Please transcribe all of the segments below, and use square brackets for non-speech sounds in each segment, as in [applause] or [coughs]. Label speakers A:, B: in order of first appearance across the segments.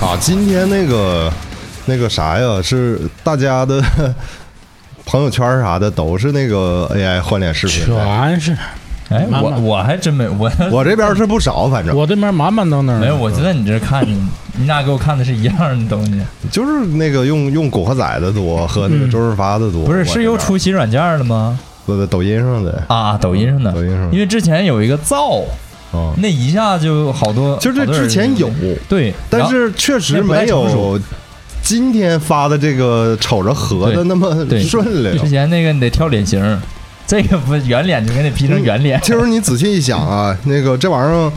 A: 啊，今天那个那个啥呀，是大家的 [laughs] 朋友圈啥的都是那个 AI 换脸视频
B: 啊
A: 的，
C: 全是
B: 哎，
C: 慢
B: 我
C: 慢
B: 我还真没我 [laughs]
A: 我这边是不少，反正
C: 我这边满满当当
B: 没有，我就在你这看，你你俩给我看的是一样的东西，
A: 就是那个用用狗和仔的多和那个周润发的多，
B: 嗯不
A: 我
B: 是
A: 这
B: 是又
A: 边
B: 出新软件了吗？
A: 不不抖音上的
B: 啊，抖音上的，
A: 抖音上的
B: 因为之前有一个造，
A: 啊，
B: 那一下就好多，
A: 就
B: 好
A: 是
B: 多
A: 之
B: 人
A: 前有，
B: 对，
A: 但
B: 然后
A: 是确实
B: 那不太
A: 没
B: 成熟
A: 有今天发的这个瞅着合的
B: 对
A: 那么
B: 对
A: 顺利
B: 之。前那个你得挑脸型，这个不圆脸就给你 P
A: 嗯
B: 成圆脸，
A: [laughs] 其实你仔细一想啊，那个这玩意儿，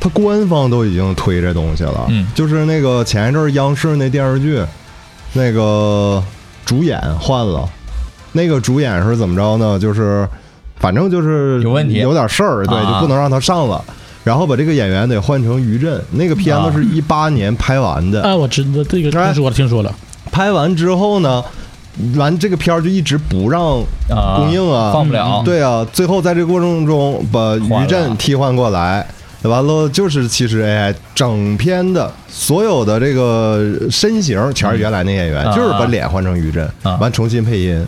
A: 它官方都已经推这东西了。
B: 嗯
A: 就是那个前一阵儿央视那电视剧，那个主演换了，那个主演是怎么着呢？就是反正就是
B: 有问题
A: 有点事儿，对，
B: 啊
A: 就不能让他上了。然后把这个演员得换成于震，那个片
B: 啊
A: 子是一八年拍完的，
C: 哎，我知道这个
A: 哎
C: 听说了，听说了，
A: 拍完之后呢，完这个片儿就一直不让
B: 啊，
A: 供应啊，
B: 放不了，
A: 对啊，最后在这个过程中把
B: 换
A: 于
B: 了
A: 震替换过来，完了就是其实 AI 整篇的所有的这个身形全是原来那演员，
B: 嗯啊
A: 就是把脸换成于震，
B: 啊
A: 完重新配音。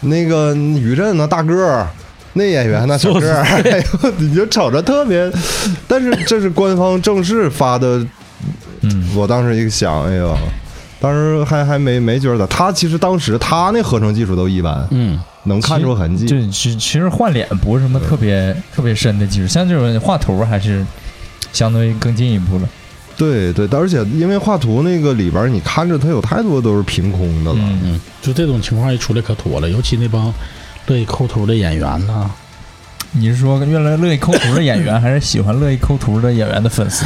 A: 那个于震呢，大个儿。那演员呢，
B: [laughs]
A: 小个儿，哎呦，你就瞅着特别，但是这是官方正式发的
B: 嗯，
A: 我当时一想，哎呦，当时还还没没觉得他其实当时他那合成技术都一般，
C: 嗯，
A: 能看出痕迹。
B: 就其其实换脸不是什么特别特别深的技术，像这种画图还是相对更进一步了。
A: 对对，但而且因为画图那个里边儿，你看着它有太多都是凭空的了。
B: 嗯，
C: 嗯，就这种情况一出来可多了，尤其那帮乐意抠图的演员 [laughs] 呐，
B: 你是说越来越乐意抠图的演员，还是喜欢乐意抠图的演员的
C: [laughs]
B: 粉丝？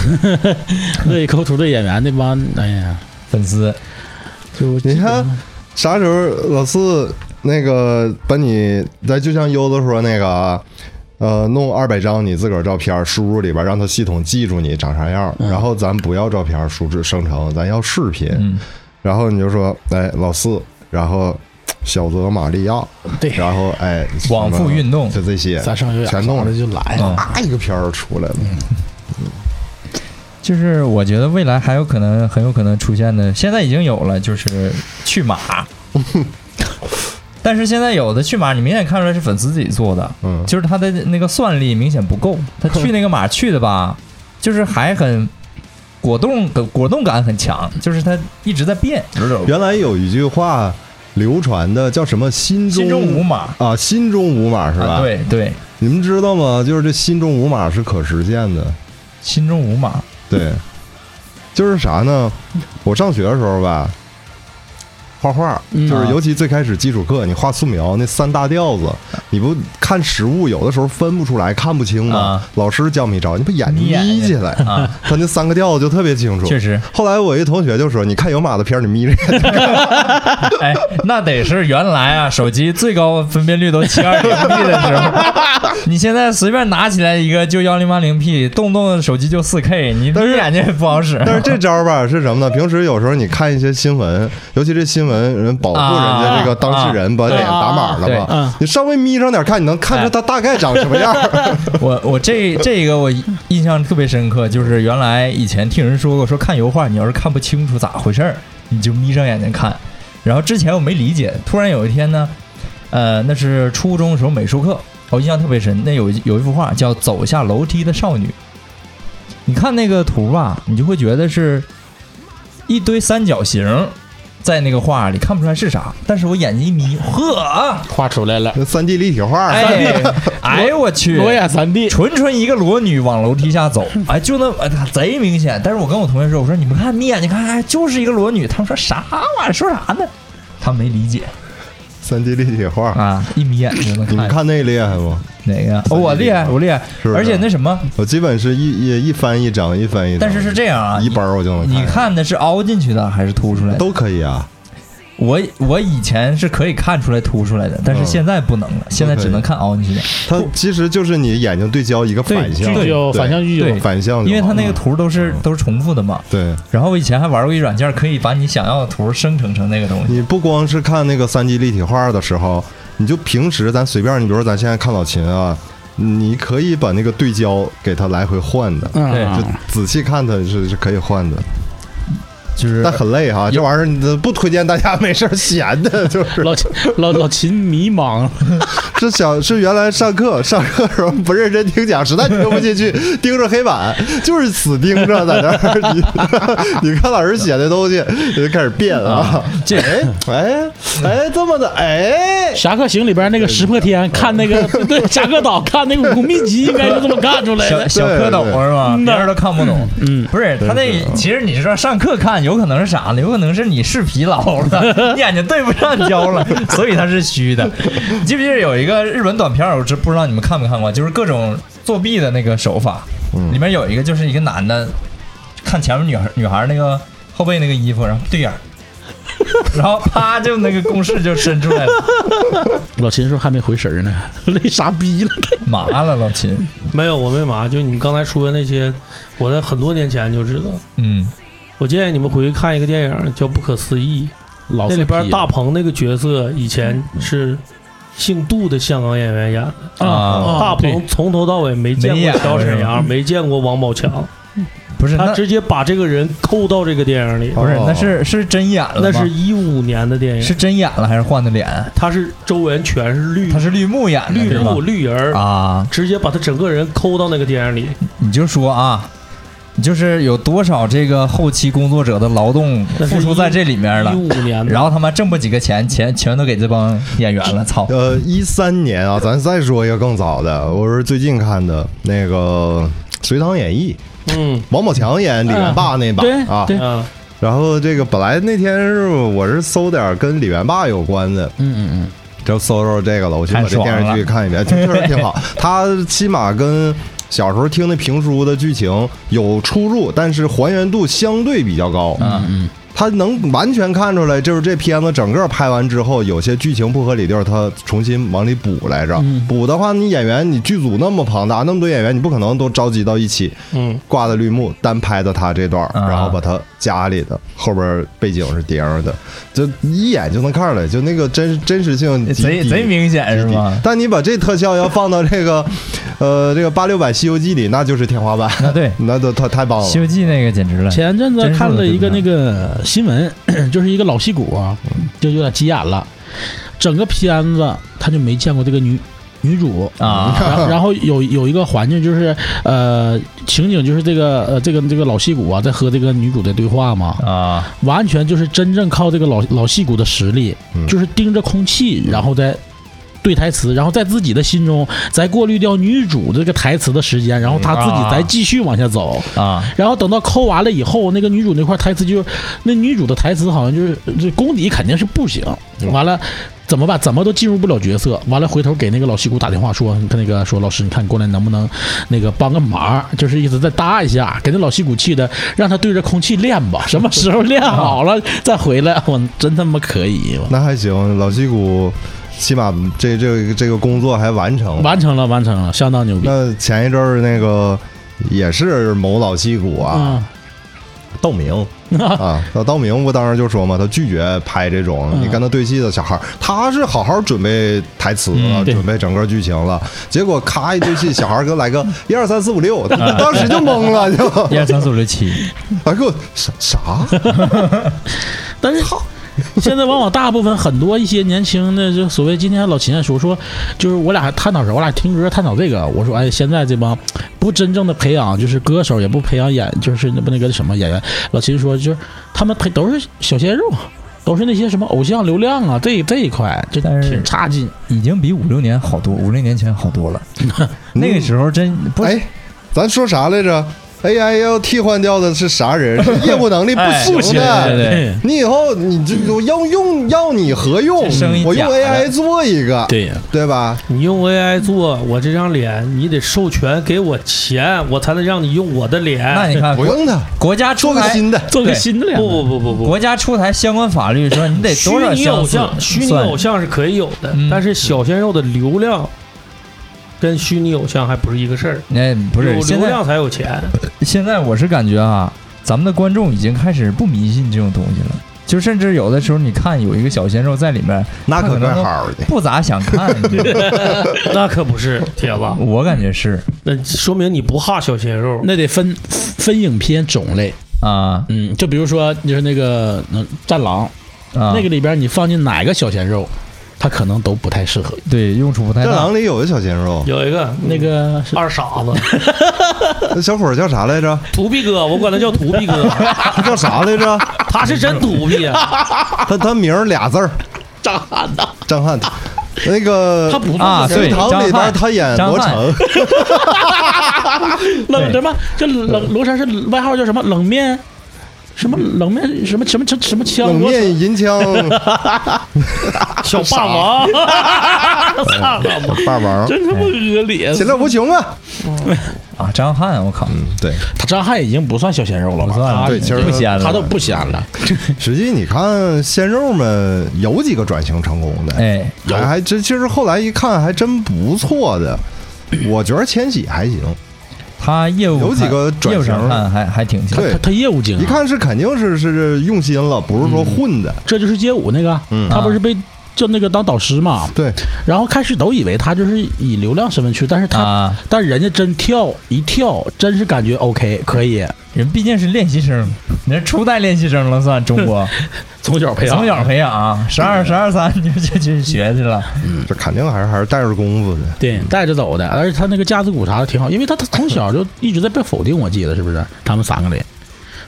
C: 乐意抠图的演员那帮，哎呀，
B: 粉丝
C: 就
A: 你看啥时候老四那个把你咱就像悠子说那个啊，呃，弄二百张你自个儿照片儿输入里边儿，让它系统记住你长啥样儿，
C: 嗯
A: 然后咱不要照片儿输制生成，咱要视频。
B: 嗯，
A: 然后你就说，哎，老四，然后小泽玛利亚，
C: 对
A: 然后哎，
B: 往复运动
A: 就这些，
C: 咱上有氧
A: 全弄
C: 啥
A: 了
C: 的就来
B: 哦
C: 了，
A: 啊，一个片儿出来了，
B: 嗯就是我觉得未来还有可能，很有可能出现的，现在已经有了，就是去马。但是现在有的去马，你明显看出来是粉丝自己做的，
A: 嗯，
B: 就是他的那个算力明显不够。他去那个马去的吧，就是还很果冻，果冻感很强，就是他一直在变，有点
A: 原来有一句话流传的叫什么“心中
B: 心中无马。
A: 啊，心中无马是吧？
B: 啊，，对对，
A: 你们知道吗？就是这心中无马是可实现的，
B: 心中无马，
A: 对，就是啥呢？我上学的时候吧，画画，
C: 嗯
B: 啊
A: 就是尤其最开始基础课，你画素描那三大调子，你不看实物，有的时候分不出来，看不清嘛
B: 啊。
A: 老师教你一招，你把眼睛
B: 眯眼
A: 眯
B: 睛
A: 起来，
B: 啊，
A: 他那三个调子就特别清楚。
B: 确实，
A: 后来我一同学就说：“你看有马的片儿，你眯着眼。
B: [laughs] 哎，那得是原来啊，手机最高分辨率都七二零 P 的时候，
A: [laughs]
B: 你现在随便拿起来一个就幺零八零 P，动动手机就四 K，你
A: 但
B: 闭
A: 是
B: 眼睛也不好
A: [laughs]
B: 使”。
A: 但是这招儿吧是什么呢？平时有时候你看一些新闻，尤其这新闻人保护人家这个当事人把脸打码了嘛，
B: 啊
C: 嗯，
A: 你稍微眯上点看，你能
B: 哎
A: 看出他大概长什么
B: [laughs]
A: 样儿。
B: 我我这这个我印象特别深刻，就是原来以前听人说过，说看油画，你要是看不清楚咋回事儿，你就眯上眼睛看。然后之前我没理解，突然有一天呢，呃，那是初中的时候美术课，我印象特别深。那有一有一幅画叫《走下楼梯的少女》，你看那个图吧，你就会觉得是一堆三角形。在那个画里看不出来是啥，但是我眼睛一眯，呵，啊
C: 画出来了，
A: 三 D 立体画儿，
B: 哎，哎我去，
C: 裸眼三 D，
B: [laughs] 纯纯一个裸女往楼梯下
A: [laughs]
B: 走，哎，就那哎贼明显。但是我跟我同学说，我说你们看，眯眼睛看，哎，就是一个裸女。他们说啥玩意儿？说啥呢？他们没理解
A: 三 D 立体画儿。
B: 啊，一眯眼就能
A: 你们
B: 看
A: 看 [laughs] 那厉害不？
B: 哪个？哦我厉害，我厉害，
A: 是不是
B: 而且那什么，
A: 我基本是一一一翻一张，一翻一张。
B: 但是是这样啊，
A: 一本儿我就能
B: 你你
A: 看
B: 看的是凹进去的还是凸出来的？
A: 都可以啊。
B: 我我以前是可以看出来凸出来的，但是
A: 嗯
B: 现在不能了，现在只能看凹进去的，
A: 它其实就是你眼睛对焦一个反向，
C: 聚焦
A: 对
C: 反向聚焦
B: 对，
A: 反向就好，
B: 因为它那个图都是
A: 嗯
B: 都是重复的嘛。
A: 对。
B: 然后我以前还玩过一软件，可以把你想要的图生成成那个 [laughs] 东西。
A: 你不光是看那个三 D 立体画的时候，你就平时咱随便，你比如说咱现在看老秦啊，你可以把那个对焦给它来回换的，
C: 嗯，
B: 对
A: 就仔细看它是是可以换的。
B: 就是
A: 但很累哈，这玩意儿你不推荐大家没事儿闲的，就是
C: 老秦老老秦迷茫，
A: 是小是原来上课上课的时候不认真听讲，实在听不进去，盯着黑板就是死盯着在那
B: [laughs]
A: 儿，你 [laughs] 你看老师写的东西就开始变啊，
B: 这
A: 哎哎哎这么的哎
C: 《侠客行》里边那个石破天看那个对侠客岛看那个武功秘籍，应该是这么看出来
B: 小
C: 的。
B: 小蝌蚪是吧？
C: 哎嗯
B: 别人都看不懂。
C: 嗯，
B: 不是他那，其实你说上课看，有可能是啥呢？有可能是你视疲劳了，你 [laughs] 眼睛对不上焦了，所以它是虚的。你记不记得有一个日本短片儿？我知不知道你们看没看过？就是各种作弊的那个手法，里面有一个就是一个男的看前面女孩女孩那个后背那个衣服，然后对眼儿， [laughs] 然后啪就那个公式就伸出来了，
C: 老秦说还没回神儿呢， [laughs] 累傻逼了。
B: 麻了老秦。
D: 没有，我没麻。就你刚才说的那些，我在很多年前就知道。
B: 嗯，
D: 我建议你们回去看一个电影叫《不可思议》，
C: 老
D: 那里边
B: 啊
C: 色批
D: 大鹏那个角色以前是姓杜的香港演员演的。
B: 啊
D: 大
C: 对
D: 鹏从头到尾没见
B: 没演
D: 过
B: 过
D: 小沈
B: 是吧
D: 阳，没见过王宝强，
B: 不是
D: 他
B: 那
D: 直接把这个人扣到这个电影里。
B: 不是那是是真演了吗，
D: 那是一五年的电
B: 呃是
D: 影，
B: 真演了还是换的脸？
D: 他是周围全是绿
B: 他是绿幕演的，
D: 绿
B: 是吧
D: 幕绿人儿，
B: 啊！
D: 直接把他整个人抠到那个电影里。
B: 你就说啊，你就是有多少这个后期工作者的劳动
D: 那是
B: 付出在这里面了
D: 一，五年的，
B: 然后他妈挣不几个钱，钱全都给这帮演员了，操！
A: 呃，一三年啊，咱再说一个更早的，我是最近看的那个《隋唐演义》，
D: 嗯
A: 王宝强演李元霸那版、
C: 对
A: 啊。
C: 对
D: 啊，
A: 然后这个本来那天是我是搜点儿跟李元霸有关的，
C: 嗯嗯嗯，
A: 就搜搜这个了。我去把这
B: 看爽
A: 电视剧
B: 了
A: 看一遍， [laughs] 确实挺好。它起码跟小时候听的评书的剧情有出入，但是还原度相对比较高。
B: 嗯
C: 嗯，
A: 它能完全看出来，就是这片子整个拍完之后，有些剧情不合理地儿，它重新往里补来着。
C: 嗯
A: 补的话，你演员你剧组那么庞大，那么多演员，你不可能都召集到一起。
D: 嗯，
A: 挂的绿幕单拍的他这段儿，
B: 啊
A: 然后把他家里的后边背景是叠上的，就一眼就能看出来，就那个真真实性极
B: 贼
A: 低
B: 贼明显是
A: 极低
B: 吗？
A: 但你把这特效要放到这个，呃，这个八六版《西游记》里，那就是天哦花板，
B: 那对，
A: 那都太太棒
B: 《
A: 了
B: 西。游记》那个简直了，
C: 前阵子
B: 真是
C: 看了一个
B: 对
C: 那
B: 不
C: 个新闻， [clears throat] 就是一个老戏骨啊，就有点急眼了。整个片子他就没见过这个女女主
B: 啊
C: 然后然后有有一个环境就是呃情景就是这个呃这个这个老戏骨啊在和这个女主的对话嘛，
B: 啊，
C: 完全就是真正靠这个老老戏骨的实力
A: 嗯，
C: 就是盯着空气，然后再。对台词，然后在自己的心中再过滤掉女主这个台词的时间，然后他自己再继续往下走。
B: 啊
C: 然后等到抠完了以后，那个女主那块台词就是，那女主的台词好像就是这功底肯定是不行，完了。怎么办？怎么都进入不了角色。完了，回头给那个老戏骨打电话说：“你看那个说老师，你看你过来能不能那个帮个忙？就是意思再搭一下，给那老戏骨气的，让他对着空气练吧。什么时候练好了再回来，我真他妈可以！
A: [laughs] 那还行，老戏骨起码这这个这个工作还完成了。
C: 完成了，完成了，相当牛逼
A: 那前一阵儿那个也是某老戏骨啊，
B: 嗯
C: 啊！
A: 道明啊，那道明不当时就说嘛，他拒绝拍这种
C: 嗯
A: 你跟他对戏的小孩儿，他是好好准备台词了，
C: 嗯对
A: 准备整个剧情了，结果咔一对戏，小孩儿给我来个一二三四五
B: 啊
A: 六，他当时就懵了，就
B: [laughs] 一二三四五六七，
A: 哎给我啥啥？
C: 但是现在往往大部分很多一些年轻的，就所谓今天老秦也说说，就是我俩还探讨时候，我俩听歌探讨这个，我说哎，现在这帮不真正的培养就是歌手，也不培养演，就是那不那个什么演员。老秦说就是他们培都是小鲜肉，都是那些什么偶像流量啊这这一块，就
B: 但是
C: 挺差劲。
B: 已经比五六年好多，五六年前好多了。那个时候真不
A: 哎，咱说啥来着？AI 要替换掉的是啥人？是业务能力
B: 哎
A: 不行的。
B: 对对
C: 哎
B: 对
A: 你以后你这我要用要你何用
B: 这生意？
A: 我
B: 假
A: 用
B: 的
A: AI 做一个，
C: 对呀、
A: 对吧？
D: 你用 AI 做我这张脸，你得授权给我钱，我才能让你用我的脸。
B: 那你看
A: 不
B: 国
A: 用它，
B: 国家
A: 做
B: 出
A: 个
B: 台
A: 新的。
C: 做
B: 个
C: 个
B: 新
C: 新的呀。
D: 不不不不不，
B: 国家出台相关法律
A: [laughs]
B: 说你得
D: 虚
B: 多少
D: 拟
B: 相
D: 偶
B: 似
D: 像，虚拟
B: 算
D: 偶像是可以有的
B: 嗯，
D: 但是小鲜肉的流量跟虚拟偶像还不是一个事儿。
B: 哎，不是
D: 有
B: 现
D: 流
B: 在
D: 量才有钱，
B: 现在我是感觉啊，咱们的观众已经开始不迷信这种东西了，就甚至有的时候你看有一个小鲜肉在里面，
A: 那
B: 他可
A: 可
B: 能
A: 怪
B: 都
A: 好的，
B: 不咋想看，你知
A: [laughs]
B: 道吗
D: 那可不是铁子，
B: 我感觉是
D: 那说明你不哈小鲜肉。
C: 那得分分影片种类，
B: 啊
C: 嗯，就比如说就是那个嗯《战狼》
B: 啊，
C: 那个里边，你放进哪个小鲜肉，他可能都不太适合。
B: 对用处不太
A: 战
B: 大。
A: 狼里有个小鲜肉，
D: 有一个
C: 那个是
D: 二傻子，
A: 那小伙儿叫啥来着？
D: 土逼哥，我管他叫土逼哥，
A: 他叫啥来着？
D: 他是真土逼，啊
A: 他他名儿俩字儿，张翰呐，张翰，那个
C: 他不
B: 啊
C: 是
B: 对
A: 隋唐里
B: 张翰
A: 边他演
B: 张
A: 罗
B: 翰
A: 成，
C: 冷什么？这
B: 嗯
C: 冷罗山是外号叫什么？冷面，什么冷面？什么什么什么什么枪？
A: 冷
C: 罗成
A: 面银枪
D: 小
A: [laughs]
D: 霸王，
B: 嗯
D: 操他妈
A: 霸王，
C: 啊真
B: 哎
C: 他妈恶劣！
A: 其乐无穷啊！
B: 啊，张翰，我靠，
A: 嗯，对，
C: 他张翰已经不算小鲜肉了
B: 不
C: 吧？
B: 算
C: 他
A: 对，其实
B: 不鲜了
C: 他都不显了，
A: 实际你看鲜肉们有几个转型成功的，
B: 哎，
C: 有
A: 还还真其实后来一看还真不错的。我觉得千玺还行，
B: 他业务
A: 有几
B: 看
A: 个转
B: 业务上
A: 型
B: 看还还挺像。
A: 对
C: 他他业务精
B: 嗯
C: 啊，
A: 一看是肯定是是用心了，不是说混
B: 嗯
A: 的。
C: 这就是街舞那个，
A: 嗯
C: 他不
B: 啊
C: 是被就那个当导师嘛，
A: 对，
C: 然后开始都以为他就是以流量身份去，但是他、
B: 啊，
C: 但人家真跳一跳，真是感觉 OK 可以，
B: 人毕竟是练习生，你这初代练习生了算中
A: [laughs]
B: 国，
C: 从小培养，
B: 从小培养，十二十二三就就就学去了。
A: 这肯定还是还是带着功夫的。
C: 对带着走的，而且他那个架子鼓啥的挺好，因为他他从小就一直在被否定，我记得是不是？他们三个人，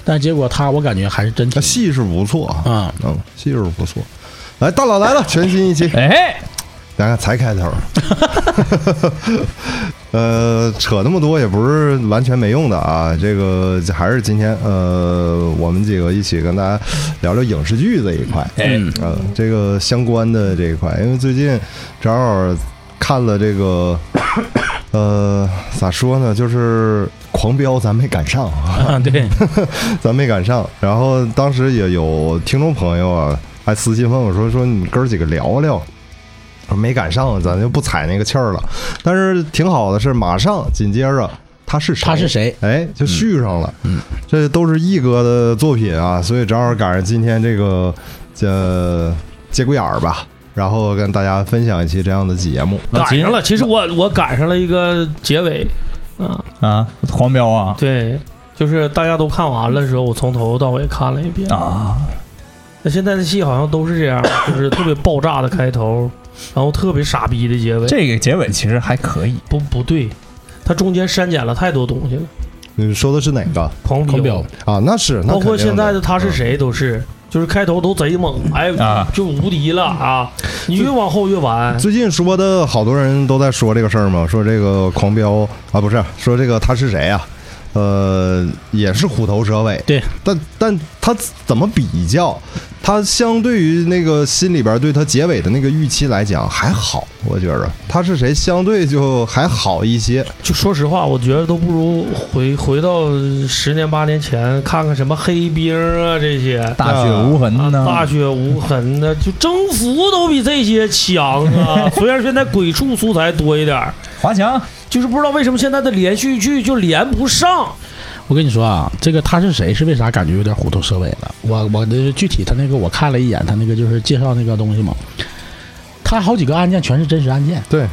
C: 但结果他我感觉还是真
A: 那
C: 挺
A: 戏是不错啊，
C: 啊、
A: 嗯，戏是不错。来，大佬来了，全新一期，
B: 哎，
A: 咱看才开头。 [laughs] 呃，扯那么多也不是完全没用的啊。这个还是今天呃，我们几个一起跟大家聊聊影视剧这一块。
C: 嗯，
A: 呃，这个相关的这一块，因为最近正好看了这个，呃，咋说呢，就是《狂飙》，咱没赶上啊，
C: 啊 [laughs] 对，
A: 咱没赶上。然后当时也有听众朋友啊，还私信问我说：“说你们哥儿几个聊聊。”我说没赶上，咱就不踩那个气儿了。但是挺好的是，马上紧接着他是谁？
C: 他是谁？
A: 哎，就续上了。
C: 嗯嗯
A: 这都是毅哥的作品啊，所以正好赶上今天这个呃节骨眼儿吧，然后跟大家分享一期这样的节目。
B: 老
D: 赶
B: 秦
D: 上了。其实我我赶上了一个结尾啊，
B: 啊，黄标啊
D: 对，就是大家都看完了之后，我从头到尾看了一遍。
B: 啊，
D: 那现在的戏好像都是这样，就是特别爆炸的开头，然后特别傻逼的结尾。
B: 这个结尾其实还可以。
D: 不不对，它中间删减了太多东西了，
A: 你嗯说的是哪个
D: 狂
C: 狂飙，
A: 啊？那是，那
D: 包括
A: 肯定嗯
D: 现在的啊他是谁都是，就是开头都贼猛，哎
B: 啊，
D: 就无敌了啊！你越往后越完，
A: 最近说的好多人都在说这个事儿嘛，说这个狂飙啊，不是说这个他是谁啊？呃，也是虎头蛇尾。
C: 对，
A: 但但他怎么比较？他相对于那个心里边对他结尾的那个预期来讲还好，我觉着他是谁相对就还好一些。
D: 就说实话，我觉得都不如回回到十年八年前看看什么黑兵啊这些。
B: 大雪无痕
D: 啊，
B: 呢？
D: 大雪无痕的，就征服都比这些强啊！虽然现在鬼畜素材多一点儿，
B: 华强
D: 就是不知道为什么现在的连续剧就连不上。
C: 我跟你说啊，这个他是谁是为啥感觉有点虎头蛇尾了？我我的具体他那个我看了一眼，他那个就是介绍那个东西嘛，他好几个案件全是真实案件，
A: 对，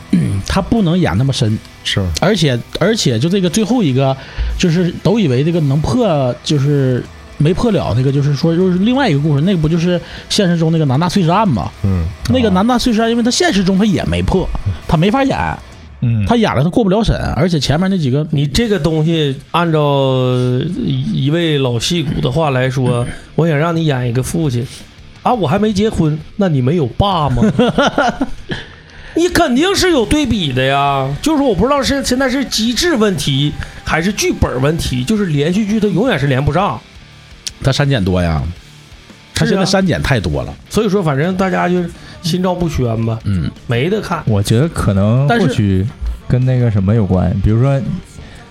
C: 他不能演那么深，
A: 是
C: 而且而且就这个最后一个，就是都以为这个能破，就是没破了那个，就是说又是另外一个故事，那个不就是现实中那个南大碎尸案吗？
A: 嗯，
C: 那个南大碎尸案，因为他现实中他也没破，他没法演，
B: 嗯，
C: 他演了他过不了审，而且前面那几个
D: 你这个东西，按照一位老戏骨的话来说，我想让你演一个父亲啊，我还没结婚，那你没有爸吗？你肯定是有对比的呀，就是我不知道是现在是机制问题还是剧本问题，就是连续剧它永远是连不上。
C: 他删减多呀，他现
D: 是啊
C: 在删减太多了，
D: 所以说，反正大家就是心照不宣吧，
C: 嗯。
D: 没得看。
B: 我觉得可能
D: 但是
B: 或许跟那个什么有关，比如说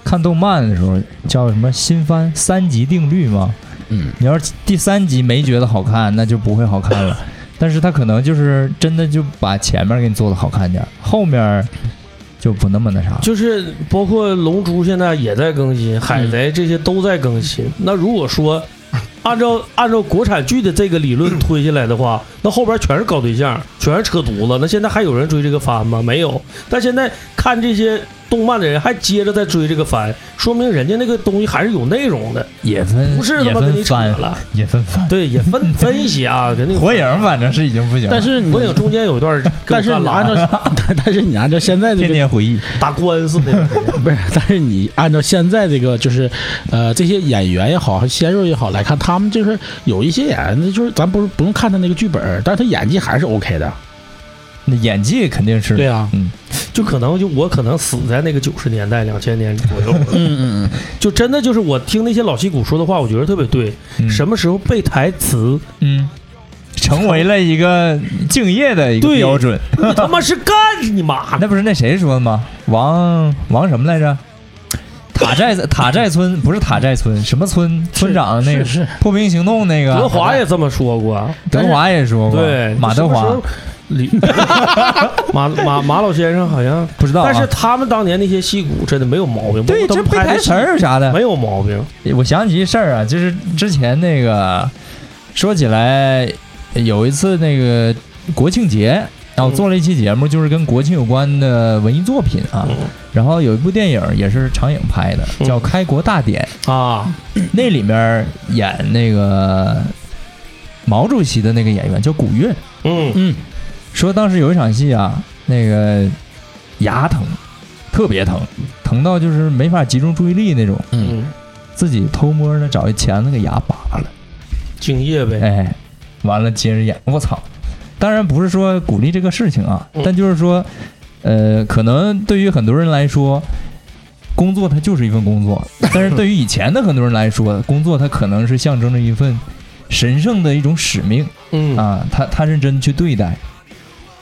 B: 看动漫的时候叫什么新番三级定律嘛，
C: 嗯
B: 你要是第三集没觉得好看，那就不会
C: [laughs]
B: 好看了。但是他可能就是真的就把前面给你做的好看点儿，后面儿就不那么那啥了。
D: 就是包括《龙珠》现在也在更新，《海贼》这些都在更新。那如果说按照按照国产剧的这个理论推下来的话，那后边全是搞对象，全是扯犊子。那现在还有人追这个番吗？没有。但现在看这些动漫的人还接着在追这个番，说明人家那个东西还是有内容的，
B: 也分
D: 不是他
B: 也
D: 妈跟你
B: 分
D: 扯
B: 翻
D: 了。
B: 也分翻。
D: 对，也
C: [laughs]
D: 分分析啊，跟那个
B: 火影反正是已经不行了，
C: 但是你
D: 火影中间有一段跟我
C: 但是
D: 干
C: 你
D: 了
C: 按照 [laughs] 但是你按照现在这
B: 天
C: 个
B: 天回忆，
D: 打官司的，
C: [laughs] 不是，但是你按照现在这个就是，呃，这些演员也好，鲜肉也好来看，他们就是有一些演员，就是咱不是不用看他那个剧本儿，但是他演技还是 OK 的。
B: 那演技肯定是
C: 对啊，
B: 嗯，
D: 就可能就我可能死在那个九十年代、两千年
B: [laughs]
D: 左右了，
C: 嗯嗯
D: 就真的就是我听那些老戏骨说的话，我觉得特别对。
B: 嗯
D: 什么时候背台词，
B: 嗯，成为了一个敬业的一个
D: 对啊
B: 标准。
D: 你他妈是干你妈的！
B: 那不是那谁说的吗？王王什么来着？塔寨塔寨村不是塔寨村，什么村村长那个
C: 是是
B: 破冰行动那个
D: 德华也这么说过，
B: 德华也说过，
D: 对，
B: 啊马德
D: 什么时
B: 华
D: 候。李
B: [laughs]
D: 马马马老先生好像，
B: 不知道啊，
D: 但是他们当年那些戏骨真的没有毛病，
B: 对
D: 包括
B: 这
D: 他们
B: 背
D: 拍
B: 台
D: 的戏
B: 词儿啥的，
D: 没有毛病。
B: 我想起一事儿啊，就是之前那个说起来，有一次那个国庆节，然后
D: 嗯
B: 做了一期节目，就是跟国庆有关的文艺作品啊。
D: 嗯
B: 然后有一部电影也是长影拍的，
D: 嗯
B: 叫《开国大典
D: 啊，》，
B: 那里面演那个毛主席的那个演员叫古月，
D: 嗯
C: 嗯
B: 说当时有一场戏啊，那个牙疼，特别疼，疼到就是没法集中注意力那种，
C: 嗯，
D: 嗯，
B: 自己偷摸的找一钳子给牙拔了。
D: 敬业呗。
B: 哎，完了接着演，我操！当然不是说鼓励这个事情啊
D: 嗯，
B: 但就是说，呃，可能对于很多人来说，工作它就是一份工 [laughs] 作，但是对于以前的很多人来说，工作它可能是象征着一份神圣的一种使命
D: 嗯
B: 啊，他他认真去对待，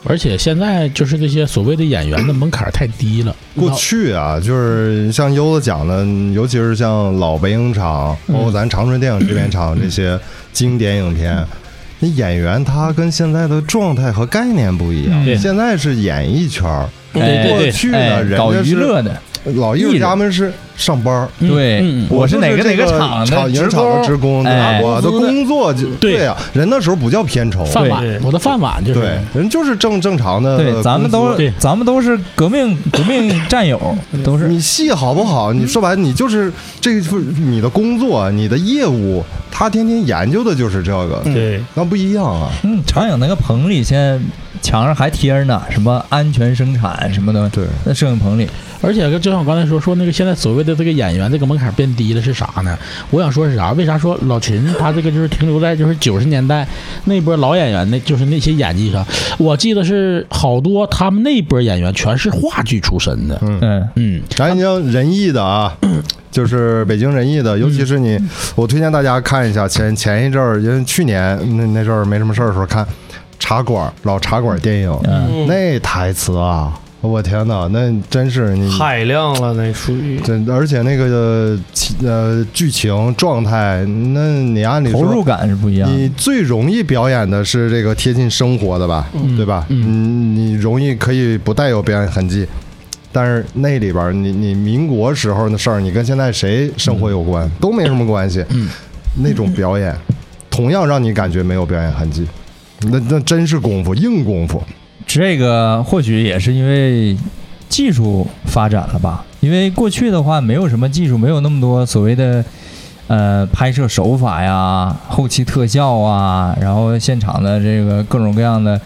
C: 而且现在就是这些所谓的演员的门槛儿太低了。
A: 过去啊，就是像优子讲的，尤其是像老北影厂，
C: 嗯
A: 包括咱长春电影制片厂这些经典影片，那演员他跟现在的状态和概念不一样
B: 嗯。对
A: 现在是演艺圈儿，
D: 对
B: 哎
D: 对
A: 过
D: 对，
A: 去呢，
B: 哎，
A: 人
B: 搞
A: 家
B: 娱
A: 是
B: 乐的，
A: 老艺术家们是上班儿。
C: 嗯
B: 对
C: 嗯嗯
B: 我是哪
A: 就
B: 个哪
A: 这
B: 个
A: 个
B: 厂的
A: 影
B: 职
A: 厂
B: 工
A: 的职工，
B: 哎
A: 我的工作就
C: 对
A: 对呀，人那时候不叫片酬，
C: 饭
D: 对
C: 碗，我的饭碗就是
A: 对，人就是正正常的工
B: 对，
A: 资。
B: 咱们都
C: 对
B: 咱们都是革命革命战友，都是
A: 你戏好不好？你说白了，你就是这份你的工作，你的业务，他天天研究的就是这个，
D: 嗯对，
A: 那不一样啊。
B: 嗯，长影那个棚里现在墙上还贴着呢，什么安全生产什么的，
A: 对，
B: 那摄影棚里，
C: 而且就像我刚才说说那个现在所谓的这个演员这个门槛变低了是啥呢？我想说是啥？为啥说老秦他这个就是停留在就是九十年代那波老演员那就是那些演技上？我记得是好多他们那波演员全是话剧出身的。
B: 嗯，
C: 嗯，
A: 咱已经仁义的啊，就是北京仁义的，尤其是你，我推荐大家看一下前前一阵儿，因为去年那那阵儿没什么事儿的时候看茶馆老茶馆电影，
B: 嗯
D: 嗯
A: 那台词啊，我天哪，那真是你
D: 海量了，那属于
A: 这而且那个呃呃剧情状态，那你按理
B: 投入
A: 说，
B: 感是不一样
A: 你
B: 的。
A: 最容易表演的是这个贴近生活的吧，
D: 嗯
A: 对吧？
C: 嗯
A: 你你容易可以不带有表演痕迹，但是那里边儿你你民国时候的事儿，你跟现在谁生活有关、都没什么关系，
C: 嗯
A: 那种表演同样让你感觉没有表演痕迹，那那真是功夫，硬功夫。
B: 这个或许也是因为技术发展了吧，因为过去的话没有什么技术，没有那么多所谓的呃拍摄手法呀、后期特效啊，然后现场的这个各种各样的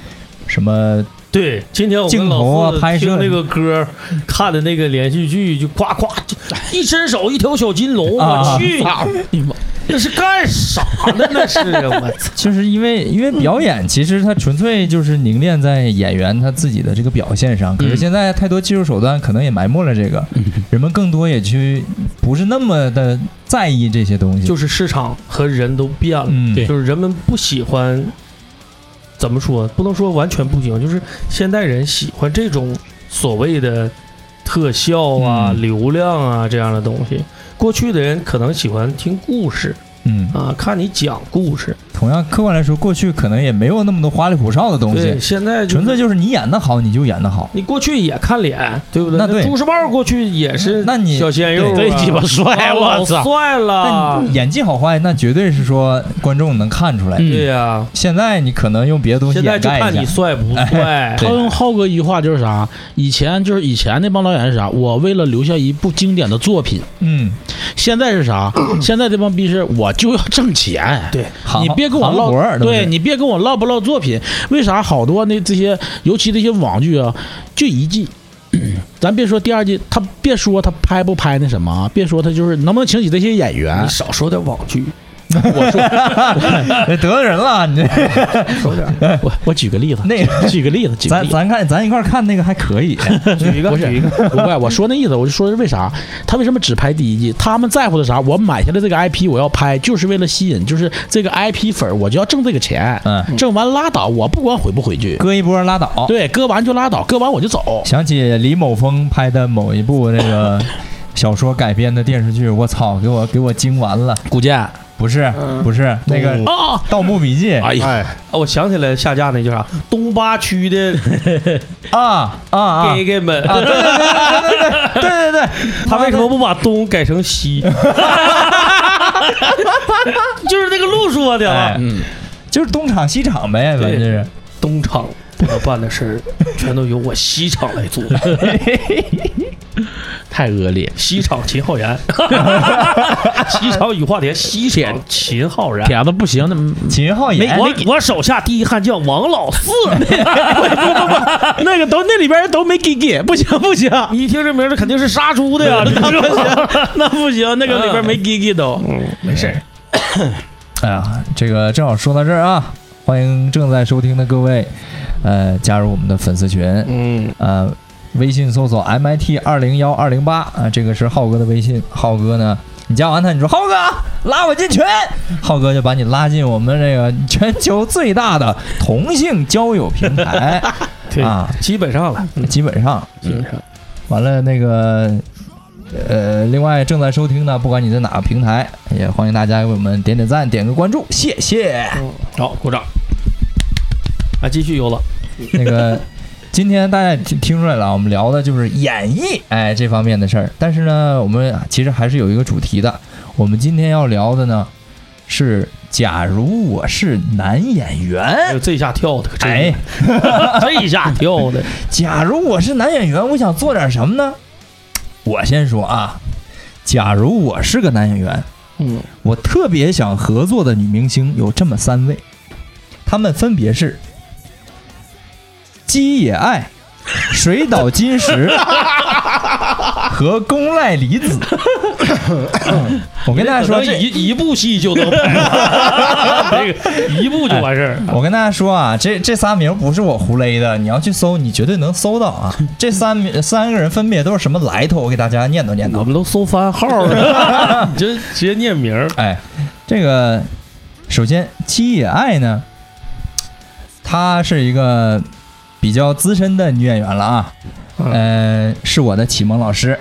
B: 什么
D: 对。今天我跟
B: 镜头啊
D: 老四
B: 拍摄
D: 听那个歌，看的那个连续剧，就夸夸就一伸手一条小金龙，
B: 啊
D: 我去，这是干啥呢？那是我
B: [laughs]
D: 操！
B: 就是因为因为表演，其实它纯粹就是凝练在演员他自己的这个表现上。可是现在太多技术手段可能也埋没了这个，人们更多也去不是那么的在意这些东西。
D: 就是市场和人都变了，
B: 嗯，
C: 对
D: 就是人们不喜欢，怎么说？不能说完全不喜欢，就是现代人喜欢这种所谓的特效啊、
B: 嗯
D: 流量啊这样的东西。过去的人可能喜欢听故事
B: 嗯，
D: 啊，看你讲故事，
B: 同样客观来说，过去可能也没有那么多花里胡哨的东
D: 对，
B: 西，
D: 现在就
B: 纯
D: 是
B: 粹就是你演的好，你就演的好。
D: 你过去也看脸，对不对？
B: 那对嗯
D: 朱时茂过去也是，
B: 那你
D: 小鲜肉啊，
C: 对鸡巴
D: [laughs]
C: 帅，
D: 啊
C: 我
D: 老
C: 操！
D: 帅了
B: 但，演技好坏，那绝对是说观众能看出来。
C: 嗯
D: 对呀、
B: 现在你可能用别的东西
D: 现在
B: 掩
D: 就
B: 盖
D: 看
B: 一
D: 你
B: 下，哎
D: 帅不帅。
C: 他用浩哥一句话就是啥？以前就是以前那帮导演是啥？我为了留下一部经典的作品，
B: 嗯，
C: 现在是啥？现在这帮逼是我就要挣钱。
D: 对，
B: 行
C: 你别跟我
B: 行活
C: 唠，
B: 儿都是
C: 对你别跟我唠不唠作品？为啥好多那这些，尤其这些网剧啊，就一季， [clears throat] 咱别说第二季，他别说他拍不拍那什么啊，别说他就是能不能请起这些演员
D: 你，少说点网
B: [laughs]
D: 剧，
C: 我说
B: 得罪人了，你这
D: 少点。
C: 我我举个例子，
B: 那个
C: 举个例子，举个
B: 咱
C: 例子。
B: 咱看咱一块儿看那个还可以，
D: 举一个，
C: 不是
D: 举一个，
C: 不怪我说那意思，我就说是为啥他为什么只拍第一季？他们在乎的啥？我买下来这个 IP，我要拍，就是为了吸引，就是这个 IP 粉儿，我就要挣这个钱，
B: [laughs] 嗯，
C: 挣完拉倒，我不管回不回去。
B: 割一波拉倒。
C: 对，割完就拉倒，割完我就走。
B: 想起李某峰拍的某一部那个小说改编的电视剧，我操，给我给我惊完了！
C: 古剑
B: 不是
D: 嗯
B: 不是那个《
C: 啊，
B: 盗墓笔记》
C: 哎呀，
A: 哎，
D: 啊我想起来下架那叫啥，东八区的
B: 啊啊 [laughs] 啊！
D: gay gay 们，
B: 啊，对对对对对对对对，
D: [laughs] 他为什么不把东改成西？ [laughs] 就是那个路说的啊
B: 哎，
C: 嗯，
B: 就是东厂西厂呗，反正就是。
D: 东厂不能办的事儿，全都由我西厂来做。
C: 太恶劣。
D: 西厂秦昊然， [laughs] 西厂雨化田，西厂秦昊然。
C: 铁子不行，那
B: 秦昊
D: 没
B: 演
D: 我我手下第一悍将王老 [laughs] 四，
C: 那个都那里边人都没 g g 不行不 [laughs] 行，
D: [laughs] 你一听这名字肯定是杀猪的呀，
C: 那不行，那不行，那个里边没 g g 都。
B: 没事。哎呀，这个正好说到这儿啊，欢迎正在收听的各位，呃，加入我们的粉丝群，
D: 嗯，
B: 呃，微信搜索 MIT 二零幺二零八啊，这个是浩哥的微信。浩哥呢，你加完他，你说浩哥拉我进群，浩哥就把你拉进我们这个全球最大的同性交友平台
D: [laughs] [laughs] 对
B: 啊，
D: 基本上了，
B: 基本上
D: 基本上。
B: 完了那个。呃，另外正在收听的，不管你在哪个平台，也欢迎大家给我们点点赞、点个关注，谢谢。
D: 好，鼓掌。啊，继续有了，
B: 那个今天大家也听听出来了啊，我们聊的就是演绎哎这方面的事儿。但是呢，我们其实还是有一个主题的。我们今天要聊的呢是，假如我是男演
D: 哎
B: 员
D: 呦，这一下跳的，真
B: 哎，
D: [laughs] 这一下跳 [laughs] 的，
B: 假如我是男演员，我想做点什么呢？我先说啊，假如我是个男演员，
D: 嗯，
B: 我特别想合作的女明星有这么三位，她们分别是基野爱、水岛金时和宫濑梨子。我跟大家说
D: 可能
B: 这。
D: 一一部戏就能 [laughs] 拍完， [laughs] 这个一部就完事 [laughs] 儿。
B: 我跟大家说啊，这这仨名不是我胡勒的，你要去搜，你绝对能搜到啊。这三名三个人分别都是什么来头？我给大家念叨念叨
D: 哎我。们都搜番号了， [laughs] 你就直接念名儿。
B: 哎，这个首先七野爱呢，她是一个比较资深的女演员了啊，
D: 嗯
B: 呃，是我的启蒙老师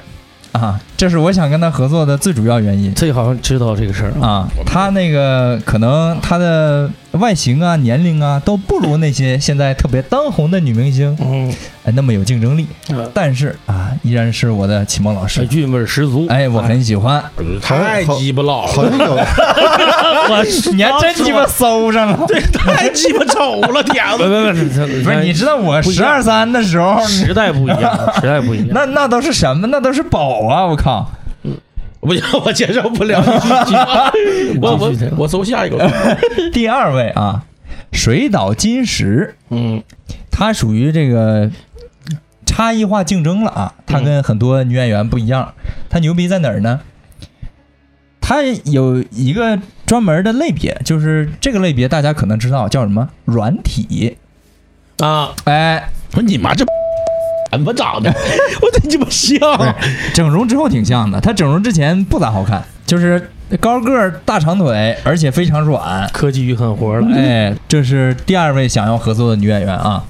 B: 啊，这是我想跟她合作的最主要原因。
D: 这好像知道这个事儿啊，
B: 啊，她那个可能她的外形啊、年龄啊都不如那些现在特别当红的女明星，
D: 嗯，
B: 哎，那么有竞争力，
D: 呃
B: 但是啊，依然是我的启蒙老师。
D: 韵味儿十足。
B: 哎，我很喜欢，
C: 太鸡巴老
A: 好像有，
D: 我
B: [laughs] 你还真鸡巴搜上了，
C: 太鸡巴丑了，铁
D: 不不不，
B: 不是？你知道我
D: 不一
B: 十
D: 样
B: 二三的时候，
D: 时代不一
B: [laughs]
D: 样，时代不一样。
B: 那那都是什么？那都是宝啊！我靠，
C: [laughs]
D: [laughs]
C: 不行，我接受不了。我我我搜下一个，
B: 第二位啊，水岛金时，
D: 嗯
B: 他属于这个差异化竞争了啊。他跟很多女演员不一样，他牛逼在哪儿呢？他有一个专门的类别，就是这个类别大家可能知道叫什么软体。
D: 啊，
B: 哎，
C: 不是你妈这 [laughs] 怎么长的？ [laughs] 我真鸡巴 [laughs]
D: 哦
C: 像。
B: 整容之后挺像的，他整容之前不咋好看，就是高个儿、大长腿，而且非常软。
D: 科技与狠活了。
B: 哎，这是第二位想要合作的女演员啊。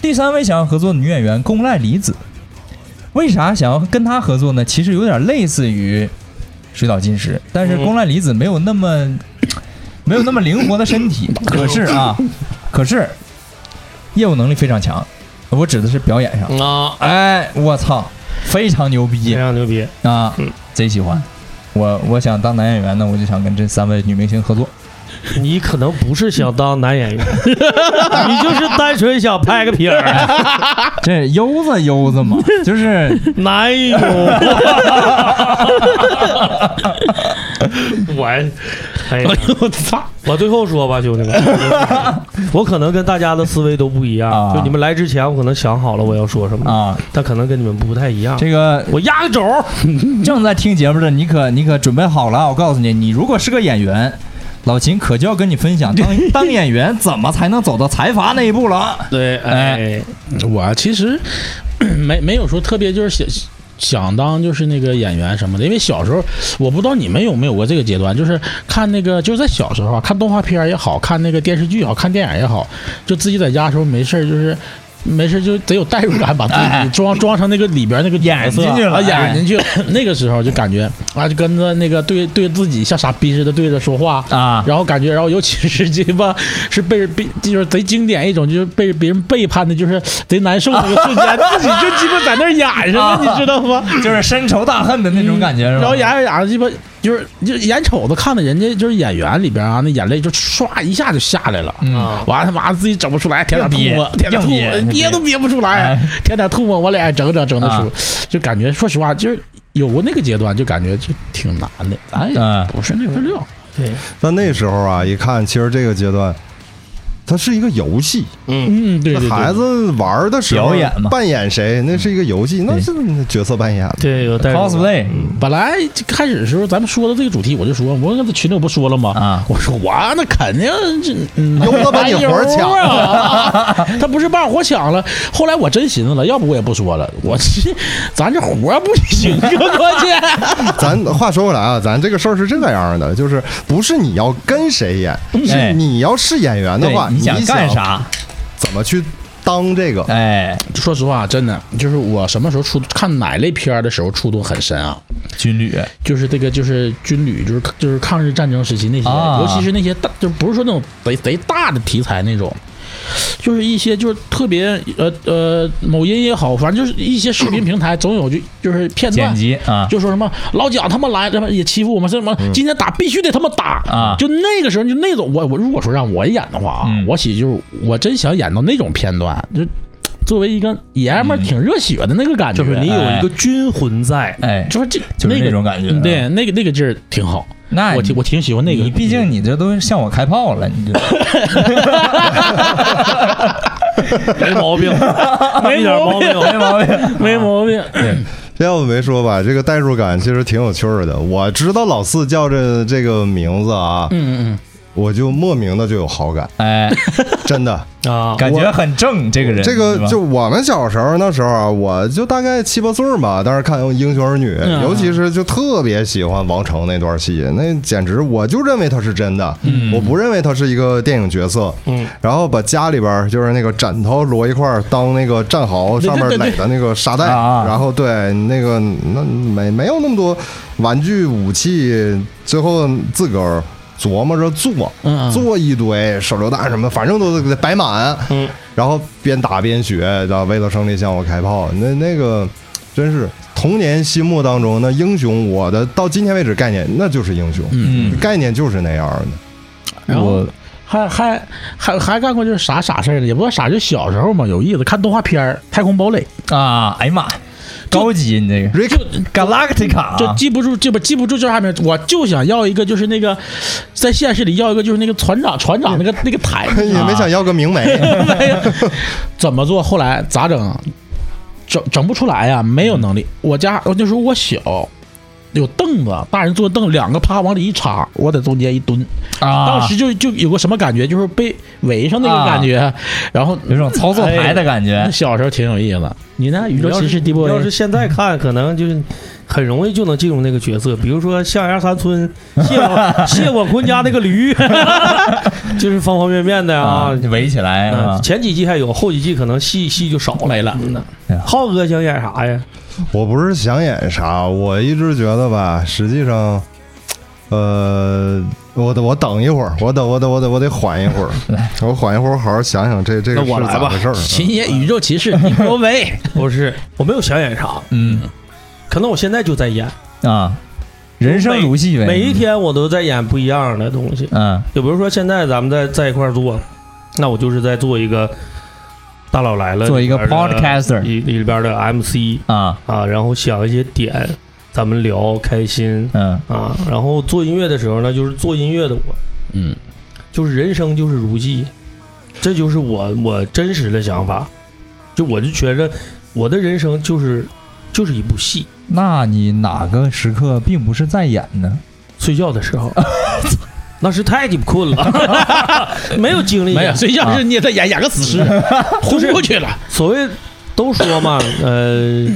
B: 第三位想要合作的女演员宫濑梨子，为啥想要跟她合作呢？其实有点类似于水岛金时，但是宫濑梨子没有那么 [clears throat] 没有那么灵活的身体，可是啊，可是业务能力非常强。我指的是表演上，
D: 啊，
B: 哎，我操，非常牛
D: 非
B: 逼
D: 常牛逼，
B: 啊
D: 嗯，
B: 贼喜欢。我我想当男演员呢，我就想跟这三位女明星合作。
D: 你可能不是想当男
B: [laughs]
D: 演员，你就是单纯想拍个片儿，
B: [laughs] 这悠子悠子嘛，就是
D: 男友。 [laughs] 我，哎呀，
C: 我操！
D: 我最后说吧，兄
B: [laughs]
D: 弟们，我可能跟大家的思维都不一样，
B: 啊
D: 就你们来之前，我可能想好了我要说什么，
B: 啊，
D: 但可能跟你们不太一样。
B: 这个
D: 我压个轴，
B: 正在听节目的你可你可准备好了啊，我告诉你，你如果是个演员，老秦可就要跟你分享当当演员怎么才能走到财阀那一步了。
D: 对，哎
B: 哎，
C: 嗯我其实嗯没没有说特别就是想想当就是那个演员什么的，因为小时候我不知道你们有没有过这个阶段，就是看那个就是在小时候啊，看动画片儿也好看那个电视剧也好看电影也好，就自己在家的时候没事儿就是。 [laughs] 没事，就得有代入感，把自己装装成那个里边那个
B: 演
C: 角色
B: 进去了
C: 啊演进去了。那个时候就感觉啊，就跟着那个对对自己像傻逼似的对着说话，
B: 啊，
C: 然后感觉，然后尤其是鸡巴是被人被就是贼经典一种，就是被别人背叛的，就是贼难受那个瞬间，
B: [laughs]
C: 自己就鸡巴在那儿演上了，你知道吗？
B: 就是深仇大恨的那种感觉，是吧？
C: 然后演着演着鸡巴就是就眼瞅着看着人家就是演员里边啊，那眼泪就唰一下就下来了。
B: 嗯，
D: 啊，
C: 完他妈自己整不出来，舔点吐沫，舔
B: 硬憋
C: 点吐
B: 硬
C: 沫
B: 憋，
C: 憋都憋不出来
B: 哎，
C: 舔点吐沫往脸上整整整的
B: 啊
C: 出，就感觉说实话，就是有过那个阶段，就感觉就挺难的，咱也
B: 嗯
C: 不是那块料。
D: 对，
A: 但那时候啊，一看其实这个阶段，它是一个游戏，
D: 嗯，
C: 嗯，对对对，
A: 孩子玩的时候
B: 表演嘛嗯
A: 扮演谁那是一个游戏，那是角色扮演。
D: 对，有代入感
B: cosplay
C: 本来开始的时候咱们说的这个主题，我就说，我在群里我不说了吗？
B: 啊
C: 我说我那肯定
A: [laughs]
C: 这嗯
A: 由他把你活儿抢了
C: 了， [laughs] 他不是把我活抢了。后来我真寻思了，要不我也不说了，我这咱这活儿不
A: [laughs]
C: 行啊，关键
A: 咱 [laughs] 话说回来啊，咱这个事儿是这样的，就是不是你要跟谁演，是
B: 哎
A: 你要是演员的话，
B: 对，你想干？啥？
A: 怎么去当这个？
B: 哎，
C: 说实话，真的就是我什么时候触看哪类片儿的时候触动很深啊，
B: 军旅
C: 就是这个就是军旅，就是就是抗日战争时期那些，
B: 啊
C: 尤其是那些大，就不是说那种贼贼大的题材那种，就是一些就是特别呃呃，某音也好，反正就是一些视频平台总有就就是片
B: 剪
C: 段。
B: 辑啊，
C: 就说什么老蒋他们来，他们也欺负我们，是什么今天打必须得他妈打
B: 啊
C: 就那个时候就那种，我我如果说让我演的话啊，
B: 嗯
C: 我喜就是我真想演到那种片段，就作为一个爷们儿挺热血的那个感觉，
D: 就是你有一个军魂在，
B: 哎，
C: 就是这
B: 就是
C: 那
B: 那
C: 个
B: 种感觉。啊
C: 对，，那个那个劲儿挺好，
B: 那
C: 我挺我挺喜欢那个。
B: 你毕竟你这都向我开炮了，你这
D: 没毛 [laughs] 病，
C: 没
D: 一点
C: 毛
D: 毛
C: 病
D: 病，
B: 没毛病。
C: 没毛
B: 啊
C: 病，嗯
A: 这要不没说吧，这个代入感其实挺有趣儿的。我知道老四叫这这个名字啊，
C: 嗯嗯
A: 我就莫名的就有好感，
B: 哎，
A: 真的。
D: 啊，
B: 感觉很正，这个人，
A: 这个
B: 是
A: 就
B: 吧
A: 我们小时候那时候啊，我就大概七八岁儿吧，当时看《英雄儿女》
C: 嗯
A: 尤其是就特别喜欢王成那段戏，那简直我就认为他是真的，
B: 嗯
A: 我不认为他是一个电影角色。
D: 嗯，
A: 然后把家里边儿就是那个枕头摞一块儿当那个战壕
C: 对对
A: 上面
C: 对对
A: 垒的那个沙袋，
B: 啊啊
A: 然后对那个那没没有那么多玩具武器，最后自个儿琢磨着做，
C: 嗯，嗯
A: 做一堆手榴弹什么，反正都得摆满，
D: 嗯，
A: 然后边打边学，然后为了胜利向我开炮，那那个真是童年心目当中那英雄，我的到今天为止概念那就是英雄，
B: 嗯，
A: 概念就是那样的，
C: 然后
B: 我
C: 还还还还干过就是傻傻事儿呢，也不知道傻，就小时候嘛，有意思，看动画片儿《太空堡垒
B: 啊，哎呀妈，高级你这个
A: Rick
B: Galactica，啊
C: 就记不住，记不记不住叫啥名儿，我就想要一个，就是那个在现实里要一个，就是那个船长船长那个那个台，
A: [laughs] 也
D: 啊
A: 没想要个明
D: [laughs]
A: 媒，
C: 没有 [laughs] 怎么做？后来咋整？整整不出来呀，没有能力。
D: 嗯
C: 我家我那时候我小，有凳子，大人坐凳，两个啪往里一插，我在中间一蹲，
B: 啊，
C: 当时就就有个什么感觉，就是被围上那个感觉，
D: 啊
C: 然后
B: 有种操作牌的感觉
C: 那，小时候挺有意思。你呢？宇宙
D: 要
C: 骑士
D: 是
C: 迪波
D: 哎要是现在看，可能就是很容易就能进入那个角色，比如说象牙山村谢 [laughs] 广谢广坤家那个 [laughs] 驴，就是方方面面的
B: 啊
D: 啊。，
B: 围起来啊
D: 嗯，前几季还有，后几季可能戏戏就少
C: 没了
D: 嗯呐
B: 哎呀
D: 浩哥想演啥呀？
A: 我不是想演啥，我一直觉得吧，实际上，呃，我得我等一会儿，我等我等我等我得缓一会儿，我缓一会儿，我好好想想这这个
D: 那我
A: 是
D: 来
A: 咋
D: 吧
A: 回事儿。
C: 秦爷
D: 嗯
C: 宇宙骑士尼罗
D: [laughs]
C: 维，
D: 不是，我没有想演啥，
B: 嗯
D: 可能我现在就在演，
B: 啊，人生如戏呗，
D: 嗯每一天我都在演不一样的东西。
B: 嗯
D: 就比如说现在咱们在在一块儿做，那我就是在做一个大佬来了，
B: 做一个
D: 里边的
B: podcaster
D: 里里边的 MC
B: 啊
D: 啊，然后想一些点，咱们聊开心
B: 嗯
D: 啊。然后做音乐的时候呢，就是做音乐的我，
C: 嗯，
D: 就是人生就是如戏，这就是我我真实的想法。就我就觉着我的人生就是就是一部戏，
B: 那你哪个时刻并不是在演呢？
D: 睡觉的时候， [laughs] 那是太鸡巴困了， [laughs] 没有精力。
C: 没有，睡觉是你也在演演个死
D: [laughs]
C: 尸，昏过去了。
D: 所谓都说嘛，呃，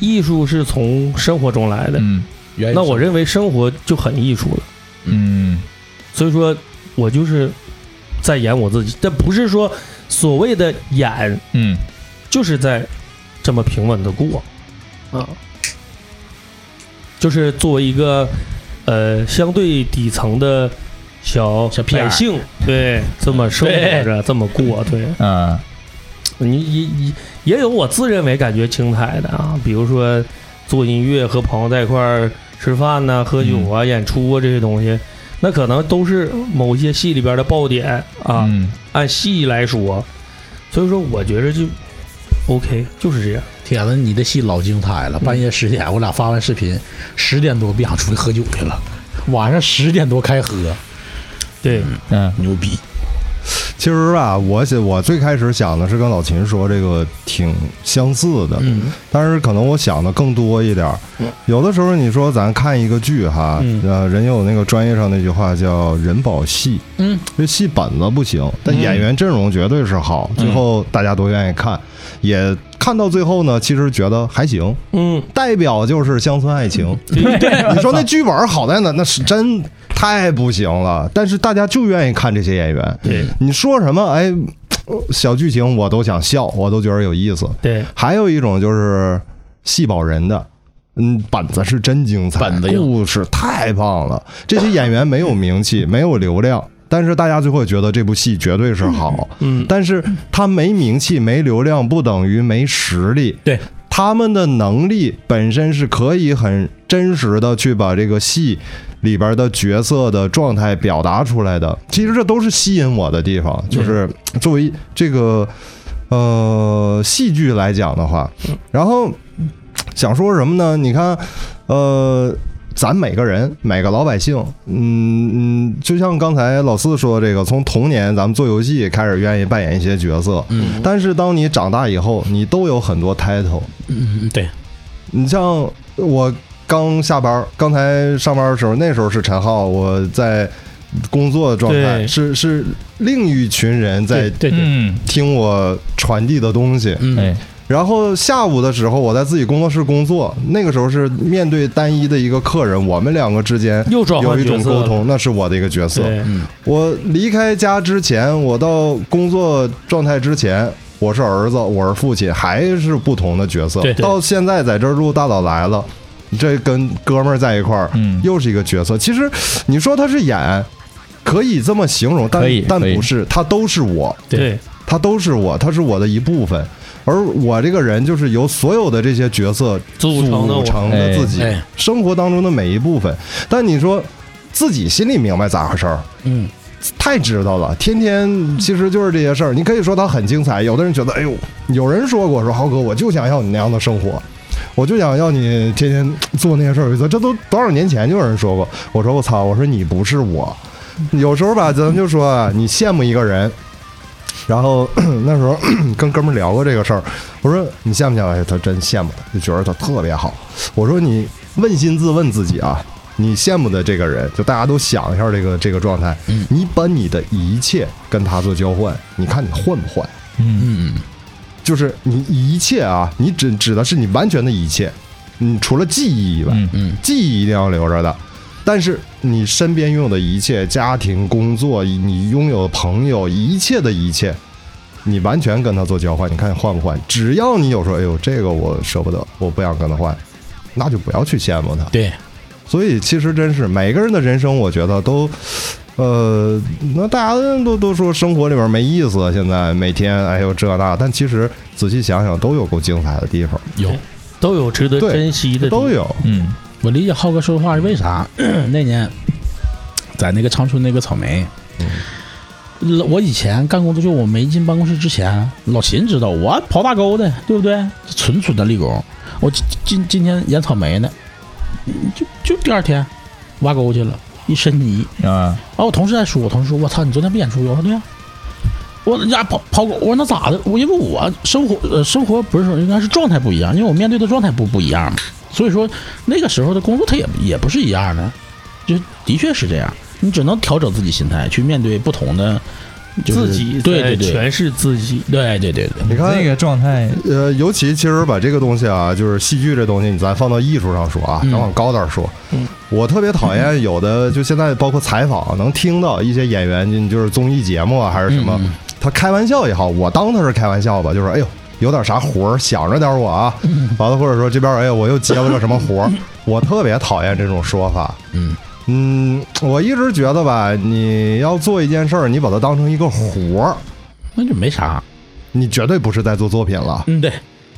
D: 艺术是从生活中来的。
B: 嗯
D: 那我认为生活就很艺术了，
B: 嗯
D: 所以说我就是在演我自己，但不是说所谓的演，
B: 嗯，
D: 就是在这么平稳的过啊，就是作为一个呃相对底层的小
C: 小屁孩
D: 百
C: 儿
D: 姓，对，这么生活着，这么过，对。
B: 啊
D: 你也也也有我自认为感觉精彩的啊，比如说做音乐和朋友在一块儿吃饭呐、喝酒啊、演出啊这些东西，那可能都是某一些戏里边的爆点啊。
B: 嗯
D: 按戏来说，所以说我觉着就 OK，就是这样。
C: 天呐，你的戏老精彩了！半夜十点，我俩发完视频，十点多别想出去喝酒去了，晚上十点多开喝，
D: 对，
B: 嗯
C: 牛逼！
A: 其实吧，我想我最开始想的是跟老秦说这个挺相似的，
C: 嗯
A: 但是可能我想的更多一点儿。有的时候你说咱看一个剧哈，
C: 嗯
A: 呃，人有那个专业上那句话叫“人保戏
C: 嗯”，
A: 这戏本子不行，但演员阵容绝对是好，
C: 嗯
A: 最后大家都愿意看，也看到最后呢，其实觉得还行。
D: 嗯，
A: 代表就是《乡村爱情》，
D: 对，
C: 嗯 [laughs]
A: 你说那剧本好在哪？那是真太不行了，但是大家就愿意看这些演员。
D: 对，
A: 你说什么？哎，小剧情我都想笑，我都觉得有意思。
D: 对，
A: 还有一种就是戏保人的，嗯，本子是真精彩，
C: 本子硬
A: 故事太棒了。这些演员没有名
C: 嗯
A: 气，没有流量，但是大家就会觉得这部戏绝对是好。
D: 嗯，
A: 但是他没名气、没流量，不等于没实力。
C: 对，
A: 他们的能力本身是可以很真实的去把这个戏里边的角色的状态表达出来的。其实这都是吸引我的地方，就是
C: 嗯
A: 作为这个呃戏剧来讲的话，然后想说什么呢？你看，呃。咱每个人，每个老百姓，嗯嗯，就像刚才老四说这个，从童年咱们做游戏开始，愿意扮演一些角色，
C: 嗯
A: 但是当你长大以后，你都有很多 title。
C: 嗯，对，
A: 你像我刚下班儿，刚才上班的时候，那时候是陈浩，我在工作的状态
D: 对
A: 是是另一群人在
C: 对对对，
B: 嗯
A: 听我传递的东西。
C: 嗯
B: 哎
A: 然后下午的时候，我在自己工作室工作，那个时候是面对单一的一个客人，我们两个之间
D: 又转
A: 有
D: 换
A: 一
D: 角
A: 种
D: 色
A: 沟
D: 了
A: 通，那是我的一个角色。
D: 对，
C: 嗯
A: 我离开家之前，我到工作状态之前，我是儿子，我是父亲，还是不同的角色。
C: 对对
A: 到现在在这儿录大佬来了，这跟哥们儿在一块儿，
B: 嗯
A: 又是一个角色。其实你说他是演，可以这么形容，但
B: 可以
A: 但
B: 可以
A: 不是，他都是我，
D: 对，
A: 他都是我，他是我的一部分。而我这个人就是由所有的这些角色
D: 组成的
A: 组
D: 我
A: 成的自己
C: 哎哎
A: 生活当中的每一部分，但你说自己心里明白咋回事儿，
C: 嗯，
A: 太知道了，天天其实就是这些事儿。你可以说它很精彩，有的人觉得，哎呦，有人说过说豪哥，我就想要你那样的生活，我就想要你天天做那些事儿。这都多少年前就有人说过。我说我操，我说你不是我。有时候吧，咱就说啊，你羡慕一个人，然后 [clears throat] 那时候跟哥们儿聊过这个事儿，我说你羡慕不羡慕？哎，他真羡慕他，就觉得他特别好。我说你问心自问自己啊，你羡慕的这个人，就大家都想一下这个这个状态，你把你的一切跟他做交换，你看你换不换？
B: 嗯
C: 嗯
A: 就是你一切啊，你指指的是你完全的一切，你除了记忆以外，
B: 嗯
C: 嗯
A: 记忆一定要留着的。但是你身边拥有的一切，家庭、工作，你拥有的朋友，一切的一切，你完全跟他做交换，你看你换不换？只要你有说，哎呦，这个我舍不得，我不想跟他换，那就不要去羡慕他。
C: 对，
A: 所以其实真是每个人的人生，我觉得都。呃，那大家都都说生活里面没意思，现在每天哎呦这那，但其实仔细想想，都有够精彩的地方，
C: 有
D: 都有值得
A: 对
D: 珍惜的地方，
A: 都有。
B: 嗯
C: 我理解浩哥说的话是为啥？ [clears throat] 那年在那个长春那个草莓，老我以前干工作，就我没进办公室之前，老秦知道我刨大沟的，对不对？纯纯的立工。我今今今天研草莓呢，嗯就就第二天挖沟去了，一身泥。
B: 啊，
C: 然后我同事在说，我同事说：“我操，你昨天不演出？”我说：“对呀、啊我家跑跑狗，我说那咋的？我因为我生活呃生活不是说应该是状态不一样，因为我面对的状态不不一样嘛，所以说那个时候的工作它也也不是一样的，就的确是这样，你只能调整自己心态去面对不同的，就是
D: 自己
C: 对
D: 在
C: 对对
D: 诠释自己。
C: 对对对对，
A: 你看
B: 这个状态，
A: 呃，尤其其实把这个东西啊，就是戏剧这东西，你咱放到艺术上说啊，
C: 嗯
A: 咱往高点儿说。
D: 嗯
A: 我特别讨厌有的，就现在包括采访能听到一些演员，你就是综艺节目啊还是什么，
C: 嗯嗯
A: 他开玩笑也好，我当他是开玩笑吧，就是哎呦有点啥活儿，想着点我啊，
C: 嗯
A: 完了或者说这边哎呦我又接不了什么
C: [laughs]
A: 活儿，我特别讨厌这种说法。
C: 嗯
A: 嗯，我一直觉得吧，你要做一件事儿，你把它当成一个活儿，
C: 那就没啥，
A: 你绝对不是在做作品了。
C: 嗯对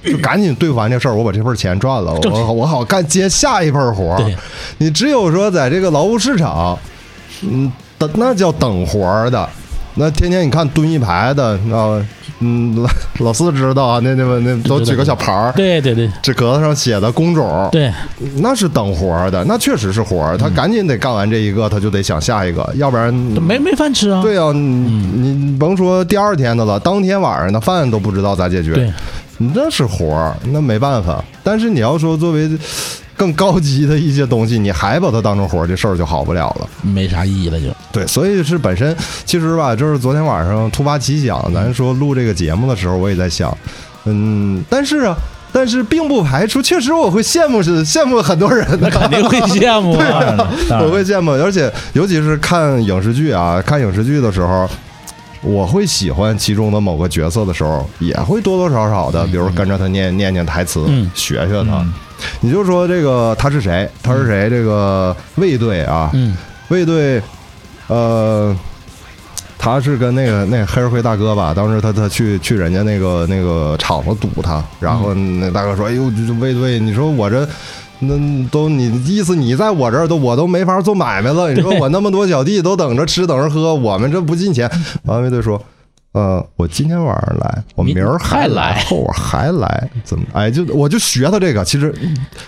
A: 就赶紧对付完这事儿，我把这份钱赚了，
C: 正确
A: 我我好干接下一份活儿
C: 对。
A: 你只有说在这个劳务市场，嗯，等那叫等活儿的，那天天你看蹲一排的啊，嗯，老老四知道啊，那那那那都举个小牌儿。
C: 对对对
A: 这格子上写的工种，
C: 对，嗯
A: 那是等活儿的，那确实是活儿。他赶紧得干完这一个，他就得想下一个，要不然
C: 没没饭吃啊，
A: 对啊，你你甭说第二天的了，当天晚上的饭都不知道咋解决。
C: 对
A: 那是活儿，那没办法。但是你要说作为更高级的一些东西，你还把它当成活儿，这事儿就好不了了。
C: 没啥意义了就，
A: 对，所以是本身其实吧，就是昨天晚上突发奇想，咱说录这个节目的时候，我也在想，嗯，但是啊，但是并不排除，确实我会羡慕是羡慕很多人的，
C: 肯定会羡慕
B: 当
C: 啊，
B: 然了，当然
A: 我
B: 了
A: 会羡慕，而且尤其是看影视剧啊，看影视剧的时候，我会喜欢其中的某个角色的时候，也会多多少少的，比如跟着他念念念台词，
C: 嗯
A: 学学他。
B: 嗯
A: 你就说这个他是谁？他是谁？这个卫队啊，
C: [laughs] 嗯
A: 卫队，呃。他是跟那个那黑社会大哥吧，当时他他去去人家那个那个厂子堵他，然后那大哥说：“哎呦，这这卫队，你说我这那都你意思你在我这儿都我都没法做买卖了，你说我那么多小弟都等着吃等着喝，我们这不进钱。”完，卫队说：“呃，我今天晚上来，我明儿还
C: 你还来
A: 后儿还来，怎么？哎，就我就学他这个。其实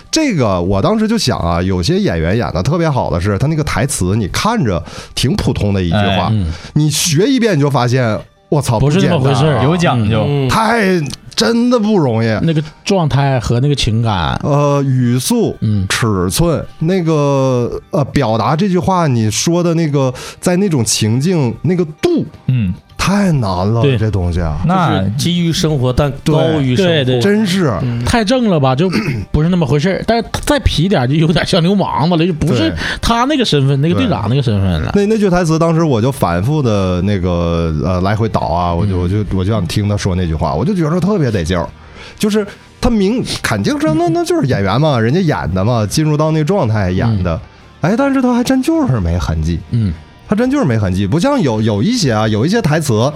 A: 这个我当时就想啊，有些演员演的特别好的是他那个台词，你看着挺普通的一句话，哦
B: 哎
C: 嗯，
A: 你学一遍你就发现，我操，
C: 不是
A: 简
C: 那么回
A: 单
C: 事儿，啊嗯
B: 有讲究
D: 嗯，
A: 太真的不容易。
C: 那个状态和那个情感，
A: 呃，语速、
C: 嗯
A: 尺寸，那个呃，表达这句话你说的那个，在那种情境那个度
B: 嗯，
A: 太难了
C: 对，
A: 这东西啊，
B: 那
D: 就是基于生活，但
A: 对
D: 高于生活。
C: 对对
A: 真是。
D: 嗯
C: 太正了吧，就不是那么回事儿。但是再皮点儿就有点像流氓子了，就不是
A: 对
C: 他那个身份，那个
A: 对
C: 队长那个身份了。
A: 那那句台词，当时我就反复的那个呃来回倒啊，我就我就我就想听他说那句话，我就觉得特别得劲儿，就是他明肯定是那那就是演员嘛，人家演的嘛，进入到那状态演的，哎，但是他还真就是没痕迹，
C: 嗯，
A: 他真就是没痕迹，不像有有一些啊，有一些台词，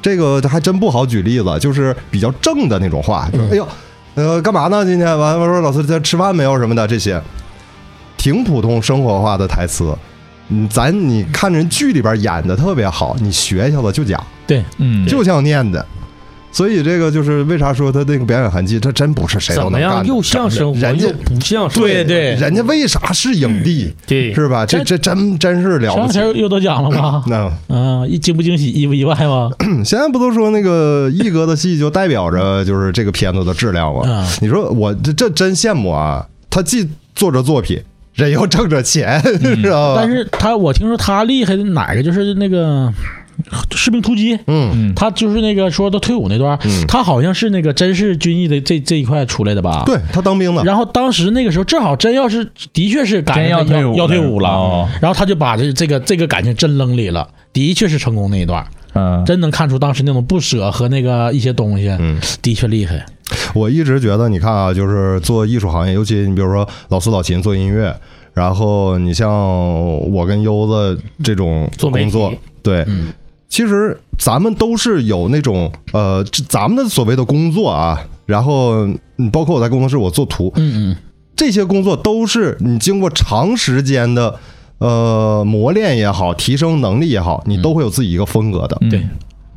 A: 这个还真不好举例子，就是比较正的那种话，
D: 嗯
A: 就是、哎呦，呃，干嘛呢？今天完完说老师在吃饭没有什么的这些，挺普通生活化的台词。嗯，咱你看人剧里边演的特别好，你学一下子就讲，
C: 对，
B: 嗯，
A: 就像念的。所以这个就是为啥说他这个表演痕迹，他真不是谁都
D: 怎么
A: 能
D: 样
A: 干的
D: 又。像生活，
A: 人家
D: 又不像生活。
C: 对对
A: 人家为啥是影帝，
D: 对，
A: 是吧？这这真真是了
C: 前
A: 不
C: 两
A: 起。？
C: 天又得奖了吧
A: 那
C: 嗯，一惊不惊喜，意不意外吗？
A: 现在不都说那个一哥的戏就代表着就是这个片子的质量吗？
C: 嗯
A: 你说我这这真羡慕啊！他既做着作品，人又挣着钱， [laughs] 知道吧？
C: 嗯但是他，我听说他厉害的哪个就是那个士兵突击。
A: 嗯，
B: 嗯，
C: 他就是那个说到退伍那段儿，
A: 嗯
C: 他好像是那个真是军艺的这这一块出来的吧？
A: 对他当兵的，
C: 然后当时那个时候正好真要是的确是赶上
B: 真要退伍
C: 要退伍了，啊
B: 哦
C: 然后他就把这这个这个感情真扔里了，的确是成功那一段，
B: 嗯，
C: 真能看出当时那种不舍和那个一些东西，
A: 嗯，
C: 的确厉害，
A: 我一直觉得，你看啊，就是做艺术行业，尤其你比如说老司老秦做音乐。然后你像我跟优子这种
D: 做媒体
A: 工作，对，
C: 嗯
A: 其实咱们都是有那种呃，这咱们的所谓的工作啊，然后嗯包括我在工作室我做图，
C: 嗯
A: 这些工作都是你经过长时间的呃磨练也好，提升能力也好，你都会有自己一个风格的。
B: 嗯
C: 对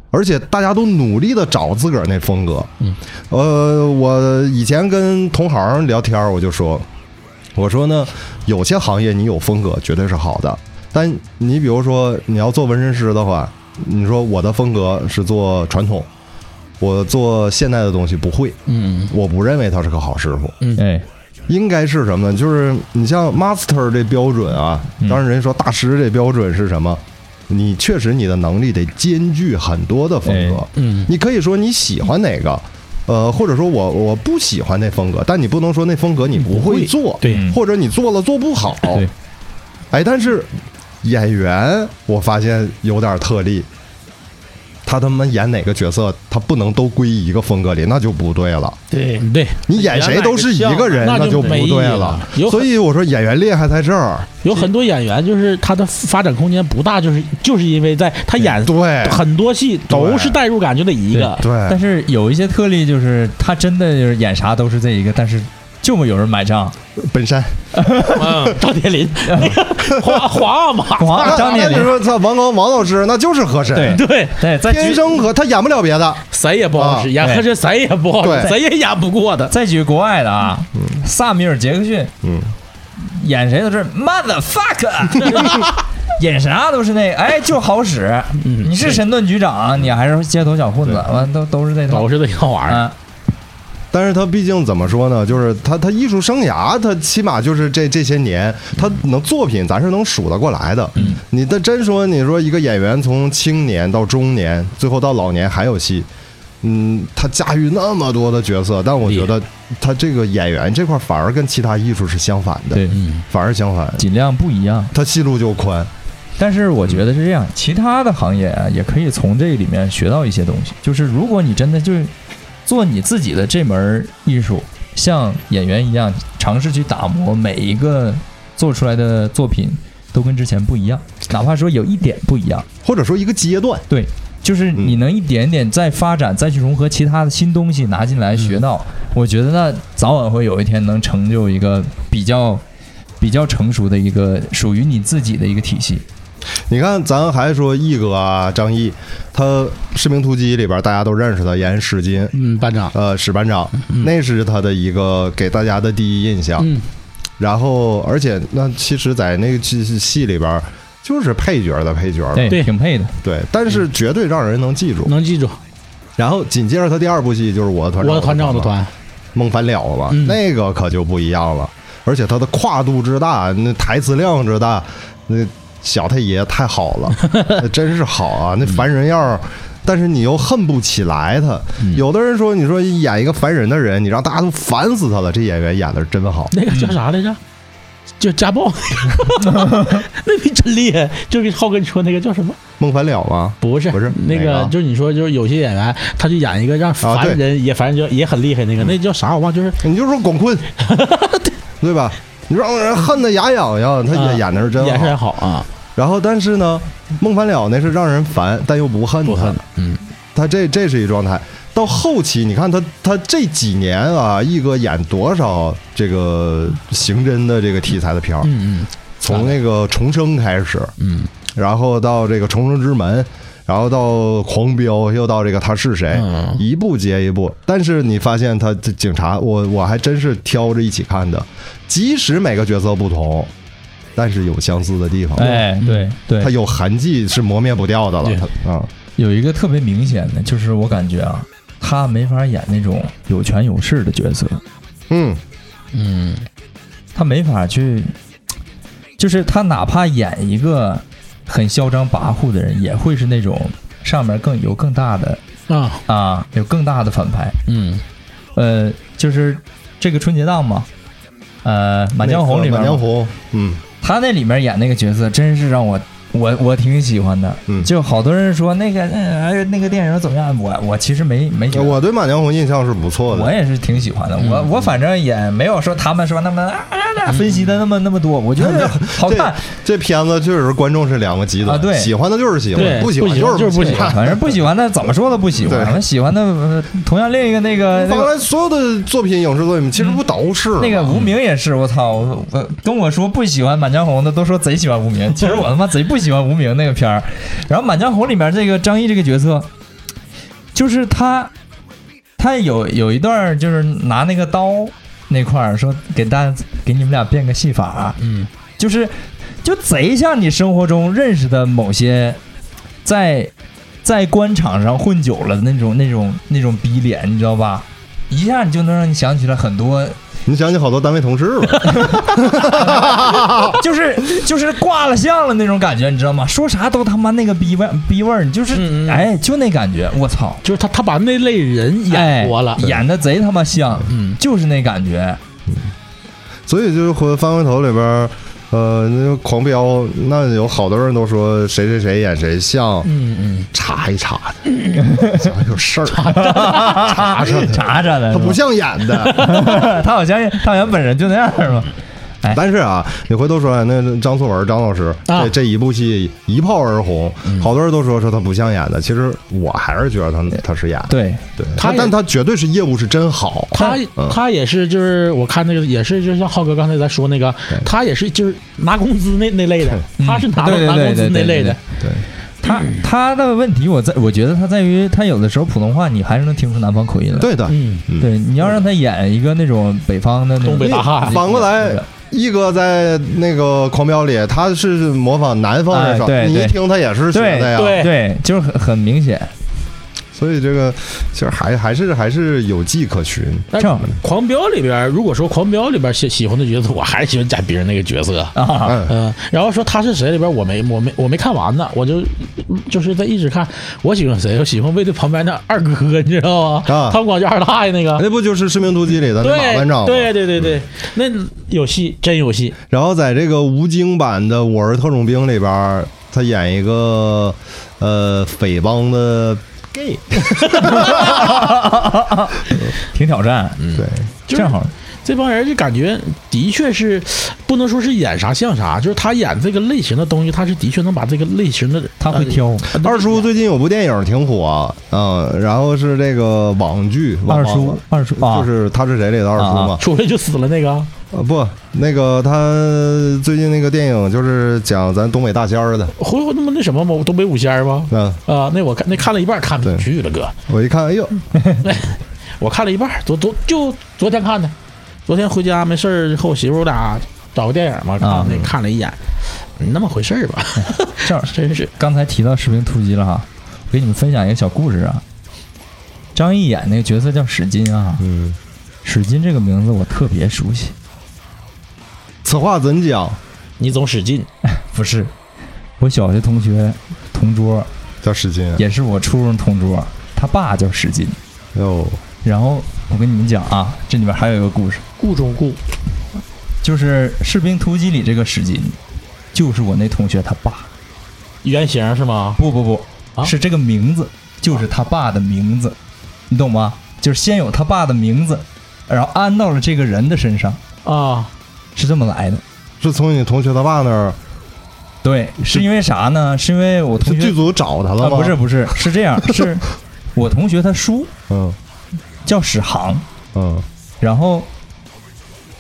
A: 而且大家都努力的找自个儿那风格。
C: 嗯，
A: 呃，我以前跟同行聊天儿，我就说，我说呢，有些行业你有风格绝对是好的，但你比如说你要做纹身师的话，你说我的风格是做传统，我做现代的东西不会，
C: 嗯
A: 我不认为他是个好师傅。
B: 哎，
A: 应该是什么呢？就是你像 master 这标准啊，
B: 嗯
A: 当然人家说大师这标准是什么？你确实你的能力得兼具很多的风
B: 哎
A: 格，
C: 嗯
A: 你可以说你喜欢哪个，呃，或者说我我不喜欢那风格，但你不能说那风格你不会做，
C: 对
B: 嗯
A: 或者你做了做不好，
B: 对
A: 哎，但是演员我发现有点特例，他他妈演哪个角色，他不能都归一个风格里，那就不对了。
D: 对，
C: 嗯对，
A: 你演谁都是一个人，
C: 那
A: 哎那
C: 就
A: 不
C: 没意义
A: 对
C: 了有很
A: 所以我说演员厉害在这儿，
C: 有很多演员就是他的发展空间不大，就是就是因为在他演
A: 对
C: 很多戏都是代入感，就得一个。
A: 对
B: 但是有一些特例，就是他真的就是演啥都是这一个，但是就没有人
A: [laughs]
B: 买账。
A: 本山，
D: 嗯，
C: [laughs] 赵天林，
A: [laughs]
C: 皇皇阿玛，
B: 黄张铁
A: 那啊你
B: 林，
A: 说他王刚王老师那就是和珅，
B: 对
C: 对，
B: 对，再
A: 天
B: 举
A: 生和他演不了别的，
C: 谁也不好使，
A: 啊
C: 演
B: 对
C: 和谁 [laughs] 谁也不好使，
A: 对
C: 谁也演不过的。
B: 再举国外的啊，萨米尔·杰克逊
A: 嗯，
B: 演谁都是
A: [laughs]
B: mother fuck，演啥都是那个，哎，就好使。
C: 嗯
B: 你是神盾局长，你还是街头小混子，完都都是这套
C: 都。是这套玩意儿。
B: 啊，
A: 但是他毕竟怎么说呢？就是他他艺术生涯，他起码就是这这些年，他能作品咱是能数得过来的。
B: 嗯
A: 你的真说你说一个演员从青年到中年，最后到老年还有戏，嗯，他驾驭那么多的角色，但我觉得他这个演员这块反而跟其他艺术是相反的，
B: 对，
C: 嗯
A: 反而相反，
B: 尽量不一样。
A: 他戏路就宽。
B: 但是我觉得是这样，其他的行业啊，也可以从这里面学到一些东西。就是如果你真的就是做你自己的这门艺术，像演员一样，尝试去打磨每一个做出来的作品都跟之前不一样，哪怕说有一点不一样，
A: 或者说一个阶段，
B: 就是你能一点点再发展，再去融合其他的新东西拿进来学到，我觉得那早晚会有一天能成就一个比较比较成熟的一个属于你自己的一个体系。
A: 你看咱还说毅哥啊，张译，他《士兵突击》里边大家都认识他，演史金，
C: 嗯，班长，
A: 呃，史班长，
C: 嗯
A: 那是他的一个给大家的第一印象。
C: 嗯
A: 然后，而且那其实，在那个戏戏里边儿，就是配角的配角了，
B: 对，
C: 对嗯
B: 挺配的。
A: 对，但是绝对让人能记住。
C: 能记住
A: 然后紧接着他第二部戏就是我的
C: 我
A: 团长，
C: 的团长我的
A: 团
C: 团，
A: 梦翻了吧，
C: 嗯
A: 那个可就不一样了，而且他的跨度之大，那台词量之大，那小太爷太好
C: [laughs]
A: 了，那真是好啊，那烦人样儿。但是你又恨不起来他，
C: 嗯
A: 有的人说，你说演一个烦人的人，你让大家都烦死他了，这演员演的是真好。
C: 那个叫啥来着？叫家 [laughs] 暴，那逼真厉害！就是浩哥你说那个叫什么？
A: 孟凡了吗？
C: 不是
A: 不是
C: 那
A: 哪
C: 个
A: 个，
C: 就是你说就是有些演员，他就演一个让
A: 啊对
C: 凡人也凡人就也很厉害那个，那叫啥我忘，就是
A: 你就说广
C: [laughs]
A: 坤，对吧？你让人恨得牙痒痒，他
C: 啊
A: 也演的是真
C: 演
A: 好
C: 示。还好啊，
A: 然后，但是呢，孟凡了那是让人烦，但又不恨
C: 不
A: 他
C: 恨。，嗯，
A: 他这这是一状态。到后期，你看他他这几年啊，一哥演多少这个刑侦的这个题材的片儿，
C: 嗯
A: 从那个重生开始，
C: 嗯
A: 然后到这个重生之门，然后到狂飙，又到这个他是谁，
C: 嗯
A: 一步接一步。但是你发现他这警察，我我还真是挑着一起看的，即使每个角色不同，但是有相似的地方，
B: 哎，对对
A: 他，有痕迹是磨灭不掉的了
C: 对。
A: 他啊，
B: 有一个特别明显的，就是我感觉啊，他没法演那种有权有势的角色，
A: 嗯，
C: 嗯
B: 他没法去，就是他哪怕演一个很嚣张跋扈的人，也会是那种上面更有更大的
C: 嗯啊
B: 啊，有更大的反派。
C: 嗯
B: 呃，就是这个春节档嘛，呃，《满江红》里面
A: 满
B: 嘛，
A: 江红，嗯
B: 他那里面演那个角色，真是让我我我挺喜欢的。
A: 嗯。
B: 就好多人说那个哎那那个电影怎么样，我我其实没没觉得。
A: 我对《满江红》印象是不错的，
B: 我也是挺喜欢的，
C: 嗯
B: 我我反正也没有说他们说那么啊那分析的那么那么多，我觉得好看。
A: 这片子确实观众是两个极端，
B: 啊对
A: 喜欢的就是喜欢，
C: 对
A: 喜欢
C: 不喜
A: 就
C: 欢
A: 是
C: 就是不
A: 喜
C: 喜欢
A: [laughs] 欢。
B: 反正不喜欢的怎么说都不喜欢，
A: 对
B: 反正喜欢的呃同样另一个那个哎那
A: 反过
B: 个
A: 来，所有的作品、影视作品其实不都是吗
B: 那个无名也是，我操！我我跟我说不喜欢《满江红》的都说贼喜欢无名，其实我他妈贼不喜欢无名那个片儿。然后《满江红》里面这个张译这个角色，就是他，他有有一段儿就是拿那个刀那块儿说给大家给你们俩变个戏法、啊
C: 嗯，
B: 就是就贼像你生活中认识的某些在在官场上混久了的那种那种那种逼脸，你知道吧？一下你就能让你想起来很多，
A: 你想起好多单位同事了，
B: [laughs] 就是就是挂了相了那种感觉，你知道吗？说啥都他妈那个逼味逼味儿，你就是、
C: 嗯嗯嗯
B: 哎，就那感觉，我操，
C: 就是他他把那类人演活了
B: 哎，演的贼他妈像，
C: 嗯，
B: 就是那感觉。 [laughs]
A: 所以就是回翻回头里边儿，呃，那个狂飙，那有好多人都说谁谁谁演谁像，
C: 嗯嗯，
A: 查一查的，怎么有事儿？
C: [laughs]
B: 查查查查的，
A: 他不
B: 是
A: 像演的。
B: 吧，他好像他好像本人就那样是吧？
C: 嗯
A: [laughs] 但是啊，你回头说啊，那张颂文张老师
C: 啊
A: 这这一部戏一炮而红，好多人都说说他不像演的，其实我还是觉得他他是演的。
B: 对，
A: 对，
C: 他
A: 他
C: 也
A: 但他绝对是业务是真好。
C: 他
A: 嗯
C: 他也是，就是我看那个也是，就像浩哥刚才咱说那个
A: 对，
C: 他也是就是拿工资那那类的，
B: 嗯
C: 他是拿
B: 对对
C: 拿
B: 对
C: 工资
B: 对对
C: 那类
B: 对
C: 的，
A: 对，
B: 他他的问题，我在我觉得他在于他有的时候普通话你还是能听出南方口音来。
A: 对的。
C: 嗯，
A: 嗯
B: 对，你要让他演一个那种北方的那种
C: 东北大汉
A: 反过来
B: 对的，
A: 一哥在那个《狂飙》里，他是模仿南方人说，
B: 哎对
A: 你一
B: 对
A: 听他也是学的呀。
C: 对
B: 对，就是很很明显。
A: 所以这个其实还还是还是有迹可循。
C: 但
B: 这样
C: 狂飙里边，如果说狂飙里边喜喜欢的角色，我还是喜欢贾冰那个角色。
B: 啊，
A: 嗯，
C: 嗯，然后说他是谁里边，我没我没我没看完呢，我就就是在一直看。我喜欢谁？我喜欢卫队旁边那二哥，你知道吗？
A: 啊
C: 汤广就二大爷那个。
A: 那不就是《士兵突击》里的那马
C: 对
A: 班长吗？
C: 对对对对，那
B: 嗯
C: 有戏真有戏，
A: 然后在这个吴京版的《我是特种兵》里边儿，他演一个呃匪帮的 gay，
B: 挺挑战。
A: 对，
C: 嗯就是
B: 正好
C: 这帮人就感觉的确是，不能说是演啥像啥，就是他演这个类型的东西，他是的确能把这个类型的
B: 他会
A: 哎
B: 挑
C: 呃
A: 二叔最近有部电影挺火，嗯，然后是这个网剧《
B: 二
A: 网
B: 叔，二叔啊，
A: 就是他是谁里的二叔嘛？
C: 出来就死了那个，
A: 呃，不，那个他最近那个电影就是讲咱东北大仙儿的，
C: 回回那么那什么吗？东北五仙儿吗？
A: 嗯，
C: 啊、那我看那看了一半看不进去了，哥，
A: 我一看，哎呦，
C: 我看了一半，昨昨就昨天看的，昨天回家没事儿和我媳妇儿我俩找个电影嘛，看
B: 啊
C: 那、看了一眼，嗯那么回事儿吧，
B: 正好
C: [laughs] 真是
B: 刚才提到士兵突击了哈，我给你们分享一个小故事啊。张译演那个角色叫史金啊，
A: 嗯，
B: 史金这个名字我特别熟悉，
A: 此话怎讲？
C: 你总使劲，
B: 不是嗯我小学同学同桌，
A: 叫史金，哎
B: 也是我初中同桌，他爸叫史金。
A: 呦，
B: 然后我跟你们讲啊，这里面还有一个故事，
C: 顾中顾，
B: 就是《士兵突击》里这个史金，就是我那同学他爸。
C: 原型是吗？
B: 不不不，
C: 啊
B: 是这个名字，就是他爸的名字，你懂吗？就是先有他爸的名字，然后安到了这个人的身上，
C: 啊，
B: 是这么来的。
A: 是从你同学他爸那儿，
B: 对，是因为啥呢？是因为我
A: 是
B: 同
A: 剧
B: 学
A: 组找他
B: 啊，
A: 了吗？
B: 不是，不是，是这样，
A: [laughs]
B: 是我同学他叔
A: 嗯
B: 叫史航，
A: 嗯
B: 然后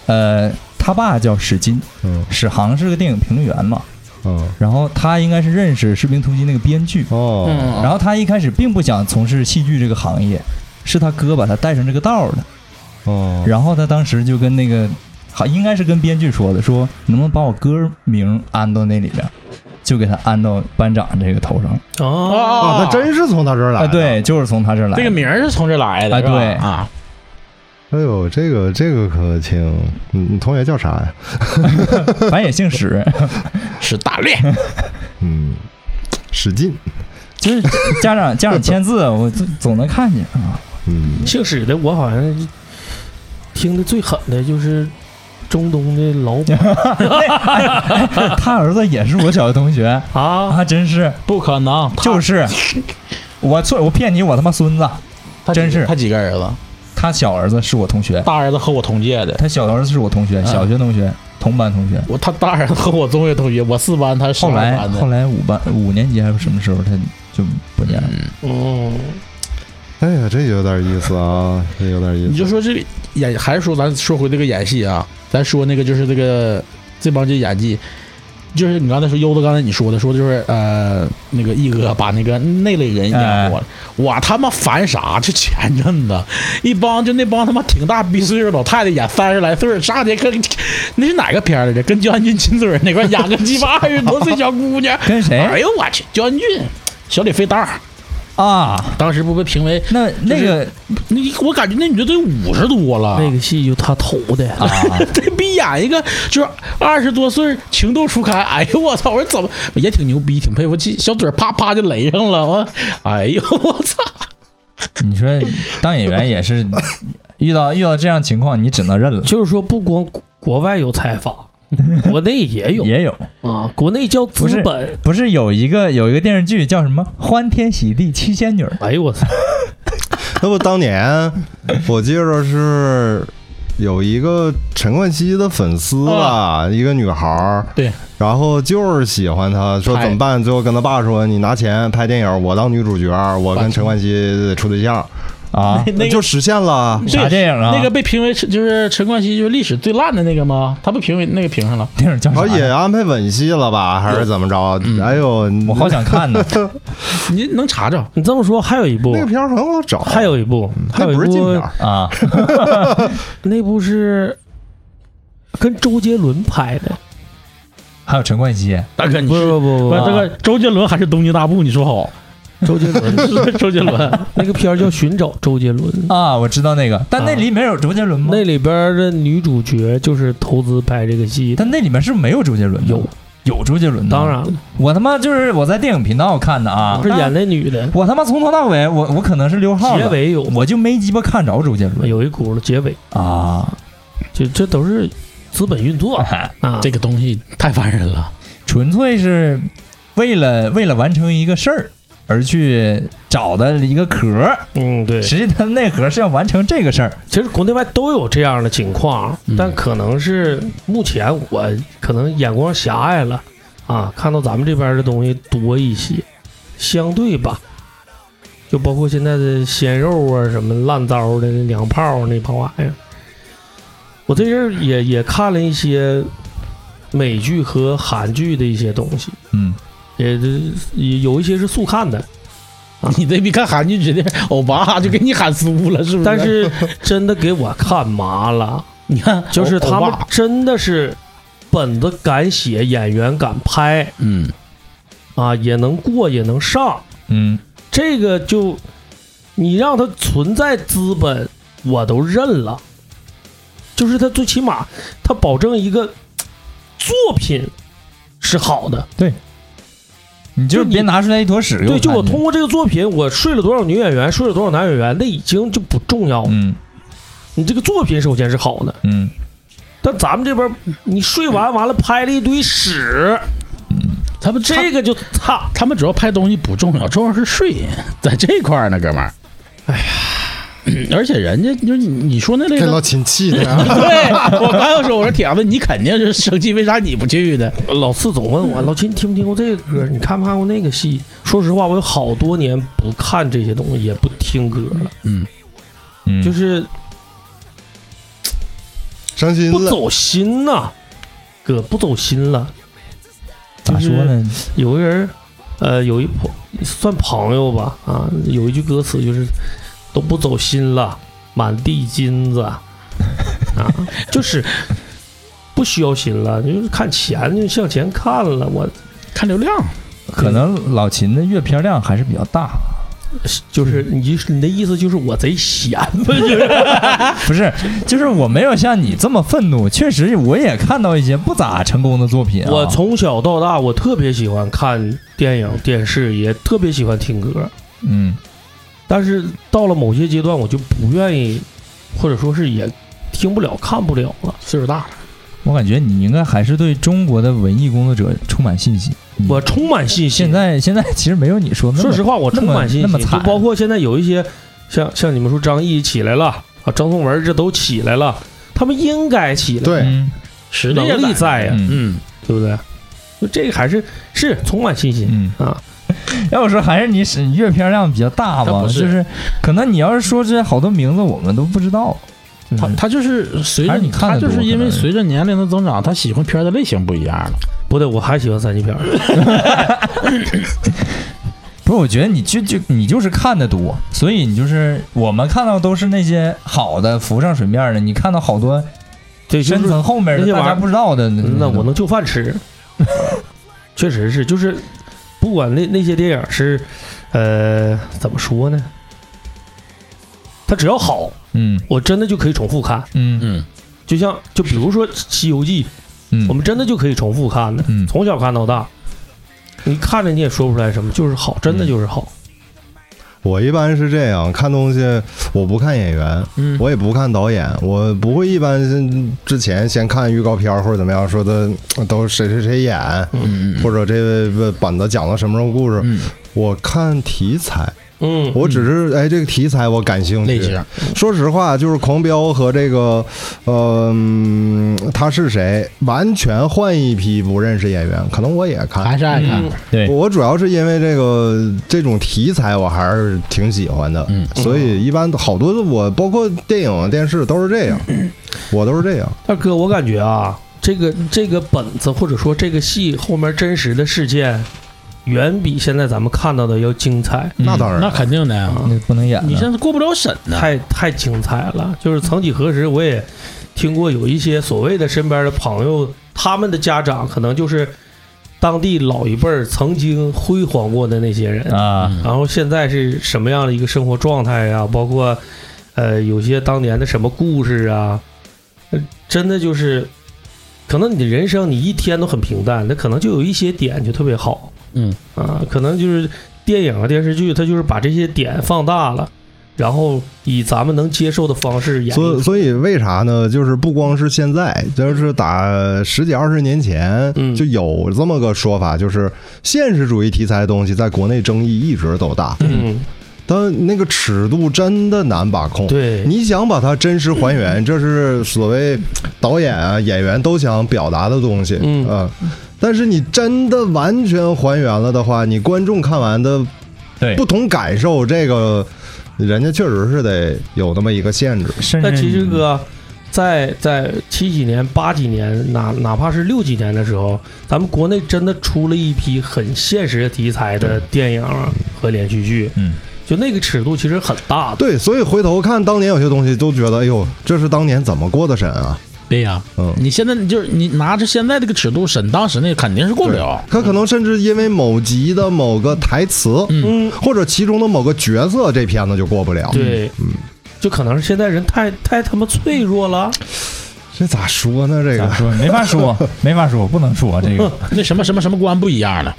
B: 呃，他爸叫史金，
A: 嗯
B: 史航是个电影评论员嘛，
A: 嗯，
B: 然后他应该是认识《士兵突击》那个编剧，
A: 哦，
C: 嗯，
B: 然后他一开始并不想从事戏剧这个行业，是他哥把他带上这个道儿的。
A: 哦，
B: 然后他当时就跟那个，好应该是跟编剧说的，说能不能把我歌名安到那里边儿，就给他安到班长这个头上
D: 啊，
C: 哦
A: 啊，他真是从他这儿来
B: 啊，
A: 的，，
B: 对，就是从他这儿来的。
C: 这个名儿是从这来的，
B: 啊
C: 是吧
B: 对
C: 啊，
A: 哎呦，这个这个可挺，你你同学叫啥呀？
B: 反正也姓史，
C: 是大烈，
A: 嗯，史进，
B: 就是家长家长签字，我总总能看见 [laughs] 啊。
A: 嗯，
D: 姓史的，我好像听的最狠的就是中东的老板
B: 他儿子也是我小学同学
D: 啊，
B: 啊，真是
C: 不可能，
B: 就是，我错我骗你，我他妈孙子，
C: 他几
B: 真是
C: 他几个儿子？
B: 他小儿子是我同学，
C: 大儿子和我同届的，
B: 他小儿子是我同学，小学同学，同班同学。
C: 我他大儿子和我中学同学，我四班，他是
B: 后
C: 二
B: 来
C: 班的
B: 后。来五班五年级还是什么时候他就不念了。
D: 嗯，
A: 哎呀，这有点意思啊，这有点意思。
C: 你就说这个演，还是说咱说回这个演戏啊，咱说那个就是这个这帮这演技，就是你刚才说优子刚才你说的，说就是呃那个一哥把那个那类人演活了，我他妈烦啥？就前阵子一帮就那帮他妈挺大逼岁数老太太演三十来岁儿，上节课那是哪个片儿来着？跟焦安俊亲嘴儿那块儿演个鸡巴二十多岁小姑娘，
B: 跟谁
C: 哎呦我去，焦安俊。小李飞刀
B: 啊？
C: 当时不被评为
B: 那那个
C: 那，我感觉那女的都五十多了，
D: 那个戏就他投的，
B: 啊，
C: [laughs] 这逼演一个就是二十多岁情窦初开，哎呦我操！我说怎么也挺牛逼，挺佩服，这小嘴啪啪就勒上了，我哎呦我操！
B: 你说当演员也是遇到遇到这样情况，你只能认了。
D: 就是说不光国外有财阀，国内也有
B: 也有，
D: 啊，国内叫资本。
B: 不是有一个有一个电视剧叫什么《欢天喜地七仙女》？
D: 哎呦我操！
A: 那不当年，我记着是有一个陈冠希的粉丝
C: 啊
A: 吧，一个女孩儿，
C: 对，
A: 然后就是喜欢他，说
C: 拍
A: 怎么办？最后跟他爸说：“你拿钱拍电影，我当女主角，我跟陈冠希处对象。
B: 啊，
C: 那”
A: 就
C: 个
A: 实现了。
C: 对
B: 啥电影啊？
C: 那个被评为是就是陈冠希就是历史最烂的那个吗？他被评为那个评上了，
B: 电影
A: [laughs]
B: 叫
A: 然
B: 啥
A: 后也
B: 呀？
A: 安排吻戏了吧，还是怎么着？哎呦，
B: 我好想看呢。
C: 你能查着？
D: 你这么说，还有一部
A: 那个，片儿很好找，
D: 还有一部，还
A: 那
D: 有
A: 不
D: 一
A: 是禁片
D: 部，
A: 儿，
B: 啊，
D: 那部是跟周杰伦拍的，
B: 还有陈冠希，
C: 大哥，你
D: 不是
C: 是
D: 不不
C: 不
D: 不
C: 是啊这个周杰伦还是东京大部？你说 [laughs] 好，
D: 周杰伦
C: 是周杰伦。
D: [laughs] 那个片儿叫《寻找周杰伦》，
B: 啊，我知道那个，但那里面有周杰伦吗？
D: [laughs] 那里边儿的女主角就是投资拍这个戏的。
B: 但那里面是不是没有周杰伦的，
D: 有
B: 有周杰伦的。
D: 当，然了，
B: 我他妈就是我在电影频道看的啊，
D: 是演那女的，
B: 我他妈从头到尾，我我可能是溜号
D: 结
B: 了，
D: 尾哎有
B: 我就没鸡巴看着周杰伦
D: 有一轱辘结尾，
B: 啊。
D: 就这都是资本运作啊。
C: 这个东西太烦人了，
B: 纯粹是为了为了完成一个事儿而去找的一个壳儿，
D: 嗯，对，
B: 实际他们那壳是要完成这个事儿。
D: 其实国内外都有这样的情况，
C: 嗯
D: 但可能是目前我可能眼光狭隘了啊，看到咱们这边的东西多一些，相对吧，就包括现在的鲜肉啊，什么烂糟的那娘炮儿那帮玩意儿。我这阵儿也也看了一些美剧和韩剧的一些东西，
B: 嗯，
D: 也也有一些是速看的，
C: 你这比看韩剧直接欧巴就给你喊酥了，是不是？
D: 但是真的给我看麻了。
C: 你看，
D: 就是他
C: 欧
D: 们
C: 巴
D: 真的是本子敢写，演员敢拍
C: 嗯，
D: 啊，也能过也能上，
B: 嗯，
D: 这个就你让他存在资本，我都认了。就是他最起码他保证一个作品是好的，
B: 你就是
D: 就你
B: 别拿出来一坨屎给
D: 嗯对，就
B: 看
D: 我
B: 去
D: 通过这个作品，我睡了多少女演员，睡了多少男演员，那已经就不重要了。
B: 嗯
D: 你这个作品首先是好的，
B: 嗯，
D: 但咱们这边你睡完完了拍了一堆屎，
C: 他们
D: 这个就差。
C: 他们主要拍东西不重要，重要是睡，在这块儿呢，哥们儿。哎呀，而且人家就是你说那类
A: 这
C: 的，
A: 老亲戚的
C: [laughs]
A: 啊。
C: 对我刚要说，我说铁子，你肯定是生气，为啥你不去的？
D: 老四总问我，老秦你听没听过这个歌？你看没看过那个戏？说实话，我有好多年不看这些东西，也不听歌了，
B: 嗯
D: 就是
A: 伤心
D: 不
A: 了，
D: 走心呐、哥不走心了。
B: 咋说呢？
D: 有个人，呃，有一朋算朋友吧，啊，有一句歌词就是都不走心了，满地金子，啊， [laughs] 就是不需要心了，就是看钱就向前看了，我
C: 看流量，
B: 可能老秦的阅片量还是比较大，
D: 就是你你的意思就是我贼闲 [laughs] 吧？就是
B: 不是？就是我没有像你这么愤怒，确实我也看到一些不咋成功的作品、啊。
D: 我从小到大，我特别喜欢看电影、电视，也特别喜欢听歌。
B: 嗯
D: 但是到了某些阶段，我就不愿意，或者说是也听不了、看不了了。
C: 岁数大了，
B: 我感觉你应该还是对中国的文艺工作者充满信心。你
D: 我充满信心。
B: 现在嗯现在其实没有你说那么
D: 说实话，我充满信
B: 那么
D: 心。
B: 那么
D: 就
B: 惨
D: 包括现在有一些像像你们说张译起来了，啊，张颂文这都起来了，他们应该起来，
A: 对，
B: 嗯
C: 实
D: 能力在哎呀，
B: 嗯
C: 嗯，
D: 对不对？就这个还是是充满信心
B: 嗯。
D: 啊，
B: 要我说还是你是你阅片量比较大
C: 他
B: 吧，
C: 不是
B: 就是可能你要是说这些好多名字我们都不知道，就是
C: 他他就是随
B: 还
C: 着
B: 是你看
C: 他
B: 得
C: 就是
B: 多
C: 因
B: 可
C: 为
B: 能是
C: 随着年龄的增长，他喜欢片儿的类型不一样了。
D: 不对，我还喜欢三级片儿，
B: 不是，我觉得你就就你就是看的多，所以你就是我们看到都是那些好的浮上水面的，你看到好多
D: 对，就
B: 深
D: 是
B: 层后面
D: 那
B: 的
D: 些
B: 大
D: 玩意
B: 家
D: 儿
B: 不知道的，
D: 那
B: 嗯
D: 我能就饭吃， [laughs] 啊确实是，就是不管那那些电影是，呃，怎么说呢？它只要好，
B: 嗯
D: 我真的就可以重复看。
B: 嗯
C: 嗯，
D: 就像就比如说《西游记》，
B: 嗯，
D: 我们真的就可以重复看的，
B: 嗯
D: 从小看到大。你看着你也说不出来什么，就是好，真的就是好。
A: 我一般是这样看东西，我不看演员，
C: 嗯
A: 我也不看导演，我不会一般先之前先看预告片儿或者怎么样，说的都谁谁谁演，
C: 嗯嗯
A: 或者这个呃本子讲了什么什么故事，
C: 嗯，
A: 我看题材，
D: 嗯，
A: 我只是哎这个题材我感兴
C: 类
A: 趣。
C: 型，
A: 说实话，就是《狂飙》和这个，呃，嗯他是谁，完全换一批不认识演员，可能我也看。
C: 还是爱看
D: 嗯。
B: 对
A: 我主要是因为这个这种题材，我还是挺喜欢的，
C: 嗯
A: 所以一般好多的我，包括电影、啊电视都是这样，
C: 嗯
A: 我都是这样。
D: 大哥，我感觉啊，这个这个本子或者说这个戏后面真实的事件，远比现在咱们看到的要精彩，
A: 那当然
C: 嗯那，肯定的呀，
D: 啊
B: 那不能演了，
C: 你现在过不了审呢。
D: 太太精彩了。就是曾几何时，我也听过有一些所谓的身边的朋友，他们的家长可能就是当地老一辈儿曾经辉煌过的那些人，
B: 啊，
C: 嗯
D: 然后现在是什么样的一个生活状态呀、包括呃，有些当年的什么故事啊，呃真的就是，可能你的人生你一天都很平淡，那可能就有一些点就特别好
C: 嗯
D: 啊，可能就是电影啊、电视剧，它就是把这些点放大了，然后以咱们能接受的方式演
A: 所
D: 绎。
A: 所以为啥呢？就是不光是现在，就是打十几二十年前
D: 嗯
A: 就有这么个说法，就是现实主义题材的东西在国内争议一直都大，
D: 嗯，
A: 但那个尺度真的难把控。
D: 对，
A: 你想把它真实还原，这是所谓导演啊、演员都想表达的东西，
D: 嗯
A: 啊但是你真的完全还原了的话，你观众看完的
B: 对
A: 不，同感受，这个人家确实是得有那么一个限制。
B: 甚
D: 但
B: 至
D: 其实哥，在在七几年、八几年，哪哪怕是六几年的时候，咱们国内真的出了一批很现实的题材的电影和连续剧，
B: 嗯，
D: 就那个尺度其实很大的。
A: 对，所以回头看当年有些东西，都觉得哎呦，这是当年怎么过的审啊？
C: 对呀、
A: 嗯
C: 你现在就是你拿着现在这个尺度审当时那肯定是过不
D: 啊
C: 了。
A: 他可能甚至因为某集的某个台词，
C: 嗯，
D: 嗯，
A: 或者其中的某个角色，这片子就过不了。，
D: 对，
A: 嗯
D: 就可能是现在人太太他妈脆弱了。
A: 这咋说呢？这
B: 咋
A: 个
B: 说没法
D: [laughs]
B: 说，没法说，不能说这个，
C: 那什么什么什么官不一样了，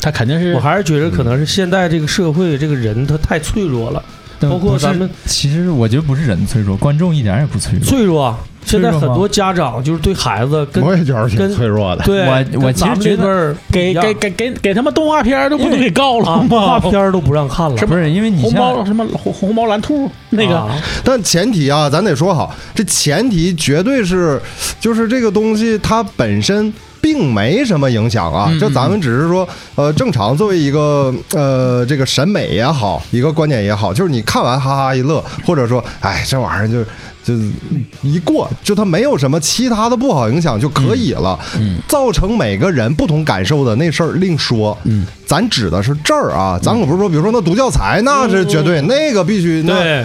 C: 他肯定是
D: 我还是觉得可能是现在这个社会这个人他太脆弱了，包
B: 嗯
D: 括
B: 不是
D: 咱们
B: 其实我觉得不是人脆弱，观众一点也不脆弱。
D: 脆弱啊。现在
B: 脆弱
D: 很
B: 吗
D: 多家长就是对孩子跟
A: 我也觉得挺脆弱的。
D: 对
B: 我
D: 跟
B: 我其实
D: 咱们
B: 觉
D: 这
B: 得
D: 辈儿不一
C: 给
D: 样
C: 给给给给他们动画片儿都不都给告 [laughs]
D: 啊
C: 了
D: 动画
C: 吗？
D: 片儿都不让看了，
B: 不是因为你
C: 红
B: 像
C: 包什么红红毛蓝兔那个，
D: 啊
A: 但前提啊，咱得说好，这前提绝对是，就是这个东西它本身并没什么影响啊
C: 嗯。
A: 这咱们只是说，呃，正常作为一个呃这个审美也好，一个观点也好，就是你看完哈哈一乐，或者说，哎，这玩意儿就就一过，就它没有什么其他的不好影响就可以了。
C: 嗯
A: 造成每个人不同感受的那事儿另说。
C: 嗯，
A: 咱指的是这儿啊，咱可不是说，比如说那读教材，那是绝对，那个必须，那
D: 对
A: 那
C: 嗯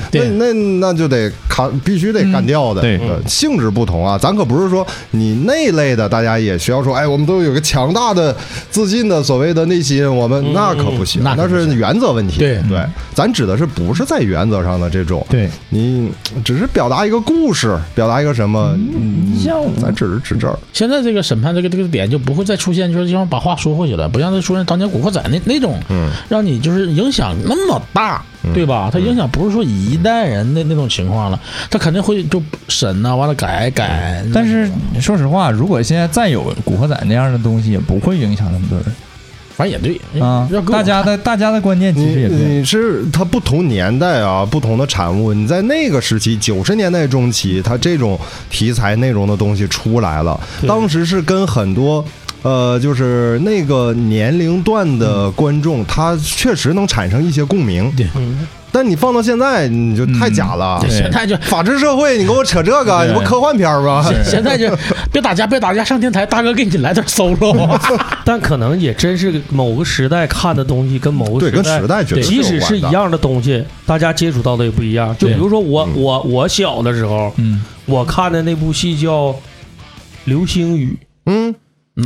A: 那
C: 对
A: 那就得砍，必须得干掉的。
B: 嗯对
A: 呃性质不同啊，咱可不是说你那类的，大家也需要说，哎，我们都有个强大的、自信的所谓的内心，我们
D: 嗯
A: 那可不行，
C: 那可不行
A: 是原则问题。
C: 对
A: 对，咱指的是不是在原则上的这种，
B: 对，
A: 你只是表达一个故事，表达一个什么，嗯
B: 像我
A: 咱只是指这儿。
C: 现在这个审判这个这个点就不会再出现，就是这方把话说回去了，不像他说那当年古惑仔那那种，
A: 嗯，
C: 让你就是影响那么大，
D: 嗯
C: 对吧？它影响不是说一代人的那种情况了，他肯定会就审啊呐、完了改改。
D: 嗯
B: 但是说实话，如果现在再有《古惑仔》那样的东西，也不会影响那么多人。
C: 反正也对
D: 嗯
B: 啊
C: 要给我
B: 大家的大家的观念其实
A: 你
B: 也对，
A: 你是它不同年代啊，不同的产物。你在那个时期，九十年代中期，它这种题材内容的东西出来了，
D: 对
A: 当时是跟很多。呃，就是那个年龄段的观众，他确实能产生一些共鸣。
C: 对
D: 嗯，
A: 但你放到现在，你就太假了。
B: 对
C: 现在啊就
A: 法治社会，你跟我扯这个，
B: 嗯对
A: 你不科幻片儿吗？
C: [laughs]
B: 是
C: 现在就别打架，别打架，上天台，大哥给你来段 solo，
D: 但可能也真是某个时代看的东西跟某个
A: 对，跟时代绝对
D: 即使
A: 有关
D: 是一
A: 的。
D: 样的东西，大家接触到的也不一样。就
C: 对
D: 比如说我
A: 嗯
D: 我我小的时候，
B: 嗯，
D: 我看的那部戏叫《流星雨
A: 嗯，
C: 嗯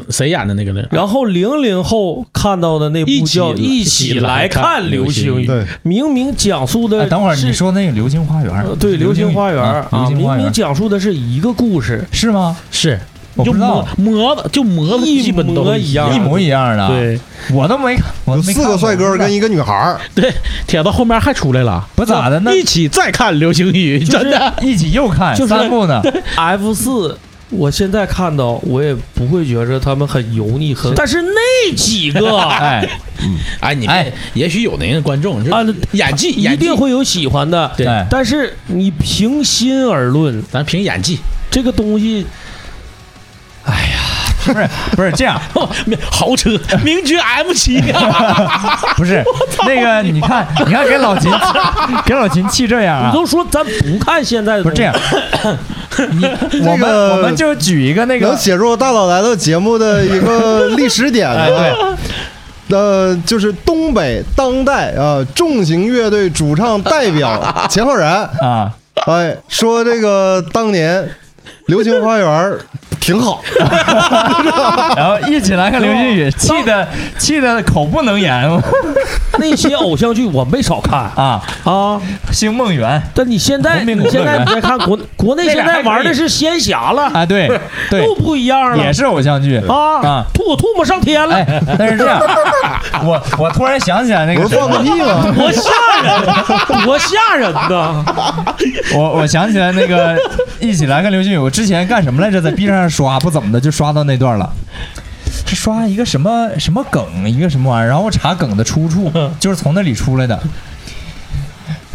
C: 谁演的那个呢》，？
D: 然后零零后看到的那部叫《一
C: 一
D: 起
C: 起
D: 来
C: 来
D: 看
C: 看
D: 流星
B: 嗯
D: 雨》，
A: 对，
D: 明明讲述
B: 哎
D: 的
B: 等会儿
D: 是
B: 你说那个《流星花园
D: 呃》，
B: 《
D: 对《流星花园》
B: 流
D: 啊，
B: 星
D: 明
B: 花园
D: 明》讲述的是一个故事，
B: 是吗？
C: 是，
B: 我
C: 就
B: 不知道
C: 模，模的，就模的，
D: 一
C: 基本都
D: 模一样
B: 一模一样的，，
D: 对，
B: 我都没看，我
A: 有
B: 都没看
A: 四个帅哥跟
B: 一
A: 一个女孩儿，
C: 对，铁子后面还出来了，
B: 不咋的，那
C: 一起再看《流星雨》，真的，
B: 一起又看
D: 就是
B: 三
D: [laughs]
B: 部呢，
D: F 四，我现在看到我也不会觉着他们很油腻，很但是那几 [laughs] 个啊，
B: 哎，
C: [laughs] 哎，你
B: 哎
C: 别，也许有那个观众，就演技，
D: 一
C: 演技
D: 定，会有喜欢的。
C: 对
B: 哎
D: 但是你平心而论，
C: 咱凭演技， [laughs]
D: 这个东西，
B: 不是不是这样，
C: 豪车，名爵 M 七，
B: 不
D: [laughs]
B: 是那个，你看，你看给老秦给老秦气这样
D: 你
B: 啊，
D: 都说咱不看现在的，
B: 不是
A: [laughs]
B: 这样，你我
A: 这
B: 们
A: 个
B: 我们就举一个那
A: 能
B: 个，
A: 写入大佬来到节目的一个历史点啊
B: 哎
A: 的。
B: 对，
A: 呃，就是东北当代啊、呃重型乐队主唱代表钱浩然，
B: 啊，
A: 哎，说这个当年《流星花园》挺好，
B: 然后一起来看流星
A: 哦
B: 雨，气的气的口不能言
D: 那些偶像剧我没少看
B: 啊，
D: [laughs] 啊。
B: 星梦缘
D: 但你现在
B: 文明
D: 你
B: 古
D: 现
B: 乐
D: 在
B: 园
D: 你再看 [laughs] 国国内
B: 那
D: 现
B: 俩
D: 在
B: 还可
D: 玩的
B: 以
D: 是仙侠了，
B: 啊，对对
D: 又，不一样了
B: [laughs] 也是偶像剧
A: 哦
D: 啊
B: 啊
D: 吐吐沫上天了
B: 哎，，但是这样，我我突然想起来那
A: 不
B: 个
A: 是
B: 谁
A: 放个
B: 了，
A: 屁
B: [laughs]
A: 吗？
D: 多吓人，多吓人呐！
B: 我我想起来
A: [laughs]
B: 那个一起来看流星雨，我之前干什么来着？在 B 站上刷，不怎么的就刷到那段了。是刷一个什么什么梗，一个什么玩意儿，然后我查梗的
A: [laughs]
B: 出处，就是从那里出来的。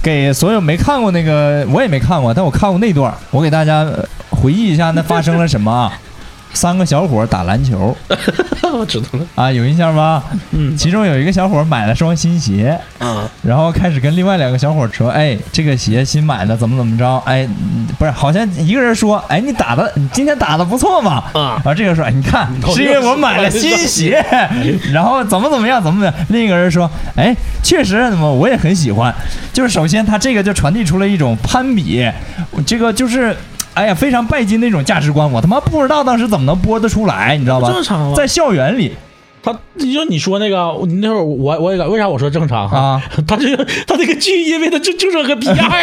B: 给所有没看过那个，我也没看过，但我看过那段儿，我给大家呃回忆一下那发生了什么 [laughs] 啊？三个小伙儿打篮球
C: [laughs] 我知道了，
B: 啊，有印象吧？
C: 嗯
B: 其中有一个小伙儿买了双新鞋，
D: 啊，
B: 然后开始跟另外两个小伙说：“哎，这个鞋新买的，怎么怎么着？哎，嗯不是，好像一个人说，哎，你打的，你今天打的不错嘛。”
D: 啊
B: 然后这个说：“哎，你看，
D: 又
B: 是因为我买了新鞋，然后怎么怎么样，怎么怎么样。”另一个人说：“哎，确实，怎么我也很喜欢。”就是首先他这个就传递出了一种攀比，这个就是。哎呀，非常拜金那种价值观，我他妈不知道当时怎么能播得出来，你知道吧？
C: 正常啊
B: 在校园里
C: 他就你说那个，你那会儿我我也为啥我说正常哈？
B: 啊，
C: 他这个他这个剧，因为他就就这个逼样啊，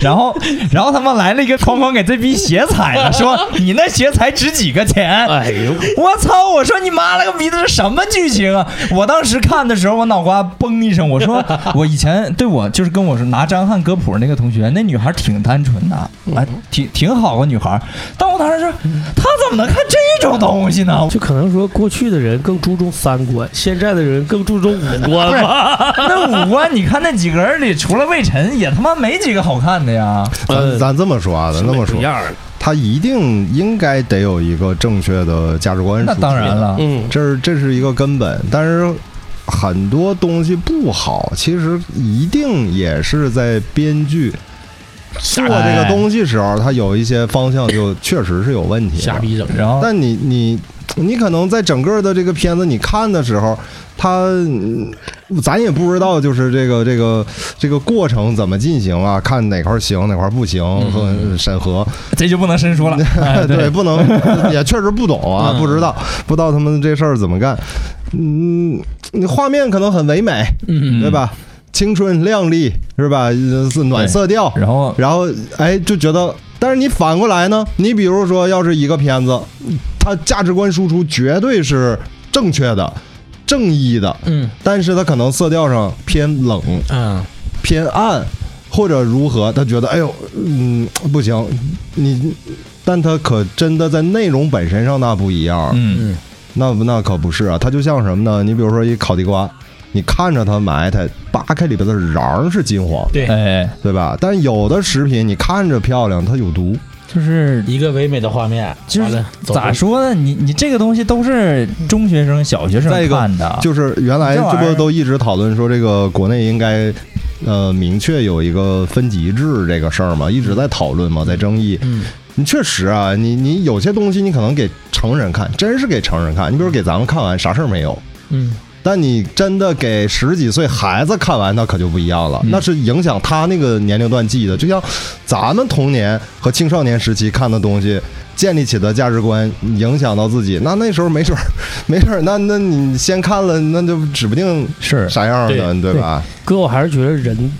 B: 然后，然后他妈来了一个哐哐给这逼鞋踩了，说你那鞋才值几个钱？
D: [laughs] 哎呦，
B: [laughs] 我操！我说你妈了个逼，这是什么剧情啊？我当时看的时候，我脑瓜嘣一声，
A: [laughs]
B: 我说我以前对我就是跟我说拿张翰歌谱那个同学，那女孩挺单纯的，
A: 嗯
B: 哎，挺挺好个女孩。但我当时说，她怎么能看这种东西
A: [laughs]
B: 呢？
D: 就可能说过去的人更注重三观，现在的人更注重五官吧。
B: 那五官，你看那几个人里，除了魏晨，也他妈没几个好看的呀。
A: 咱咱这么说啊， [laughs] 咱这么说
D: 一，样儿。
A: 他一定应该得有一个正确的价值观。
B: 那当然，了，
D: 嗯，
A: 这是这是一个根本，但是。很多东西不好，其实一定也是在编剧做这个东西时候，它有一些方向就确实是有问题的。
C: 哎瞎逼整。
B: 然后
A: 但你你你可能在整个的这个片子你看的时候，它嗯咱也不知道就是这个这个这个过程怎么进行啊，看哪块儿行哪块儿不行
C: 嗯
A: 和审核，
B: 这就不能深说了。
A: [laughs]
B: 哎
A: 对，不能也确实不懂啊，
C: 嗯
A: 不知道不知道他们这事儿怎么干。嗯，你画面可能很唯美，
C: 嗯，
A: 对吧？青春靓丽是吧？呃是暖色调，
B: 然后
A: 然后哎就觉得，但是你反过来呢，你比如说要是一个片子，它价值观输出绝对是正确的、正义的，
C: 嗯
A: 但是它可能色调上偏冷、
C: 嗯，
A: 偏暗，或者如何，他觉得哎呦，嗯，不行，你，但他可真的在内容本身上那不一样，
B: 嗯。
A: 嗯那那可不是啊，它就像什么呢？你比如说一烤地瓜，你看着它埋汰，扒开里边的瓤是金黄的，
C: 对
B: 哎，
A: 对吧？但有的食品你看着漂亮，它有毒。
B: 就是
C: 一个唯美的画面，
B: 就是
C: 完了
B: 咋？说呢？你你这个东西都是中学生、小学生
A: 再一个
B: 看的，
A: 就是原来
B: 这玩
A: 这
B: 意儿
A: 不都一直讨论说这个国内应该呃明确有一个分级制这个事儿嘛，一直在讨论嘛，在争议。
C: 走嗯，
A: 你确实啊，你你有些东西你可能给成人看，真是给成人看。你比如给咱们看完啥事儿没有，
C: 嗯，
A: 但你真的给十几岁孩子看完，那可就不一样了，
B: 嗯
A: 那是影响他那个年龄段记忆的。就像咱们童年和青少年时期看的东西，建立起的价值观，影响到自己。那那时候没准儿，没准儿，那那你先看了，那就指不定
B: 是
A: 啥样的，对吧？
D: 哥，我还是觉得人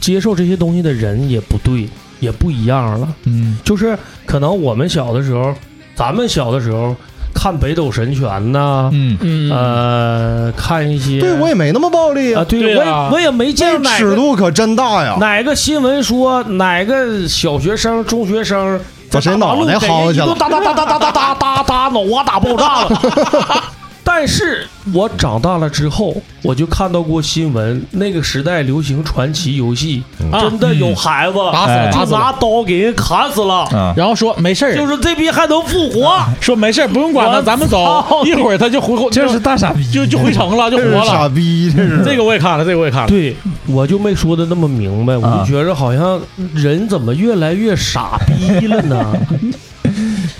D: 接受这些东西的人也不对，也不一样了。
B: 嗯，
D: 就是可能我们小的时候，咱们小的时候看北斗神拳呐、
B: 嗯，
C: 嗯
D: 呃，看一些
A: 对我也没那么暴力
D: 啊，对
C: 对啊
D: 我也我也没见
A: 这
D: 着哪
A: 尺
D: 个
A: 度可真大呀！
D: 哪个新闻说哪个小学生、中学生
A: 把谁脑袋薅下
D: 去
A: 了
D: 哒哒哒哒哒哒哒哒哒，脑瓜打爆炸了。但是我长大了之后，我就看到过新闻，那个时代流行传奇游戏，
C: 啊
D: 真的有孩子
C: 打死
B: 哎
C: 了，嗯打
D: 就
C: 死了，
D: 拿刀给人砍死了，
B: 啊，
C: 然后说没事
D: 就
C: 儿，
D: 是这逼还能复活。
C: 说没事儿，不用管
D: 我
C: 了，咱们
D: 操
C: 走，一会儿他就回回
B: 这是大傻逼，
C: 就就回城了，就
A: 这
C: 活
A: 是傻
C: 了。
A: 逼，这是
C: 这个我也看了，这个我也看了。
D: 对，我就没说的那么明白，我
B: 啊
D: 就觉着好像人怎么越来越傻逼了呢？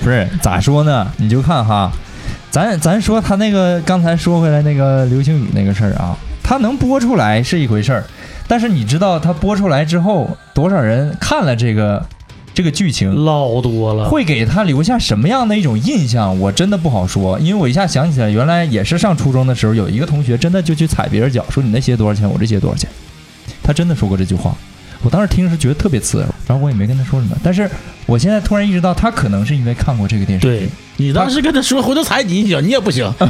B: 不是咋说呢？你就看哈，咱咱说他那个刚才说回来那个流星雨那个事儿啊，他能播出来是一回事儿，但是你知道他播出来之后，多少人看了这个这个剧情，
D: 老多了，
B: 会给他留下什么样的一种印象，我真的不好说，因为我一下想起来，原来也是上初中的时候，有一个同学真的就去踩别人脚，说你那鞋多少钱，我这鞋多少钱，他真的说过这句话。我当时听是觉得特别刺耳，然后我也没跟他说什么。但是我现在突然意识到，他可能是因为看过这个电视剧
D: 对，
C: 你当时跟他说回头踩你一脚，你也不行，那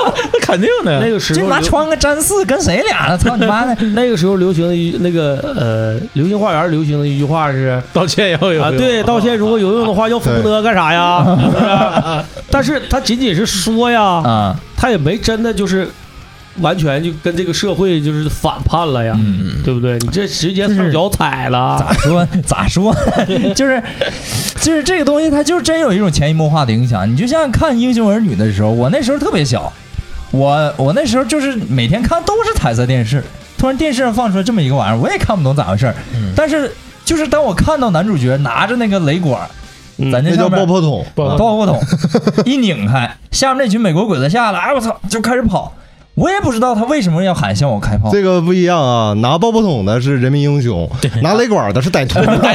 C: [laughs] 肯定的。
D: 那个时
B: 这
D: 候
B: 妈
D: 流
B: 穿个詹四跟谁俩了？操你妈的！
D: 那个时候流行的一那个呃，流星花园流行的一句话是
C: 道歉也要有
D: 啊，对，道歉如果有
B: [laughs]
D: 用的话，要负呢干啥呀？是不是但是他仅仅是说呀，
B: 啊，
D: 他也没真的就是完全就跟这个社会就是反叛了呀，
B: 嗯，
D: 对不对？你这直接上脚踩
B: 咋
D: 了，
B: 说咋说，就是就是这个东西，它就是真有一种潜移默化的影响。你就像看《英雄儿女》的时候，我那时候特别小，我我那时候就是每天看都是彩色电视，突然电视上放出来这么一个玩意儿，我也看不懂咋回事儿。
C: 嗯
B: 但是就是当我看到男主角拿着那个雷管儿，
D: 嗯
B: 咱
A: 那
B: 上
A: 叫
B: 面
A: 爆破筒，
C: 爆破
B: 爆
A: [laughs]
B: 破筒一拧开，下面那群美国鬼子下来，哎我操，就开始跑。我也不知道他为什么要喊向我开炮，
A: 这个不一样啊！拿爆破筒的是人民英雄，拿雷管的是
C: [laughs]
A: 歹徒。
C: 歹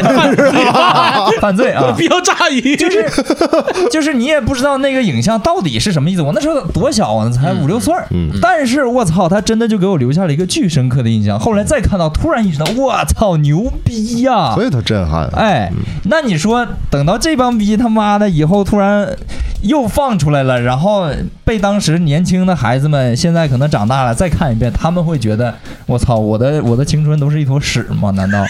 C: [laughs]
B: [laughs]
C: 徒
B: 犯罪啊！
C: 不要炸鱼，
B: 就是
A: [laughs]
B: 就是你也不知道那个影像到底是什么意思。我那时候多小啊，才五六岁儿
A: 嗯嗯
B: 但是我操，他真的就给我留下了一个巨深刻的印象。后来再看到，突然意识到，我操，牛逼呀、
A: 所以它嗯震撼。啊
B: 哎，那你说，等到这帮逼他妈的以后突然又放出来了，然后被当时年轻的孩子们，现在可能长大了再看一遍，他们会觉得我操，我的我的青春都是一坨屎吗？难道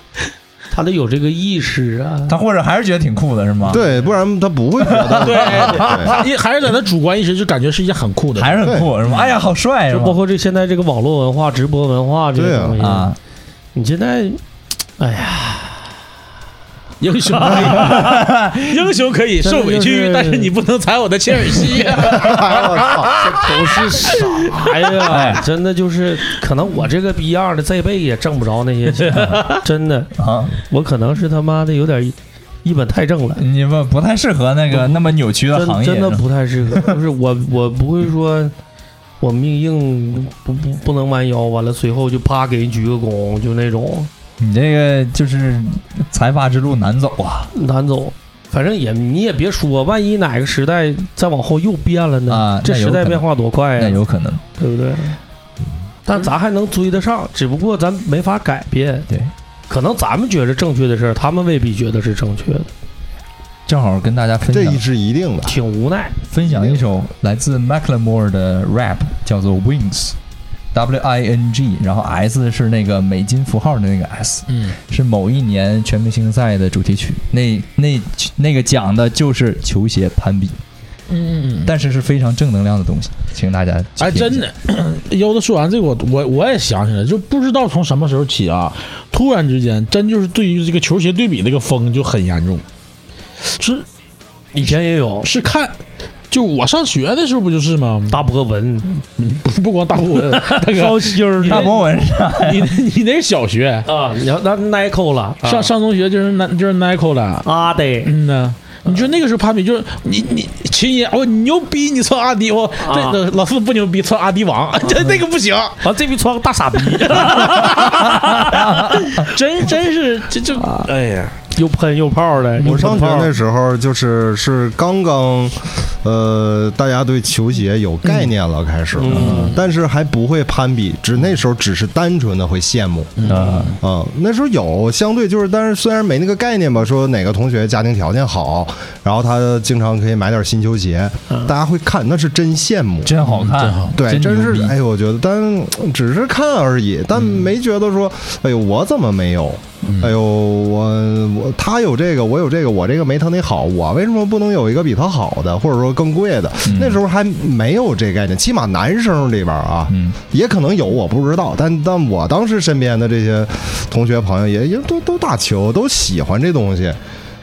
B: [laughs]
D: 他得有这个意识啊。
B: 他或者还是觉得挺酷的是吗？，
A: 对，不然他不会觉得。
C: 对，
A: 对
C: 他一 [laughs] 还是在他主观意识就感觉是一件很酷的事，
B: 还是很酷是吗？哎呀，好帅是
D: 就
B: 吗？
D: 包括这现在这个网络文化、直播文化这
A: 对
D: 些
A: 啊
D: 东西，
B: 啊，
D: 你现在，哎呀，
C: [laughs] 英雄可以，英雄可以受委
D: 真的就
C: 屈
D: 是，
C: 但是你不能踩我的切尔西。
A: 哎我操！
D: 都是啥
B: [laughs] 哎
D: 呀？真的就是，可能我这个逼样的这辈子也挣不着那些钱，真的，
B: 啊，
D: 我可能是他妈的有点一本太正了，
B: 你不不太适合那个那么扭曲的行
D: 真
B: 业，
D: 真的
B: 是吧
D: 不太适合。就是我我不会说。我命硬不不不能弯腰，完了随后就啪给人鞠个躬，就那种
B: 你这个就是财阀之路难走啊
D: 难走。反正也你也别说，万一哪个时代再往后又变了呢？
B: 啊！
D: 这
B: 那有
D: 时代
B: 可能
D: 变化多哎快呀、
B: 那
D: 啊
B: 有可能，
D: 对不对？但咱还能追得上，只不过咱没法改变。
B: 对，
D: 可能咱们觉得正确的事儿，他们未必觉得是正确的，
B: 正好跟大家分
A: 这
B: 享
A: 一是一定的。
D: 挺无奈。
B: 分享一首来自 Macklemore 的 rap，叫做 Wings。W I N G，然后 S 是那个美金符号的那个 S，
C: 嗯，
B: 是某一年全明星赛的主题曲。那那那个讲的就是球鞋攀比，
C: 嗯嗯嗯。
B: 但是是非常正能量的东西，请大家去
C: 哎，
B: 听一
C: 真
B: 下
C: 的，悠子说完这个，我我我也想起来，就不知道从什么时候起啊，突然之间，真就是对于这个球鞋对比这个风就很严重，是
D: 以前也有
C: 是看，就我上学的时候不就是吗？
D: 大波纹、
C: 不不光大波纹，大哥，
D: 烧心儿
C: 你
B: 大博文
C: 哦你 [laughs] 你那是小学，
D: 啊，然后那 Nike 了，啊
C: 上上中学就是那就是 Nike 了，
D: 阿得
C: 嗯呐。你说那个时候攀比就是你你秦爷我你牛逼你穿阿迪我
D: 啊
C: 这老四不牛逼穿阿迪王 [laughs] 这那个不行
D: 完哦这边穿个大傻逼，
C: [laughs] 真真是这就哎呀
D: 又喷又泡的。
A: 啊我上学那
D: 那
A: 时候就是是刚刚，呃，大家对球鞋有概念了，开始，
D: 嗯
A: 但是还不会攀比，只那时候只是单纯的会羡慕
B: 啊，
A: 啊、那时候有相对就是，但是虽然没那个概念吧，说哪个同学家庭条件好，然后他经常可以买点新球鞋，大家会看，那是真羡慕。
B: 真好看，
C: 真好
A: 对，真
B: 牛
A: 是
B: 逼
A: 哎，我觉得，但嗯只是看而已，但没觉得说，
B: 嗯
A: 哎呦，我怎么没有？哎呦，我我他有这个，我有这个，我这个没他那好，我为什么不能有一个比他好的，或者说更贵的？
B: 嗯
A: 那时候还没有这概念，起码男生里边啊，
B: 嗯
A: 也可能有，我不知道。但但我当时身边的这些同学朋友也也都都打球，都喜欢这东西。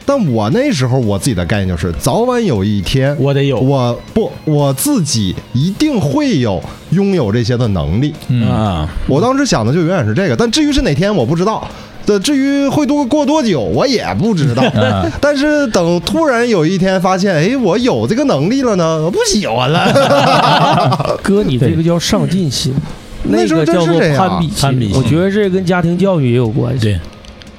A: 但我那时候我自己的概念就是，早晚有一天
C: 我得有
A: 我不我自己一定会有拥有这些的能力。
B: 嗯
C: 啊
A: 我当时想的就永远是这个，但至于是哪天我不知道。这至于会多过多久，我也不知
B: [laughs]
A: 道。
B: 嗯
A: 但是等突然有一天发现，哎，我有这个能力了呢，我不喜欢了。
D: 哥，你这个叫上进心，
A: 那时候
D: 个
A: 真是
D: 叫做
A: 这样
D: 攀比心
C: 攀比心
D: 我觉得这跟家庭教育也有关系。
C: 对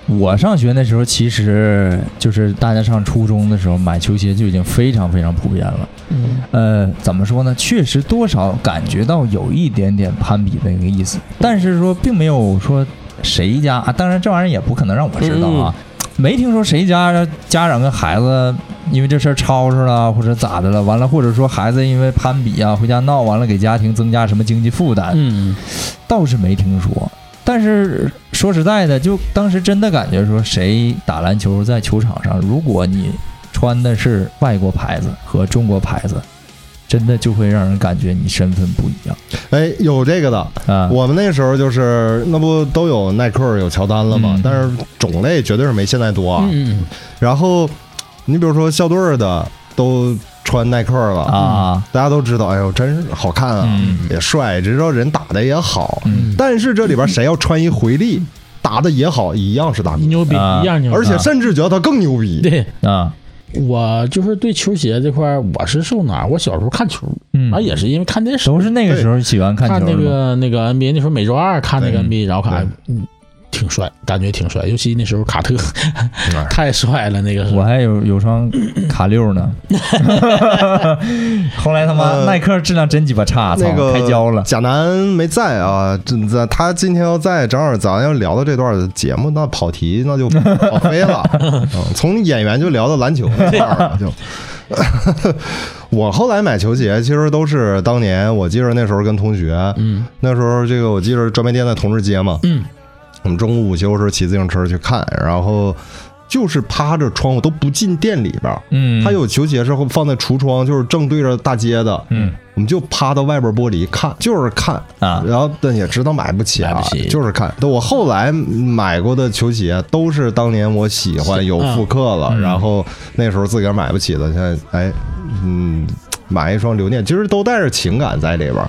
B: 我上学那时候，其实就是大家上初中的时候买球鞋就已经非常非常普遍了。
D: 嗯，
B: 呃，怎么说呢？确实多少感觉到有一点点攀比的一个意思，但是说并没有说谁家，啊、当然这玩意儿也不可能让我知道啊，没听说谁家家长跟孩子因为这事儿吵吵了或者咋的了，完了或者说孩子因为攀比啊回家闹，完了给家庭增加什么经济负担，
C: 嗯
B: 倒是没听说。但是说实在的，就当时真的感觉说，谁打篮球在球场上，如果你穿的是外国牌子和中国牌子，真的就会让人感觉你身份不一样
A: 哎，有这个的，
B: 啊。
A: 我们那时候就是那不都有耐克、有乔丹了吗？
B: 嗯
A: 但是种类绝对是没现在多啊。
C: 嗯
A: 然后你比如说校队儿的都穿耐克了
B: 啊，
A: 大家都知道，哎呦，真是好看啊，
B: 嗯
A: 也帅，只知道人打的也好。
B: 嗯
A: 但是这里边谁要穿一回力，打的也好，一样是打
C: 一
A: 工，
C: 牛逼
B: 啊
C: 一样牛逼，
A: 而且甚至觉得他更牛逼。
C: 对
B: 啊，
C: 我就是对球鞋这块儿我是受哪儿？我小时候看球，
B: 嗯
C: 啊，也是因为看电视，
B: 都是那个时候喜欢看
C: 看
B: 球
C: 那
B: 的吗
C: 个那个 NBA，那时候每周二看那个
B: 对
C: NBA，然后看
A: 对
C: 哎嗯挺帅，感觉挺帅，尤其那时候卡特 [laughs] 太帅了，那个时
B: 我
C: 候。
B: 还有有双卡
A: [laughs]
B: 六呢，后来他妈
A: 呃
B: 耐克质量真鸡巴差，操
A: 那，个
B: 开胶了。
A: 贾南没在啊，真在他今天要在，正好咱要聊到这段节目，那跑题那就跑飞
B: [laughs]
A: 了，嗯从演员就聊到篮球那块儿了，就。
B: [laughs]
A: 我后来买球鞋，其实都是当年，我记着那时候跟同学，
C: 嗯
A: 那时候这个我记着专卖店在同志街嘛，
C: 嗯，
A: 我们中午午休时候骑自行车去看，然后就是趴着窗户都不进店里边儿，
B: 嗯，
A: 他有球鞋是会放在橱窗，就是正对着大街的，
B: 嗯
A: 我们就趴到外边玻璃看，就是看，
B: 啊，
A: 然后但也知道买不起啊
C: 买不起，
A: 就是看。但我后来买过的球鞋都是当年我喜欢有复刻了，
B: 嗯
A: 然后那时候自个儿买不起的，现在哎，嗯，买一双留念，其实都带着情感在里边
B: [laughs]
A: 儿。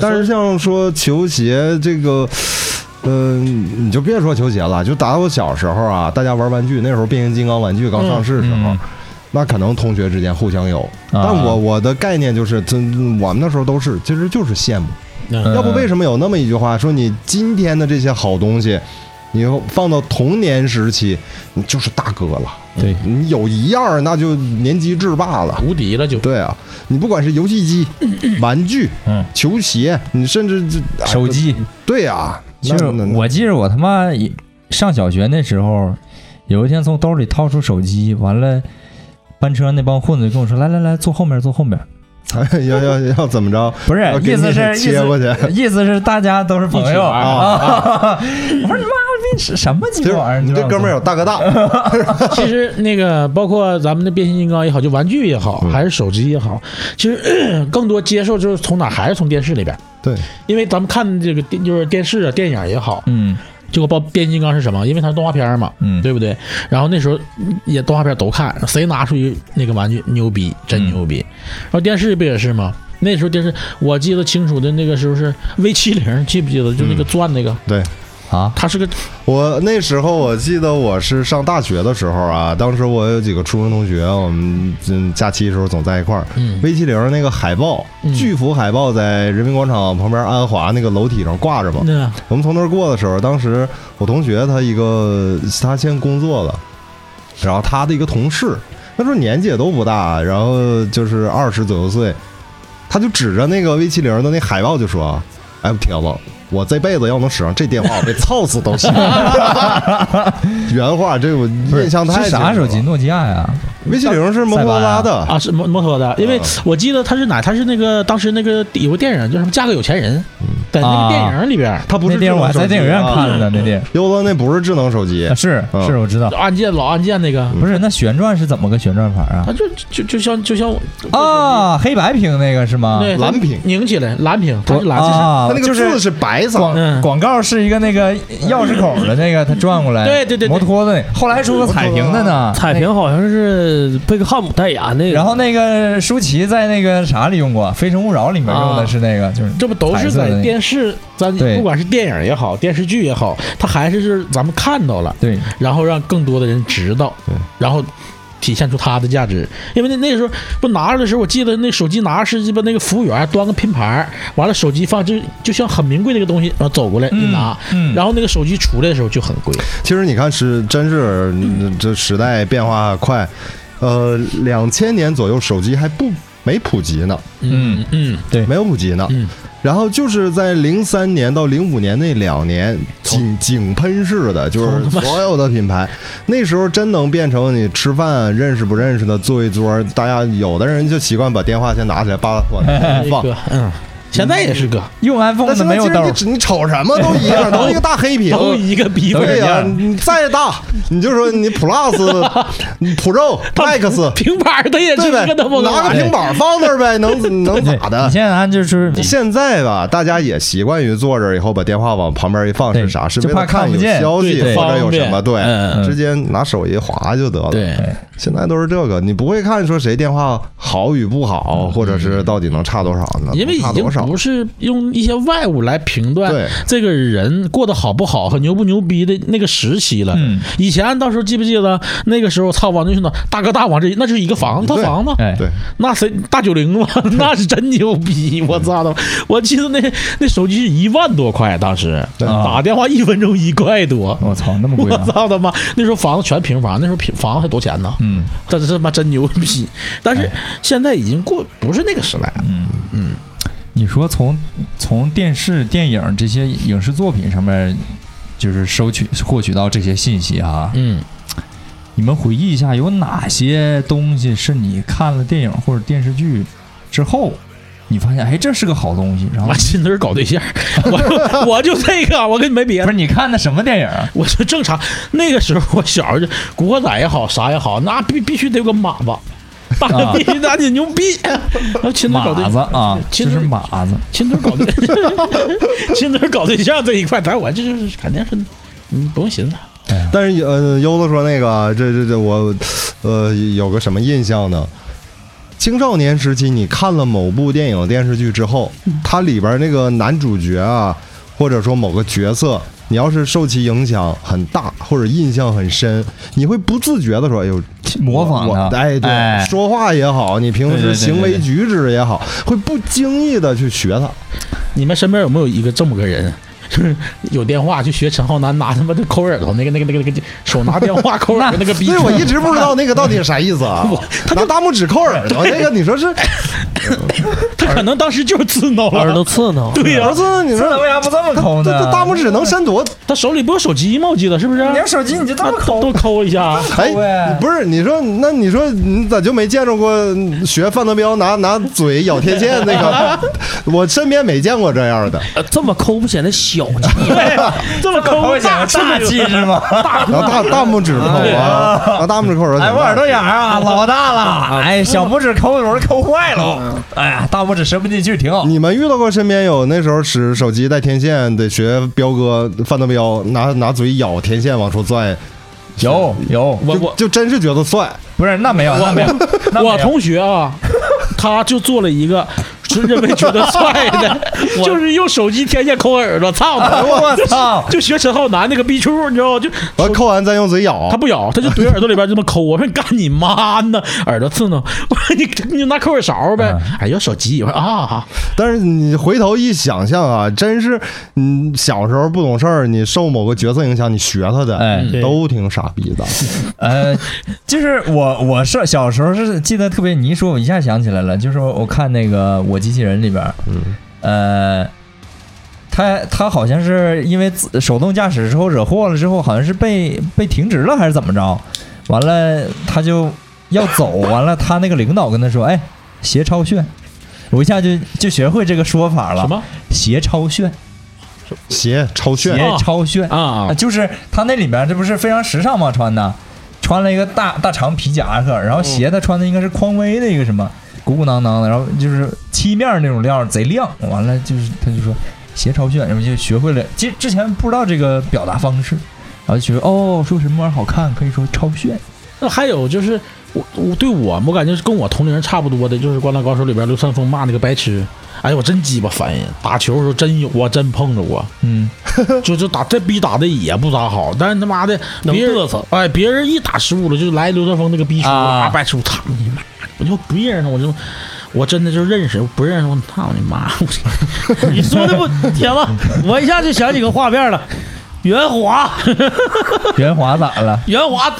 A: 但是像说球鞋这个。嗯、你就别说球鞋了，就打我小时候啊，大家玩玩具，那时候变形金刚玩具刚上市的时候，
B: 嗯
A: 那可能同学之间互相有，
B: 啊
A: 但我我的概念就是，真我们那时候都是，其实就是羡慕。
C: 嗯
A: 要不为什么有那么一句话说，你今天的这些好东西，你放到童年时期，你就是大哥了。
B: 对，
A: 你有一样儿，那就年级制霸了。
C: 无敌了就，
A: 对啊，你不管是游戏
B: [coughs]
A: 机、玩具、
B: 嗯
A: 球鞋，你甚至这
B: 手，机。
A: 哎对啊，
B: 其实
A: 那那
B: 我记着我他妈也上小学那时候，有一天从兜里掏出手机，完了，班车那帮混子就跟我说：“来来来，坐后面，坐后面。
A: 哎 [laughs] 要要要怎么着？”
B: 不是
A: 要，给
B: 哎意思
A: 你
B: [laughs] 是
A: [laughs]
B: 意
A: 切过
B: 思
A: 去。
B: 意思是大家都是朋友
C: 一起玩
B: [laughs] 啊。我说你妈逼，那是什么鸡
A: 就是
B: 巴玩意儿？
A: 你这哥们儿有大哥大，
C: 其实那个包括咱们的变形金刚也好，就玩具也好，
B: 嗯
C: 还是手机也好，其实 [clears throat] 更多接受就是从哪，还是从电视里边。
A: 对，
C: 因为咱们看这个电就是电视啊、电影也好，
B: 嗯
C: 结果包变形金刚是什么？因为它是动画片儿嘛，
B: 嗯，
C: 对不对？然后那时候嗯也动画片都看，谁拿出一那个玩具牛逼，真
B: 嗯
C: 牛逼。然后电视不也是吗？那时候电视我记得清楚的那个时候是 V 七零，记不记得？就那个转那个，
B: 嗯啊，
C: 它是个
A: 我那时候我记得我是上大学的时候啊，当时我有几个初中同学，我们嗯假期的时候总在一块儿。
C: 嗯
A: V 七零那个海报
C: 嗯，
A: 巨幅海报在人民广场旁边安华那个楼体上挂着嘛。
B: 啊
C: 那
A: 我们从那儿过的时候，当时我同学他一个他先工作了，然后他的一个同事，那时候年纪也都不大，然后就是二十左右岁，他就指着那个 V 七零的那海报就说：“哎，铁子，我这辈子要能使上这电话，我被操死都
B: [laughs]
A: 行。”原话，这我印象太
B: 是
A: 深
B: 啥手机？
A: 了
B: 诺基亚呀？
A: ？V 七零是摩托罗拉的，
C: 啊是摩摩托的，因为
A: 啊
C: 我记得它是哪？它是那个当时那个有个电影叫什么《嫁给有钱人》，
B: 嗯
C: 在那
B: 啊
C: 个电影里边儿，
A: 它不
B: 那
A: 是
B: 电影我还
A: 智能手机
B: 在电影院
A: 啊
B: 看了呢，那电影
A: 优乐那不是智能手机
B: 啊，是
A: 嗯
B: 是，我知道。
C: 按键老按键那个，
B: 不是，那旋转是怎么个旋转法啊
C: 它？就就就像就像
B: 啊，黑白屏那个是吗？
C: 对
A: 蓝屏
C: 拧起来蓝屏，它
B: 不
C: 是蓝色。
A: 它
B: 啊，
A: 那个
B: 就是
A: 字是白色的。
C: 嗯
B: 广广告是一个那个钥匙口的那个，它转过来，
C: 对对对对
B: 摩托的。后来还出个彩屏的呢，
D: 彩屏好像是贝克汉姆代言那个，
B: 然后那个舒淇在那个啥里用过，《非诚勿扰》里面用的是那个，就是
C: 这不都是
B: 彩色的那
C: 在
B: 个
C: 电视，咱
B: 对
C: 不管是电影也好，电视剧也好，它还是是咱们看到了，
B: 对，
C: 然后让更多的人知道
A: 对，
C: 然后体现出它的价值。因为那那时候不拿着的时候，我记得那手机拿着是鸡巴那个服务员端个拼盘儿，完了手机放就就像很名贵那个东西，然后走过来一拿，
B: 嗯，
C: 然后那个手机出来的时候就很贵。
A: 其实你看是真是嗯这时代变化快，呃，两千年左右手机还不没普及呢，
B: 嗯
C: 嗯
A: 没有普及呢。
C: 嗯
A: 然后就是在零三年到零五年那两年，井井喷式的，就是所有的品牌，那时候真能变成你吃饭认识不认识的坐一桌，大家有的人就习惯把电话先拿起来叭叭
C: 嗯，
A: 叭
C: 一
A: 放。
C: 个嗯，现在也是个
B: 用
A: 但
B: iPhone 的
A: 现
B: 没
A: 在
B: 有
A: 其实
B: 兜儿
A: 你，只你瞅什么都一样，都一个大黑
B: 嗯
A: 屏，
C: 都一个逼
B: 都
C: 味
B: 一
C: 儿
A: 对
B: 样
A: 呀、你再大，你就说你 Plus、你
C: [laughs]
A: Pro、Max，
C: 平板儿它也是
A: 对
C: 一
A: 呗
C: 个那么，
A: 拿个
C: 玩意儿
A: 平板放那儿呗，
C: [laughs]
A: 能能
B: 对
A: 咋的
B: 你？现在按就是
A: 现在吧，大家也习惯于坐着以后把电话往旁边一放
B: 对
A: 是啥？是为
B: 就怕
A: 了看
B: 看不
A: 有
B: 见
A: 消息
C: 对
A: 或者有
C: 方便
A: 什么？对
C: 嗯，
A: 直接拿手一划就得了。
C: 对。
A: 现在都是这个，你不会看说谁电话好与不好，或者是到底能差多少呢？
C: 嗯因为已
A: 差
C: 经
A: 多少
C: 不？是用一些外物来评断
A: 对
C: 这个人过得好不好和牛不牛逼的那个时期了。
B: 嗯，
C: 以前啊到时候记不记得那个时候，操王俊呢，大哥大王这那就是一个房子，
A: 对
C: 房子，
B: 哎，
A: 对，
C: 那谁大九零
A: [laughs]
C: 嘛，那是真牛逼！我操的，我记得那那手机是一万多块，当时
A: 对
B: 啊
C: 打电话一分钟一块多，
B: 我操，那么贵
C: 我
B: 啊！
C: 操他妈！那时候房子全平房，那时候平房子还多钱呢，
B: 嗯
C: 这他妈真牛逼！但
A: 哎
C: 是现在已经过不是那个时代了，
B: 嗯嗯，你说从从电视、电影这些影视作品上面，就是收取获取到这些信息啊，
C: 嗯。
B: 你们回忆一下，有哪些东西是你看了电影或者电视剧之后，你发现哎这是个好东西，然后
C: 我亲嘴搞对象，我我就这个，我跟你没别
B: [laughs] 不
C: 的
B: 是。你看的什么电影啊？
C: 我就正常，那个时候我小时候就《古惑仔》也好，啥也好，那必必须得有个马吧，大
B: 啊
C: 哥必须拿你牛逼，然后亲嘴搞对
B: 马子啊，
C: 其
B: 这
C: 实
B: 是马子，
C: 亲嘴搞对，亲嘴搞对象这一块，反正我这就是肯定是，你不用寻思。
A: 但是呃，优子说那个，这这这我，呃，有个什么印象呢？青少年时期，你看了某部电影、电视剧之后，它里边那个男主角啊，或者说某个角色，你要是受其影响很大，或者印象很深，你会不自觉的说：“哎呦，
B: 模仿
A: 我
B: 他，
A: 哎，对，
B: 哎
A: 说话也好，你平
B: 对对
A: 时
B: 对
A: 行
B: 对
A: 为
B: 对
A: 举止也好，会不经意的去学他。
C: 你们身边有没有一个这么个人？ [laughs] 就是有电话就学陈浩南拿他妈的抠耳朵那个那个那个那个手拿电话抠耳朵那个逼
A: 所以我一直不知道那个到底是啥意思啊
C: 我！
A: 拿大拇指抠耳朵，那个你说是
C: 他可能当时就是自闹
D: 耳
C: 了，
D: 朵
A: [laughs]
D: 刺挠，
C: 对呀、
A: 儿子，你
B: 这
A: 说
B: 为啥不这么抠
A: 这
B: 呢？
A: 这大拇指能
B: [laughs]
A: 伸多？
C: 他手里不有手机吗？我记得是不是？
B: 你要手机你就这么抠
C: 啊都都抠一下。
A: 哎
B: 呗，
A: 不是，你说那你说你咋就没见着过学范德彪拿拿嘴咬天线那个？我身边没见过这样的。
D: 呃这么抠不显得小气， [laughs] 这么抠
B: 我
D: 大
B: 讲
D: 大
B: 大气是吗？
A: 然后大大拇指抠啊，然后大拇指抠着挺大。
B: [laughs] 哎，我耳朵眼儿 [laughs] 啊，老大了，哎，小拇指抠手抠坏了， [laughs] 哎呀，大拇指伸不进去，挺好。
A: 你们遇到过身边有那时候使手机带天线，得学彪哥范德彪拿拿嘴咬天线往出拽，
B: 有有，
C: 我
A: 就
C: 我
A: 就真是觉得帅。
B: 不是那没有，那没有，那没有
C: 我同学啊，他就做了一个是认为
D: [laughs]
C: 觉得帅的，就是用手机天线抠耳朵，操
D: 哎
C: 他妈！
B: 我操，
C: 就学陈浩南那个逼处，你知道吗？就
D: 哦
A: 完抠完再用嘴咬
C: 他，不咬，他就怼耳朵里边就这么抠。我说你干你妈呢，耳朵刺挠。我说你你就拿抠耳勺呗。
D: 嗯
C: 哎呀，手机，我说啊，
A: 但是你回头一想象啊，真是嗯小时候不懂事儿，你受某个角色影响，你学他的，
B: 哎
D: 对
A: 都挺傻逼的。
B: 呃，就是我我是小时候是记得特别，你一说我一下想起来了，就是我看那个《我机器人》里边，
A: 嗯，
B: 呃，他他好像是因为自手动驾驶之后惹祸了，之后好像是被被停职了还是怎么着？完了他就要走，完了他那个领导跟他说：“哎，斜超炫。”我一下就就学会这个说法了，
C: 什么
B: 斜超炫，
A: 鞋超炫，
B: 斜超炫
C: 啊
D: 哎
B: 啊，？就是他那里边这不是非常时尚吗？穿的，穿了一个大大长皮夹克，然后鞋他穿的应该是匡威的一个什么鼓鼓囊囊的，然后就是漆面那种料，贼亮。完了就是他就说鞋超炫，然后就学会了，之之前不知道这个表达方式，然后就觉得哦，说什么玩意儿好看，可以说超炫。
C: 那还有就是我我对我我感觉是跟我同龄人差不多的，就是《灌篮高手》里边刘三丰骂那个白痴。哎呀，我真鸡巴烦人！打球的时候真有啊，真碰着过，
B: 嗯，
C: 就就打这逼打的也不咋好，但是他妈的
D: 能
C: 别人
D: 嘚瑟
C: 哎，别人一打失误了，就来刘德峰那个逼出
B: 啊
C: 啊，败出，操你妈！我就不认识他，我就我真的就认识，不认识我操你妈！我
D: 你说的不，铁子，我一下就想起个画面了，袁华，
B: 袁华咋了？
D: 袁华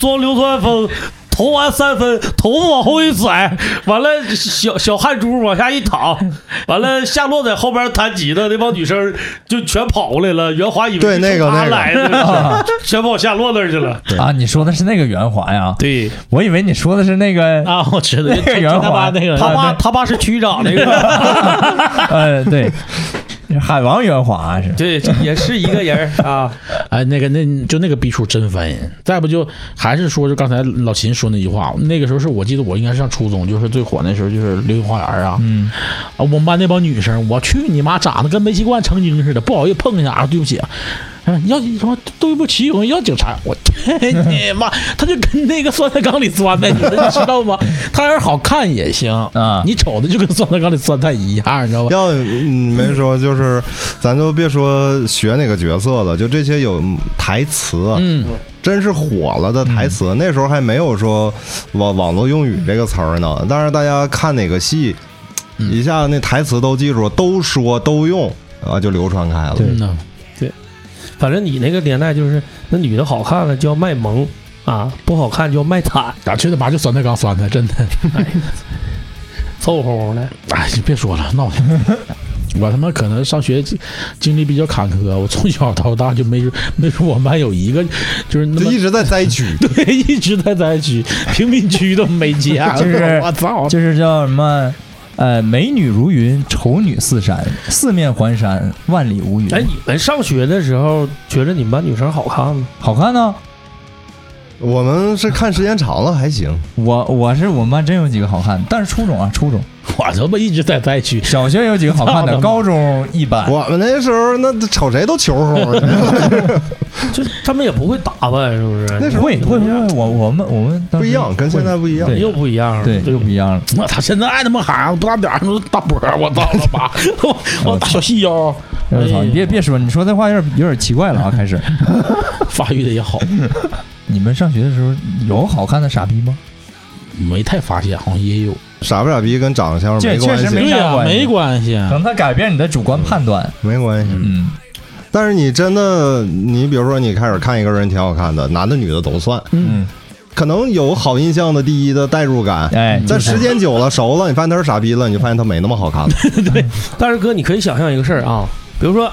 D: 装流川枫，投完三分，头发往后一甩，完了小小汗珠往下一淌，完了夏洛在后边弹吉他，那帮女生就全跑过来了。袁华以为
A: 对
D: 是
A: 那个
D: 从他
A: 那个
D: 来
A: [laughs]
D: 的，全跑夏洛那儿去了。
B: 啊，你说的是那个袁华呀？
D: 对
B: 我以为你说的是那个
C: 啊，我知道
B: 那个圆
C: 就他妈
D: [laughs]
B: 环
C: 那个
D: 他爸，
B: 对
D: 他爸是区长那个，
B: [laughs] 呃，对，海王袁华是。
D: [laughs] 对，也是一个人儿啊。
C: 哎，那个那就那个逼出真烦人。再不就还是说，就刚才老秦说那句话，那个时候是我记得我应该是上初中，就是最火那时候就是《流星花园》啊，
B: 嗯，
C: 啊，我们班那帮女生，我去你妈，长得跟煤气罐成精似的，不好意思碰一下啊，对不起啊。嗯要什么对不起，我要警察，我你妈，他就跟那个酸菜缸里酸菜似的，你知道
B: [laughs]
C: 吗？他要是好看也行
B: 啊
C: 你丑的就跟酸菜缸里酸菜一样，你知道吧？
A: 要嗯没说，就是咱就别说学哪个角色了，就这些有台词，啊
C: 嗯，
A: 真是火了的台词。啊那时候还没有说网网络用语这个词儿呢，但是大家看哪个戏，一下那台词都记住，都说都用啊，就流传开了。
C: 嗯呐，
D: 反正你那个年代就是，那女的好看了叫卖萌啊，不好看叫卖惨，
C: 咋去他妈就酸菜缸酸菜，真的。
D: 凑合乎的。
C: 哎，你别说了，闹挺。 [laughs] 我他妈可能上学经经历比较坎坷，我从小到大就没没说我们班有一个就是那
A: 就
C: 么，
A: 一直在灾区
C: 对一直在灾区，贫民区都没见过。
B: 就是
C: 我操！
B: 就是叫什么？呃，美女如云，丑女似山，四面环山，万里无云。
D: 哎，你们上学的时候觉得你们班女生好看吗？
B: 好看呢！
A: 我们是看时间长了还行，
B: 我我是我们班真有几个好看，但是初中啊，初中、
C: 我他妈一直在灾区，
B: 小学有几个好看
C: 操他
B: [laughs] 的，
C: 妈
B: 高中一般。
A: 我们那时候那瞅谁都球乎，
D: 就他们也不会打扮，是不是？
A: 那时候
B: 会会会会，我我们我们当
A: 不
B: 时
A: 一样，跟现在不一样。
B: 对
D: 又不一样了。
B: 对
D: 就
B: 又不一样了。
C: 我操！现在他妈喊不大点儿都大波儿，我操了吧！我我大小细腰，
B: 我操！呃你别别说，你说这话有点有点奇怪了啊！开始，
C: 发育的也好，
B: 你们上学的时候有好看的傻逼吗？
C: 没太发现，好像也有。
A: 傻不傻逼跟长相
B: 这
A: 没关
B: 确实
A: 系，
C: 对呀、没关系。啊
B: 可能他改变你的主观判断。
A: 没关系。
B: 嗯，
A: 但是你真的，你比如说你开始看一个人挺好看的，男的女的都算，
B: 嗯，
A: 可能有好印象的第一的代入感。
B: 哎，
A: 但
B: 就是
A: 时间久了熟了，你发现他是傻逼了，你就发现他没那么好看了。
D: 但是哥，你可以想象一个事儿啊，比如说，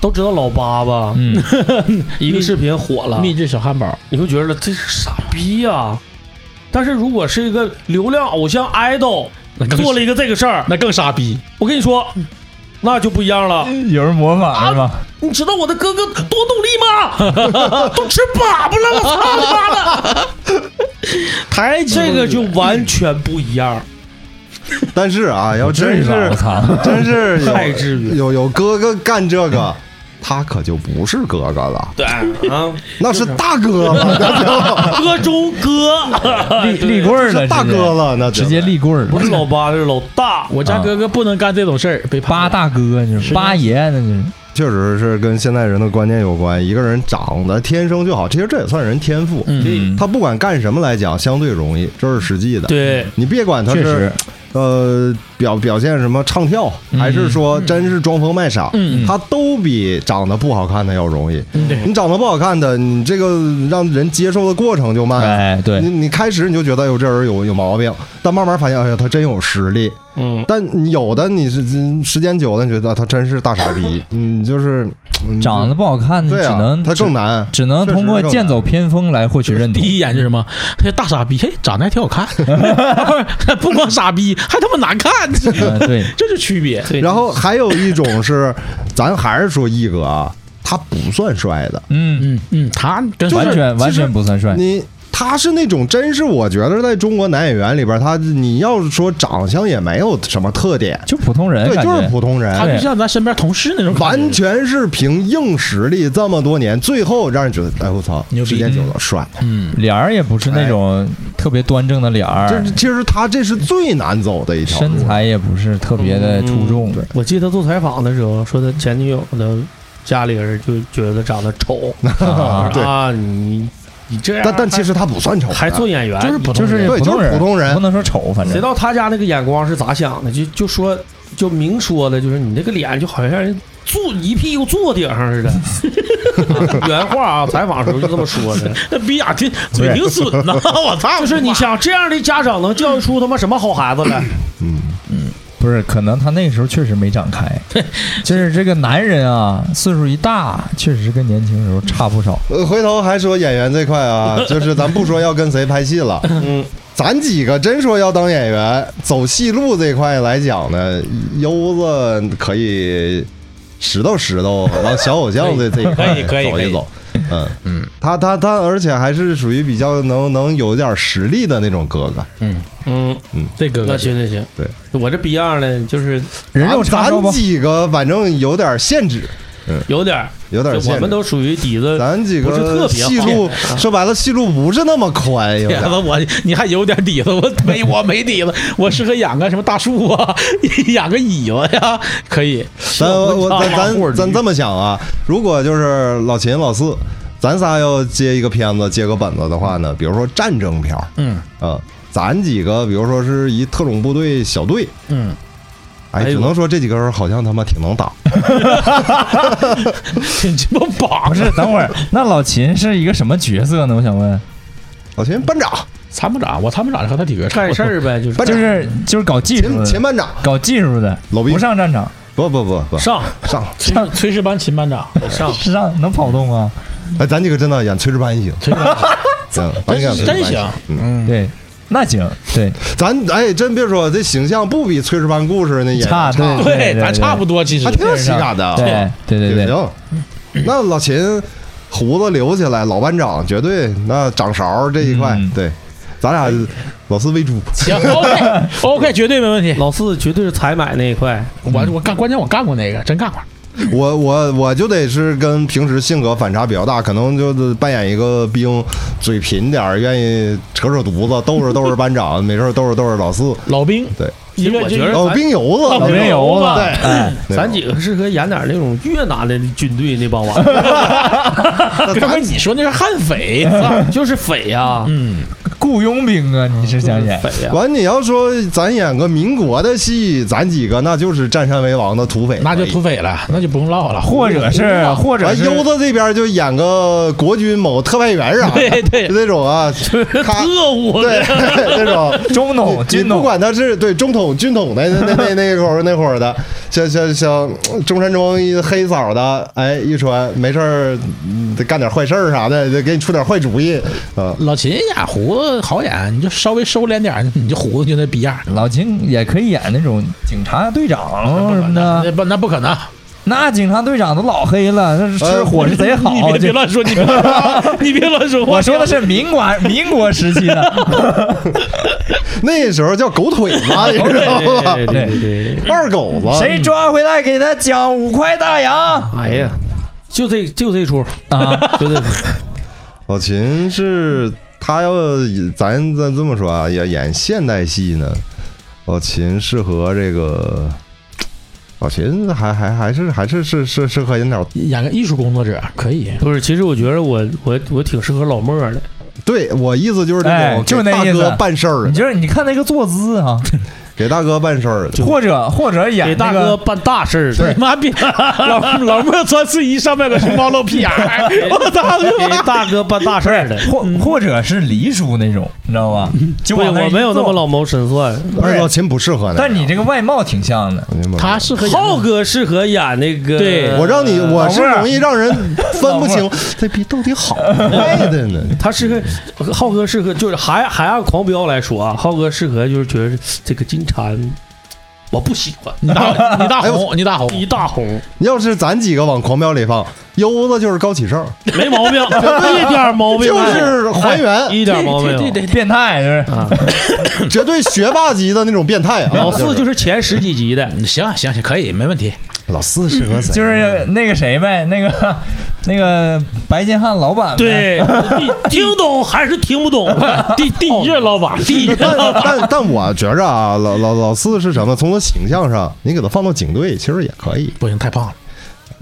D: 都知道老八吧，
B: 嗯， [laughs]
D: 一个视频火了，
C: 秘制小汉堡，
D: 你会觉得这是傻逼呀、但是如果是一个流量偶像 idol
C: 那更
D: 做了一个这个事儿，
C: 那更傻逼。
D: 我跟你说，那就不一样了。
B: 有人模仿是吗？
D: 你知道我的哥哥多努力吗？都吃粑粑了，我操你妈的！
C: 太
D: 这个就完全不一样，
A: 但是啊，要真
B: 至于吧我
A: 是
B: 操！
A: 真是有
D: 太至于了。
A: 有有哥哥干这个，他可就不是哥哥了，
D: 对啊，
A: 那是大哥 [laughs] 了，
D: 哥中哥，
B: 立立棍
A: 那
B: 儿
A: 是
B: 了，
A: 大
B: 直接
A: 哥，了，那就
B: 直接立棍儿了，
D: 不是老八，这是老大。
C: 我家哥哥不能干这种事儿，被
B: 八
C: 大。
B: 大哥，你
C: 是
B: 说八爷那就是
A: 确实是跟现代人的观念有关。一个人长得天生就好，其实这也算人天赋。
C: 嗯，
A: 他不管干什么来讲，相对容易，这是实际的。
D: 对，
A: 你别管他
B: 确
A: 是
B: 实，
A: 呃表表现什么唱跳，还是说真是装疯卖傻，
C: 嗯
A: 他都比长得不好看的要容易。
C: 嗯对，
A: 你长得不好看的，你这个让人接受的过程就慢。
B: 哎，
A: 你
B: 对，
A: 你开始你就觉得有这人有有毛病，但慢慢发现，哎呀，他真有实力。
D: 嗯，
A: 但你有的你是嗯时间久了，你觉得他真是大傻
B: [laughs]
A: 逼，嗯，就是嗯
B: 长得不好看，只
A: 对啊
B: 能，
A: 他更难。
B: 只能
A: 确实
B: 通过
A: 更难
B: 剑走偏锋来获取认
A: [laughs]
C: 第
B: 同。
C: 一眼就什么，这大傻逼，嘿，长得还挺好看， [laughs] 不是不光傻逼，还他妈难看， [laughs]
B: 嗯对，
C: 这是区别。
D: 对
A: 然后还有一种是，咱还是说一哥啊，他不算帅的，
B: 嗯，
C: 嗯嗯，他跟
A: 就是
B: 完全完全不算帅。
A: 你。他是那种，真是我觉得在中国男演员里边，他你要是说长相也没有什么特点，
B: 就普通人
A: 对，
B: 感
A: 就是
B: 觉，
A: 普通人，
C: 他就像咱身边同事那种感觉
A: [laughs] 完全是凭硬实力，这么多年，最后让人觉得，哎我操
C: 牛，逼
A: 时间久了帅。
C: 嗯，
B: 脸儿也不是那种特别端正的脸
A: 这
B: 儿，
A: 其实他这哎是最难走的一条
B: 身
A: 路。
B: 材也不是特别的出众。对，
D: 我记得做采访的时候，说他前女友的家里人就觉得长得丑
A: 啊对
D: 啊，你你这样，
A: 但但其实他不算丑的，
D: 还做演员，
C: 就是普
D: 你
C: 通
B: 哎就是
C: 人
A: 对
B: 普通
A: 就是
B: 人，
A: 普通人
B: 不能说丑，反
D: 谁
B: 正
D: 到他家那个眼光是咋想的？就就说就明说的，就是你这个脸就好像让人坐一屁股坐顶上似的。 [laughs] 啊原话啊，采访时候就这么说的。
C: 那逼眼挺嘴挺损呐，我操！
D: 就是你想这样的家长能教育出他妈什么好孩子来？
A: 嗯，
B: 不是，可能他那个时候确实没长开。就是这个男人啊，岁数一大，确实跟年轻时候差不少。
A: 呃，回头还说演员这块
D: [laughs]
A: 啊，就是咱不说要跟谁拍戏了，
D: 嗯，
A: 咱几个真说要当演员，走戏路这块来讲呢，优子可以拾掇拾掇，往小偶像这这一块
C: 可以可以
A: 走
C: 可以
A: 一走。嗯嗯，他他他，而且还是属于比较能能有点实力的那种哥哥。
C: 嗯，
D: 嗯，
C: 这个
D: 那行行行，
A: 对
D: 我这逼样呢，就是
B: 人肉叉
A: 咱
B: 烧包
A: 咱， [laughs] 几个反正有点限制，
D: 有点儿，
A: 有点限
D: 就
A: 制。
D: 我们都属于底子
A: 咱几
D: 不是特
A: 个
D: 别好
A: 戏路
D: 啊，
A: 说白了戏路不是那么宽，有
C: 点
D: [laughs]
A: 点
C: 子 [laughs] 我你还有点底子，我没我没底子，我适合养个什么大树啊， [laughs] 养个椅子呀，可以。
A: 咱我我
C: 大
A: 咱
C: 马霍尔
A: 咱咱
C: 驴
A: 这么想啊，如果就是老秦老四，咱仨要接一个片子接个本子的话呢，比如说战争片儿
C: 嗯
A: 啊，咱几个比如说是一特种部队小队，
C: [laughs] 嗯，
A: 哎，
D: 哎呦
A: 只能说这几个人好像他妈挺能打，
C: 挺鸡巴棒
B: 不，是？等会儿，那老秦是一个什么角色呢？我想问，
A: 老秦班长，
C: 参谋长，我参谋长和他体格差
D: 干
C: 不
D: 事
C: 多。
D: 儿呗，就是
A: 班
B: 就
A: 长
B: 是就是搞技术
A: 秦秦
B: 的，
A: 班长，
B: 搞技术的，
A: 老毕
B: 不上战场，
A: 不不不不
D: 上
A: 上，
C: 崔 [laughs] 崔世班秦班长， [laughs]
D: 上。
B: 是让能跑动吗？
A: 哎，咱几个真的演炊事班行，
C: 崔世班
A: 行，咱几个
C: 真
A: 演炊事班
C: 真行，，嗯，
B: 对，那行，对，
A: 咱哎真别说这形象不比炊事班故事那演员
B: 差对
A: 差
C: [laughs] 对，咱差不多，其实
A: 还挺有喜感的，啊
B: 对对对对，
A: 行，那老秦胡子留起来，老班长绝对那掌勺这一块，
B: 嗯
A: 对，咱俩老四喂猪，
C: 行，OK [laughs] OK，绝对没问题。
D: 老四绝对是采买那一块，
C: 我我干，关键我干过那个，真干过。
A: 我我我就得是跟平时性格反差比较大，可能就是扮演一个兵，嘴贫点儿，愿意扯扯犊子，逗着逗着班长，没事儿逗着逗着老四，
C: 老兵，
A: 对，哦
C: 一个
D: 我觉得
A: 老兵油子，
C: 老
B: 老
C: 兵
B: 兵油
C: 子
B: 子，
A: 对，对
D: 咱几个适合演点那种越南的军队那帮玩意儿，
C: 哥们儿你说那是悍匪，
D: 就是匪呀、
C: 嗯，
B: 雇佣兵啊，你是想演？
D: 匪
A: [laughs]
D: 呀、
A: 完，你要说咱演个民国的戏，咱几个那就是占山为王的土匪，
C: 那就土匪了，那就不用唠了，
B: 或者是或者
A: 完，
B: 是
A: 啊优子这边就演个国军某特派员啥的，
C: 对对
A: 就
B: [laughs]
A: 那种啊，咔
D: 特务
A: 对那种 [laughs]
B: 中统
A: 你
B: 军
A: 不
B: 统，
A: 管他是对中统统军统的那那那那会儿那会儿的，像像像中山装一黑色的，哎，一穿没事儿嗯得干点坏事儿啥的，得给你出点坏主意啊。
C: 老秦演胡子好演，你就稍微收敛点儿，你就胡子就那逼样儿。
B: 老秦也可以演那种警察队长什么的，
C: 那不那不可能，
B: 那警察队长都老黑了，那是吃伙食贼好。
C: 你别
B: 就
C: 别乱说，你别 [laughs] 你别乱说话。
B: 我说的是民国民国时期的，
A: 那时候叫狗腿子，你知
B: [laughs]
A: 道吧？
D: 对对对对对，
A: 二狗子，
B: 谁抓回来给他奖五块大洋
D: 哎呀，就这就这出，
B: 啊！
D: 就这出。
A: 老秦是他要咱咱这么说啊，演演现代戏呢，老秦适合这个，老秦还还还是还是是是适合演点儿
C: 演个艺术工作者可以，
D: 不是，其实我觉得我我我挺适合老莫的，
A: 对我意思就是那
B: 哎
A: 种
B: 就
A: 给
B: 那
A: 大
B: 意思嗯
A: 哥办事儿
B: 你，就是你看那个坐姿啊，
A: 给大哥办事儿，
B: [laughs] 或者或者
D: 给
B: 演
D: 大
B: 哎那
D: 哥
B: 个
D: 办大事儿，
C: 你妈
D: [laughs]
C: 逼老老莫穿四一上半个熊猫露屁眼
D: [laughs]
C: 儿，我操！
D: 给大哥办大事
B: 不
D: 儿的。
B: 是或或者是黎叔那种，你知道吧？就
D: 对，
B: 往那儿
D: 我
B: 一
D: 没有那
B: 坐
D: 么老谋深算。
A: 而且老秦不适合那样。
B: 但你这个外貌挺像的。
A: 明白吗
C: 他适合演那
D: 浩哥适合演那个，
C: 对
A: 我让你，我是
B: 呃老妹儿
A: 容易让人分不清这逼到底好坏的 [laughs] 呢。
D: 他适合浩哥适合，就是还还按狂飙来说啊，浩哥适合就是觉得这个金蝉，我不喜欢。
C: 你大你大红，你大红，
D: 一大红，
A: 要是咱几个往狂飙里放，优子就是高启盛，
D: 没毛病， [laughs] 一点毛病
A: 就
D: 没有，
A: 是还
B: 哎
A: 原，
D: 一点毛病没有。
C: 对对对，
B: 变态就是
D: 啊，
A: 绝对学霸级的那种变
C: [laughs]
A: 态啊！
D: 老四
A: 就
D: 就是前十几集的，
C: 对行啊行行，可以，没问题。
A: 老四适合谁？
B: 就是那个谁呗，那个 [laughs] 那个白金汉老板呗，
D: 对， [laughs] 听懂还是听不懂？ [laughs] 第第一任老板，第一
A: [laughs]
D: 任
A: 但但但我觉着啊，老老老四是什么？从他形象上，你给他放到警队，其实也可以，
C: 不行，太胖了，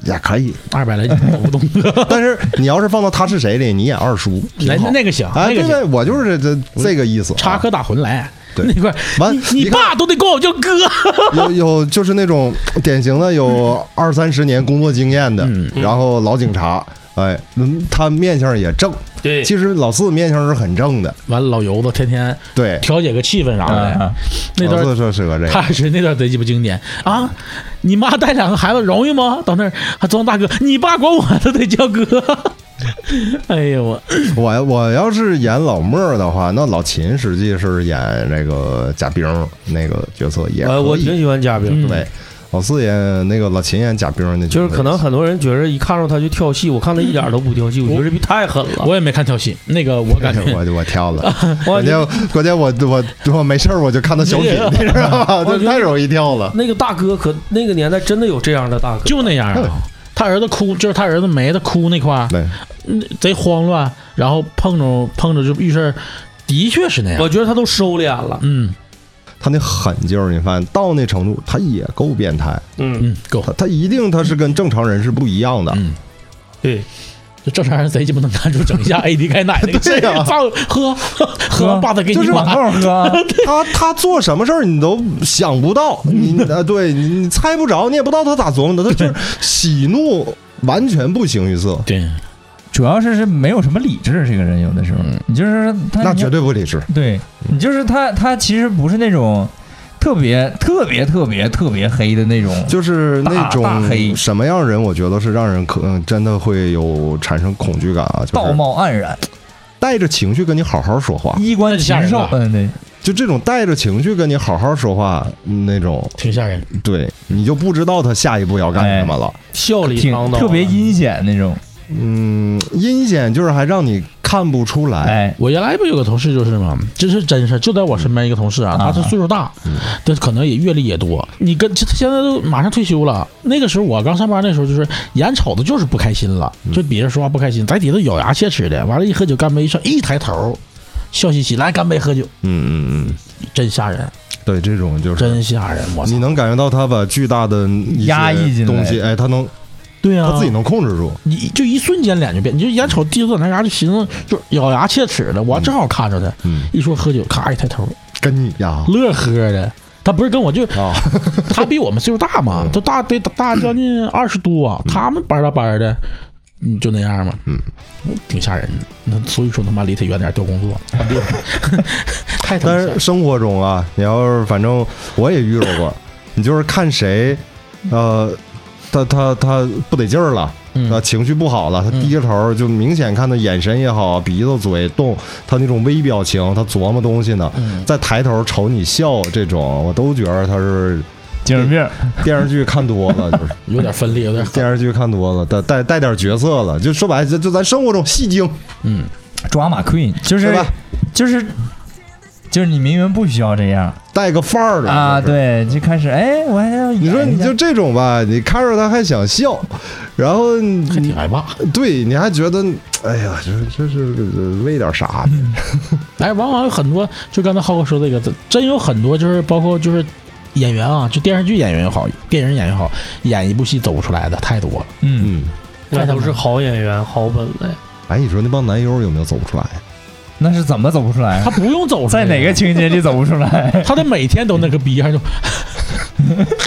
A: 也可以。
C: 二百来斤走不动。
A: [laughs] 但是你要是放到他是谁里，你演二叔，
C: 来
A: 挺好
C: 那个行，
A: 哎，
C: 那
A: 对
C: 个行，
A: 对，我就是这这这个意思啊。
C: 插科打诨来。
A: 对
C: 那块儿
A: 完
C: 你
A: 你
C: 你
A: 看
C: 爸都得管我叫哥。
A: 有有就是那种典型的有二三十年工作经验的，
C: 嗯
A: 然后老警察，哎，嗯他面相也正。
D: 对
A: 其实老四面相是很正的，
C: 完了，老油子天天
A: 对，
C: 调解个气氛啥的
B: 啊，，
C: 那
A: 嗯老
C: 段
A: 四说适合这个。
C: 他是那段贼鸡巴经典啊！你妈带两个孩子容易吗？到那儿还装大哥，你爸管我都得叫哥。 [laughs] 哎呦我，
A: 啊我我要是演老莫的话，那老秦实际是演这个贾冰那个角色也
D: 呃我我
A: 可以
D: 挺喜欢嘉宾，
C: 嗯
A: 对。老四演那个老秦演贾冰那角色，
D: 就是可能很多人觉得一看着他就跳戏，我看他一点都不跳戏，我觉得这逼太狠了。
C: 我也没看跳戏，那个我感觉
A: [laughs] 我我挑了，
D: [laughs] 我
A: 关键关键我我我没事儿我就看他小品，你知道吧？
D: 啊 [laughs] 我
A: 这
D: 觉得
A: 太容易跳了。
D: 那个大哥可那个年代真的有这样的大哥，
C: 就那样
A: 对 [laughs]
C: 啊。他儿子哭，就是他儿子没他哭那块儿，
A: 对，
C: 嗯贼慌乱，然后碰着碰着就遇事儿，的确是那样。
D: 我觉得他都收敛了。
C: 嗯
A: 他那狠劲儿，你发现到那程度，他也够变态。
D: 嗯，
C: 嗯，够
A: 他他一定他是跟正常人是不一样的。
C: 嗯。
D: 对，
C: 就正常人贼鸡巴能看出整一下 AD 开奶那 [laughs] 个
A: 对呀
C: 放喝喝喝完爸再给
B: 就
C: 你
B: 是往
C: 妈。
B: 后喝啊，
A: 他他做什么事儿你都想不
B: [laughs]
A: 到，你呃对你你猜不着，你也不知道他咋琢磨的，他
B: [laughs]
A: 就是喜怒完全不形于色，
C: 对，
B: 主要是是没有什么理智，这个人有的时候，你嗯就是他，
A: 那
B: 你
A: 绝对不理智。
B: 对你就是他，
A: 嗯
B: 他其实不是那种特别特别特别特别黑的那种，
A: 就是那
B: 大大黑
A: 种什么样的人，我觉得是让人可嗯真的会有产生恐惧感啊，就
B: 道
A: 是
B: 貌岸然，
A: 啊带着情绪跟你好好说话，
B: 衣冠
C: 吓
B: 禽
C: 人
B: 兽
C: 了，
B: 嗯，对，
A: 就这种带着情绪跟你好好说话那种，
C: 挺吓人。
A: 对你就不知道他下一步要干什么
B: 哎
A: 了。
D: 笑里
B: 挺
D: 藏
A: 啊
D: 刀，啊
B: 特别阴险那种，
A: 嗯，阴险就是还让你看不出来，
B: 哎，
C: 我原来不有个同事就是嘛，这是真事儿，就在我身边一个同事啊，
B: 啊
C: 他是岁数大，但可能也阅历也多。你跟他现在都马上退休了，那个时候我刚上班那时候，就是眼瞅着就是不开心了，就别人说话不开心，在底下咬牙切齿的，完了，一喝酒干杯，一上一抬头，笑嘻嘻来干杯喝酒，
A: 嗯嗯嗯，
C: 真吓人，
A: 对，这种就是
C: 真吓人，我
A: 你
C: 操！
A: 能感觉到他把巨大的一些
B: 压抑进来
A: 东西，哎，他能
C: 对啊，
A: 他自己能控制住，
C: 你就一瞬间脸就变，你就眼瞅地就在那嘎就寻思，就咬牙切齿的。我正好看着他，
A: 嗯，
C: 一说喝酒，咔一抬头，
A: 跟你呀
C: 乐呵的。他不是跟我就，
A: 啊，嗯
C: 啊他比我们岁数大嘛，都大得大将近二十多、他们班儿大班儿的，你就那样嘛，
A: 嗯，
C: 挺吓人的。那所以说他妈离他远点儿调工作，啊离 [laughs] 太他
A: [laughs]
C: 妈
A: 但
C: 吓人
A: 是生活中啊，你要是反正我也遇到过，你就是看谁，呃，他他他不得劲儿了，他
C: 嗯
A: 情绪不好了，他低着头儿，就明显看他眼神也好，鼻子嘴动，他那种微表情，他琢磨东西呢，
C: 嗯，
A: 再抬头瞅你笑，这种我都觉得他是
B: 精神病，
A: 电视剧看多了，就是
C: 有点分裂，有点狠
A: 电视剧看多了，带带带点角色了，就说白了，就就咱生活中戏精，
C: 嗯，
B: 抓马 queen，就是是
A: 吧？
B: 就是就是你明明不需要这样
A: 带个范儿的
B: 啊，
A: 就是
B: 对，就开始哎，我还要
A: 你说
B: 演一
A: 你
B: 下
A: 就这种吧，你看着他还想笑，然后你
C: 嗯还挺害怕。
A: 对，你还觉得，哎呀，这这是呃为点啥呢？
C: 哎，往往有很多，就刚才浩哥说这个，真有很多就是包括就是演员啊，就电视剧演员也好，电影演员也好，演一部戏走不出来的太多 [laughs] 了。
B: 嗯，
A: 嗯，
D: 那
C: 太他妈
D: 都是好演员、好本子呀。
A: 哎，你说那帮男优有没有走不出来？
B: 那是怎么走不出来
C: 他？不用走出
B: 在
C: 来，
B: 哪个情节里走不出来？
C: 他得每天都那个逼，还就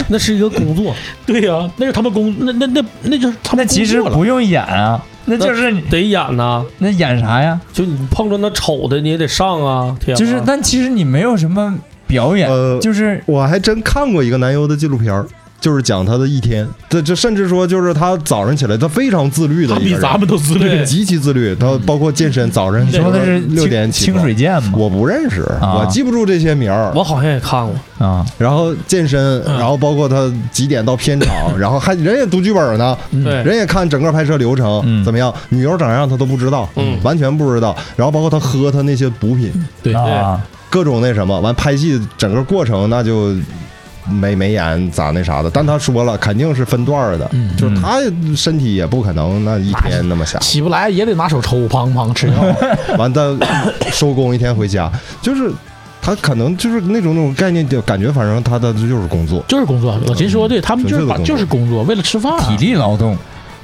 D: 那是一个工作，
C: 对呀、那是他们工，那那那那就是他
B: 那
C: 们
B: 其实
C: 工作了
B: 不用演啊，那就是你
D: [laughs] 得演呐、
B: 那演啥呀？
D: 就你碰着那丑的，你也得上啊，天啊
B: 就是，但其实你没有什么表演，
A: 呃，
B: 哎就是
A: 我还真看过一个男优的纪录片儿。就是讲他的一天，这这甚至说就是他早上起来，他非常自律的
C: 他
A: 一
C: 比
A: 个人，
C: 咱们都自律 [laughs]
D: 对。
A: 极其自律。他包括健身，早晨
B: 嗯你说的是
A: 六点起
B: 清清
A: 床
B: 水剑吗？
A: 我不认识，
B: 嗯啊
A: 我记不住这些名儿。
D: 我好像也看过，
B: 啊，
A: 然后健身，
D: 嗯
A: 然后包括他几点到片场，然后还人也读剧本呢，
C: 嗯
D: 对，
A: 人也看整个拍摄流程
B: 嗯
A: 怎么样，女优长啥样他都不知道，
D: 嗯
A: 完全不知道。然后包括他喝他那些补品，
C: 对
B: 啊，
A: 各种那什么，完拍戏整个过程那就没没演咋那啥的。但他说了，肯定是分段儿的，
C: 嗯，。
A: 就是他身体也不可能那一天那么下
C: 起不来也得拿手抽，砰砰吃药。
A: 完，他 [coughs] 收工一天回家，就是他可能就是那种那种概念，就感觉反正他的就是工作。
C: 就是工作，老秦说的对，他们就是把
A: 纯粹的工作
C: 就是工作，为了吃饭啊、
B: 体力劳动，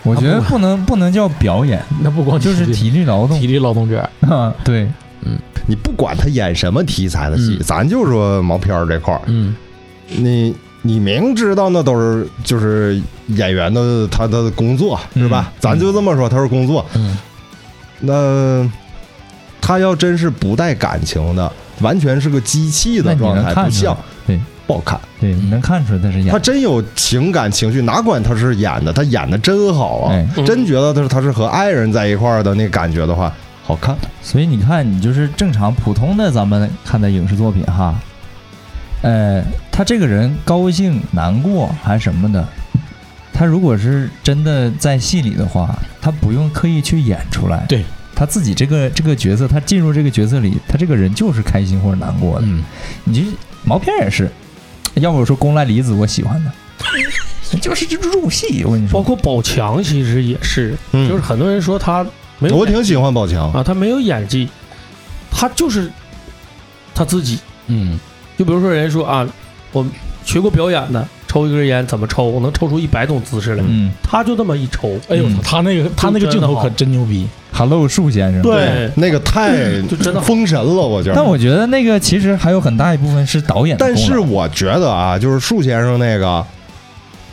B: 我觉得不能不能叫表演，
C: 那不光
B: 就是体力劳动
C: 体力劳动者，
B: 啊，对，
A: 你不管他演什么题材的戏，
C: 嗯
A: 咱就说毛片儿这块儿，
C: 嗯，
A: 你你明知道那都是就是演员的他的工作是吧？
B: 嗯
A: 咱就这么说，他是工作。
C: 嗯，
A: 那他要真是不带感情的，完全是个机器
B: 那
A: 的
B: 你
A: 状
B: 能
A: 态，不
B: 看出
A: 像
B: 来，对
A: 不好看。
B: 对，你能看出来他是演
A: 他，真有情感情绪，哪管他是演的，他演的真好啊！
B: 哎，
D: 嗯
A: 真觉得他是他是和爱人在一块儿的那感觉的话，好看。
B: 所以你看，你就是正常普通的咱们看的影视作品哈，呃，他这个人高兴、难过还是什么的，他如果是真的在戏里的话，他不用刻意去演出来，
C: 对
B: 他自己这个这个角色，他进入这个角色里，他这个人就是开心或者难过的。
C: 嗯，
B: 你就毛片也是，要不我说宫濑梨子我喜欢的，就是这入戏，我跟你
D: 包
B: 说，
D: 括宝强其实也是，
A: 嗯，
D: 就是很多人说他没有
A: 我挺喜欢宝强，
D: 啊，他没有演技，他就是他自己。
C: 嗯，
D: 就比如说人家说啊，我学过表演的，抽一根烟怎么抽？我能抽出一百种姿势来。
B: 嗯
D: 他就这么一抽，
C: 哎呦，
B: 嗯
C: 他那个他那个镜头可真牛逼，
B: ，Hello 树先生，
D: 对
A: 那个太
D: 就真的好
A: 封神了，我觉得。
B: 但我觉得那个其实还有很大一部分是导演的功
A: 但
B: 劳，
A: 是我觉得啊，就是树先生那个，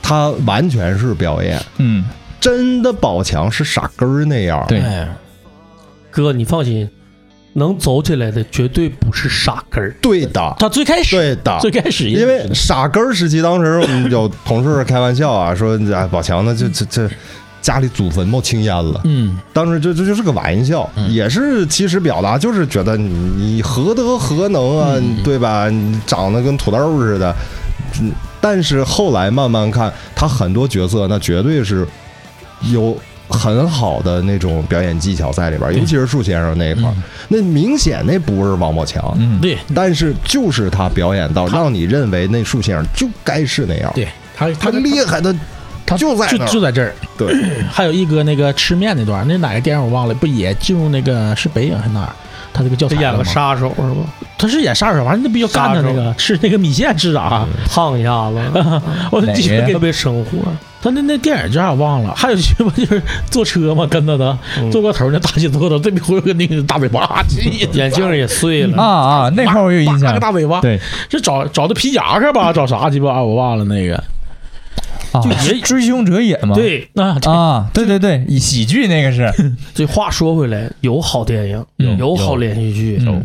A: 他完全是表演，
B: 嗯，
A: 真的宝强是傻根儿那样。
B: 对
C: 哎，
D: 哥，你放心，能走起来的绝对不是傻根儿。
A: 对的，
C: 他最开始
A: 对的。
C: 最开始也
A: 因为傻根儿时期，当时我们有同事开玩笑啊，说哎，宝强呢，这这这家里祖坟冒青烟了。
C: 嗯
A: 当时这这就是个玩笑，
C: 嗯
A: 也是其实表达就是觉得你你何德何能啊，
C: 嗯
A: 对吧？你长得跟土豆似的，嗯但是后来慢慢看，他很多角色那绝对是有很好的那种表演技巧在里边
C: 嗯
A: 儿，尤其是树先生那一块儿，那明显那不是王宝强。
B: 嗯，
C: 对
A: 但是就是他表演到让你认为那树先生就该是那样，
C: 对，他
A: 他
C: 他
A: 厉害的
C: 他
A: 就在
C: 就
A: 那儿
C: 就在这儿，
A: 对，
C: [clears throat] 还有一哥那个吃面那段，那哪个电影我忘了，不也进入那个是北影还是哪儿？他这个教
D: 他
C: 材
D: 演
C: 了
D: 个
C: 吗？
D: 杀手是
A: 嗯
D: 吧？
C: 他是演杀手，反正那比较干的那个吃那个米线吃啥？
D: 烫啊一
A: [laughs]
D: 下子，
C: 我
B: 哪个
C: 记得
B: 呀
C: 给
D: 特别生活。
C: 他那那电影叫啥我忘了，还有什么就是坐车嘛，跟着他
D: 嗯
C: 坐过头那大姐坐的，这边忽悠个那个大尾 [laughs] 巴，
D: 眼镜儿也碎了
A: 嗯
B: 啊，啊，那块儿我有印
C: [laughs] 八
B: 象
C: 个，大尾巴，
B: 对，
C: 啊是找找的皮夹克吧，找啥鸡巴我忘了那个。
B: 啊
D: 就也
B: 追凶者也嘛。
D: 对。
C: 啊，这
B: 啊，对对对，以喜剧那个是，
D: 这话说回来，有好电影，
B: 嗯
D: 有好连续剧，
B: 嗯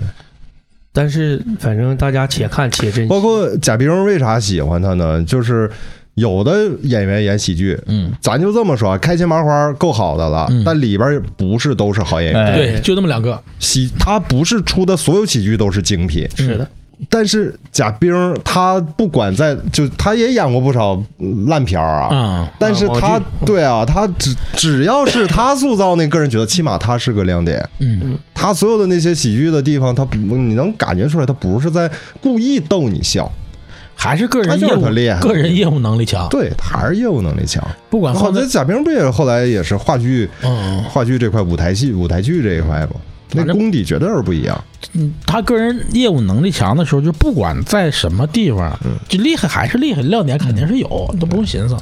D: 但是反正大家且看且珍惜。
A: 包括贾冰为啥喜欢他呢？就是有的演员演喜剧，
C: 嗯，
A: 咱就这么说，开心麻花够好的了
C: 嗯，
A: 但里边不是都是好演员，
B: 哎
C: 对，就那么两个，
A: 喜他不是出的所有喜剧都是精品，
D: 是的，
A: 但是贾冰儿他不管在就他也演过不少烂片儿啊。
C: 啊，
A: 但是他
D: 网剧
A: 对啊，他只只要是他塑造那个人觉得，起码他是个亮点。
C: 嗯，
A: 他所有的那些喜剧的地方，他不你能感觉出来，他不是在故意逗你笑，
C: 还是个
A: 他
C: 人
A: 就
C: 业
A: 是
C: 务
A: 他，厉害。
C: 个人业务能力强，
A: 对，他还是业务能力强。
C: 不管
A: 好
C: 放在
A: 在哦贾冰不也后来也是话剧
C: 嗯，
A: 话剧这块舞台戏舞台剧这一块吗？那
C: 反正
A: 功底绝对是不一样。
C: 嗯他个人业务能力强的时候，就不管在什么地方，就厉害还是厉害，亮点肯定是有，都不用寻思。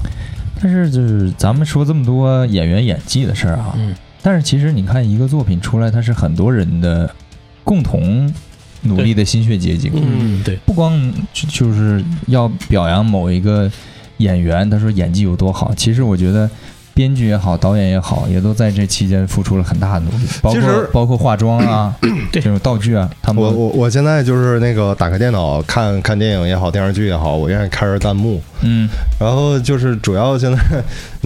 B: 但是就是咱们说这么多演员演技的事儿啊，
C: 嗯
B: 但是其实你看一个作品出来，它是很多人的共同努力的心血结晶，
D: 嗯，
C: 对，
B: 不光就就是要表扬某一个演员，他说演技有多好，其实我觉得。编剧也好，导演也好，也都在这期间付出了很大的努力，包
A: 其
B: 括
A: 实
B: 包括化妆
A: [coughs]
B: 啊，这
C: 对
B: 种道具啊，他们
A: 我我我现在就是那个打开电脑看看电影也好，电视剧也好，我愿意开着弹幕，
B: 嗯
A: 然后就是主要现在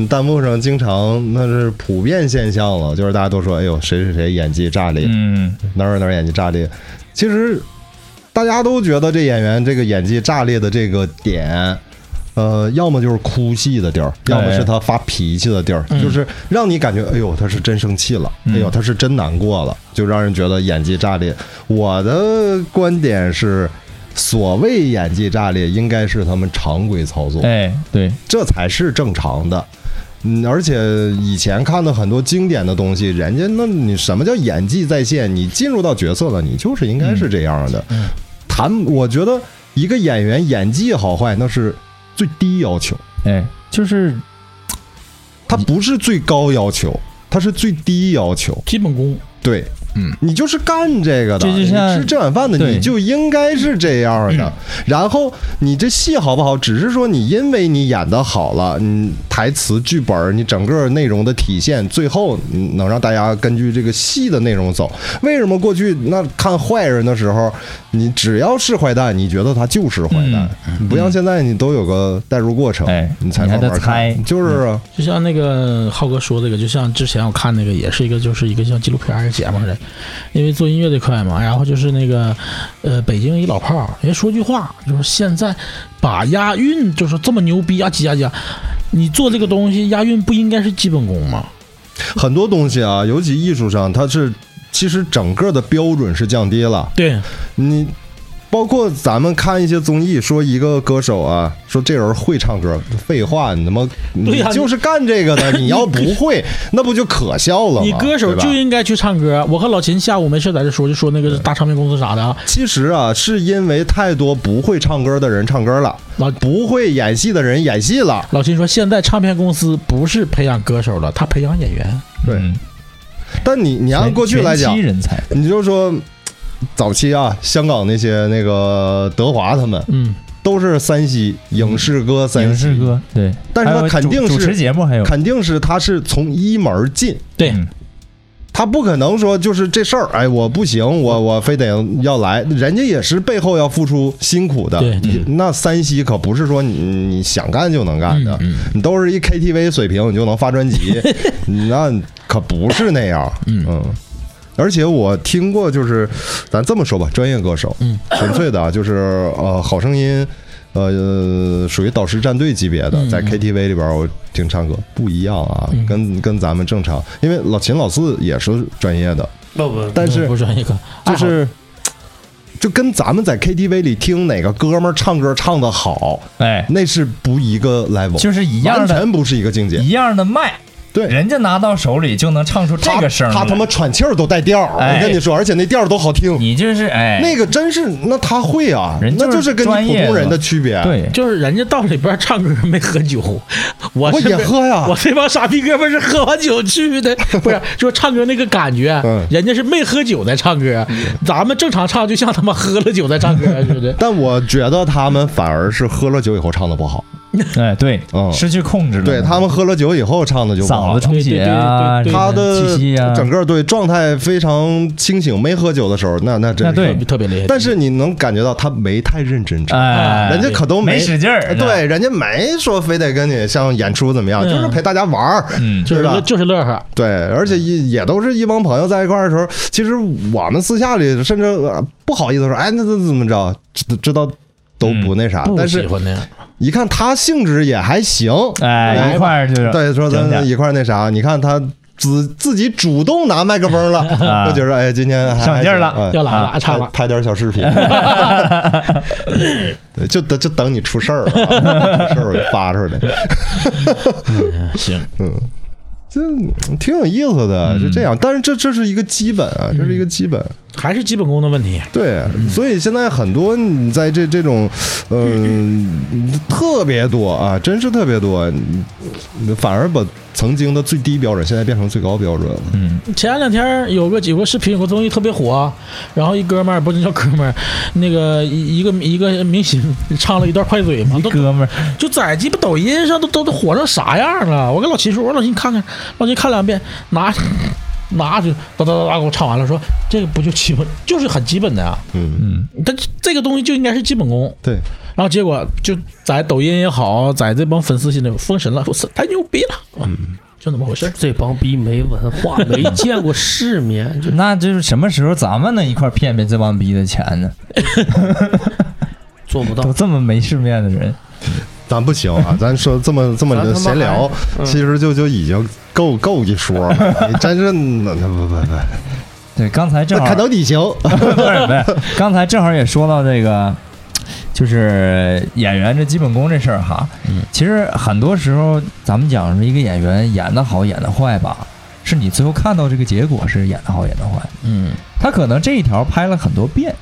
A: 弹幕上经常那是普遍现象了，就是大家都说哎呦谁谁谁演技炸裂，
B: 嗯
A: 哪儿哪儿演技炸裂，其实大家都觉得这演员这个演技炸裂的这个点。呃，要么就是哭戏的地儿，要么是他发脾气的地儿，
B: 嗯
A: 就是让你感觉，哎呦，他是真生气了，
B: 嗯
A: 哎呦，他是真难过了，就让人觉得演技炸裂。我的观点是，所谓演技炸裂，应该是他们常规操作，
B: 哎对
A: 这才是正常的。嗯，而且以前看的很多经典的东西，人家那你什么叫演技在线？你进入到角色了，你就是应该是这样的。
C: 嗯嗯
A: 谈，我觉得一个演员演技好坏那是最低要求，
B: 哎就是
A: 它不是最高要求，它是最低要求。
C: 基本功，
A: 对，
C: 嗯，
A: 你就是干这个的，
B: 这就像
A: 你吃这碗饭的，
B: 对嗯
A: 你就应该是这样的。然后你这戏好不好，只是说你因为你演的好了，你台词、剧本，你整个内容的体现，最后你能让大家根据这个戏的内容走。为什么过去那看坏人的时候，你只要是坏蛋，你觉得他就是坏蛋，
B: 嗯
A: 不像现在你都有个代入过程，
B: 哎
A: 你才
B: 你还
A: 慢
B: 得
A: 慢看
B: 猜
A: 就是啊，
C: 就像那个浩哥说这个，就像之前我看那个，也是一个就是一个像纪录片还是节目似的，因为做音乐这块嘛，然后就是那个呃，北京一老炮儿，人家说句话，就是现在把押韵就是这么牛逼，呀叽呀叽，你做这个东西押韵不应该是基本功吗？
A: 很多东西啊，尤其艺术上，它是其实整个的标准是降低了。
C: 对，
A: 你包括咱们看一些综艺，说一个歌手啊，说这人会唱歌，废话，你他妈
C: [laughs] 对
A: 你
C: 呀
A: 就是干这个的，你要不会，那不就可笑了吗？
C: 你歌手
A: 对吧
C: 就应该去唱歌。我和老秦下午没事在这说，就说那个大唱片公司啥的啊，
A: 其实啊，是因为太多不会唱歌的人唱歌了，
C: 老
A: 不会演戏的人演戏了。
C: 老秦说，现在唱片公司不是培养歌手了，他培养演员。
A: 对
B: 嗯
A: 但你你按过去来
B: 前
A: 讲
B: 期，人才
A: 你就说早期啊，香港那些那个德华他们
C: 嗯，都
A: 都是三西影视歌三
B: 影
A: 西，
B: 视歌对，
A: 但是
B: 还有
A: 他肯
B: 主
A: 定
B: 主持
A: 是
B: 节目还有
A: 肯定是他是从一门儿进。
C: 对
B: 嗯
A: 他不可能说就是这事儿，哎，我不行，我我非得要来，人家也是背后要付出辛苦的。嗯
C: 对嗯对
A: 那山西可不是说你你想干就能啊干的，
C: 嗯嗯
A: 你都是一 KTV 水平，你就能发专
C: [laughs]
A: 辑，那可不是那样。
C: 嗯
A: 而且我听过，就是咱这么说吧，专业歌手，
C: 嗯
A: 纯粹的啊，就是呃，好声音。呃，属于导师战队级别的，
C: 嗯
A: 在 KTV 里边我听唱歌不一样啊，
C: 嗯
A: 跟跟咱们正常，因为老秦老四也是专业的，
D: 不不，
A: 但
C: 嗯
A: 是
C: 不是一个，
A: 就
C: 爱好
A: 是就跟咱们在 KTV 里听哪个哥们儿唱歌唱的好，
B: 哎，
A: 那是不一个 level，
B: 就是一样
A: 完
B: 的
A: 全不是一个境界。
B: 一样的麦，
A: 对
B: 人家拿到手里就能唱出这
A: 他
B: 个声儿
A: 他他
B: 来
A: 妈喘气儿都带调儿，
B: 哎
A: 我跟你说，而且那调儿都好听。
B: 你就是哎，
A: 那个真是，那他会啊，
B: 人就是
A: 那就是跟你
B: 专业
A: 普通人
B: 的
A: [laughs] 的区别。，
B: 对，
C: 就是人家到里边唱歌没喝酒，我
A: [laughs] 我
C: 是
A: 也
C: 被
A: 喝啊呀
C: 我，这帮傻逼哥们儿是喝完酒
A: [laughs]
C: 去的，不是就唱歌那个感觉啊
A: 嗯，。
C: 人家是没喝酒在唱歌，咱们正常唱就像他妈喝了酒在唱歌啊似
A: [laughs]
C: 的
A: 但我觉得他们反而是喝了酒以后唱的不好，
B: 哎，对，
A: 嗯
B: 失去控制了，
A: 对他们喝了酒以后唱的就不好
B: 嗓子。充血啊，
C: 对对对对对
A: 他的
B: 气息啊，
A: 整个对状态非常清醒，没喝酒的时候，那那真
B: 那
A: 是
B: 对
C: 特别厉害，
A: 但是你能感觉到他没太认真唱，
B: 哎，
A: 啊人家可都哎
B: 没使劲儿，
A: 对，人家没说非得跟你像演出怎么样，
C: 嗯
A: 就是陪大家玩儿。
B: 嗯，
C: 就是
A: 吧
C: 是就是乐呵，
A: 对，而且也也都是一帮朋友在一块儿的时候，其实我们私下里甚至呃不好意思说，哎，那那怎么着，知知道都不那
B: 嗯
A: 啥。
C: 不
A: 但
C: 喜
A: 是
C: 欢的。
A: 一看他性质也还行，
B: 哎，一块儿就是
A: 对，说
B: 整
A: 咱
B: 点
A: 一块儿那啥，你看他自自己主动拿麦克风了，
B: 啊
A: 我觉得哎，今天还
B: 上劲儿了
A: 还行哎
C: 要拉
B: 啊
C: 拉差了
A: 拍，拍点小视
C: [laughs]
A: 频，对，就等就等你出事儿了啊，出事儿我就发出来，
C: 嗯 [laughs] 行，
A: 这挺有意思的，是这样。
C: 嗯
A: 但是这这是一个基本啊，这是一个基本。
C: 还是基本功的问题。
A: 对，啊
C: 嗯
A: 所以现在很多你在这这种，嗯、特别多啊，真是特别多，你反而把曾经的最低标准现在变成最高标准了。
B: 嗯，
C: 前两天有个有个视频，有个综艺特别火，然后一哥们儿不是叫哥们儿，那个一一个一个明星唱了一段快嘴嘛，都
B: 哥们儿，
C: 就在鸡巴抖音上都都都火成啥样了？我跟老秦说，我说老秦你看看，老秦看两遍，拿拿去哒哒哒哒给我唱完了，说这个不就基本就是很基本的啊，
A: 嗯，
B: 嗯，
C: 但这个东西就应该是基本功。
A: 对，
C: 然后结果就在抖音也好，在这帮粉丝心里封神了，说是太牛逼了，嗯，就那么回事儿。
D: 这帮逼没文化，没见过
A: [laughs]
D: 世面，就
B: 那就是什么时候咱们能一块儿骗骗这帮逼的钱呢？
D: 做不
A: [laughs]
D: 到
B: 都。这么没世面的人，
A: 咱不行
D: [laughs]
A: 啊，咱说这么这么
D: 咱他妈
A: 闲聊，
D: 还嗯
A: 其实就就已经够够一说了。
D: [laughs]
A: 你真是那那不不不，
B: 对，刚才正
A: 那
B: 好
A: 可能你行，
D: 哦
B: 不是不是，刚才正好也说到这个，就是演员这基本功这事儿哈。
C: 嗯
B: 其实很多时候咱们讲说一个演员演的好演的坏吧，是你最后看到这个结果是演的好演的坏。
C: 嗯
B: 他可能这一条拍了很多遍，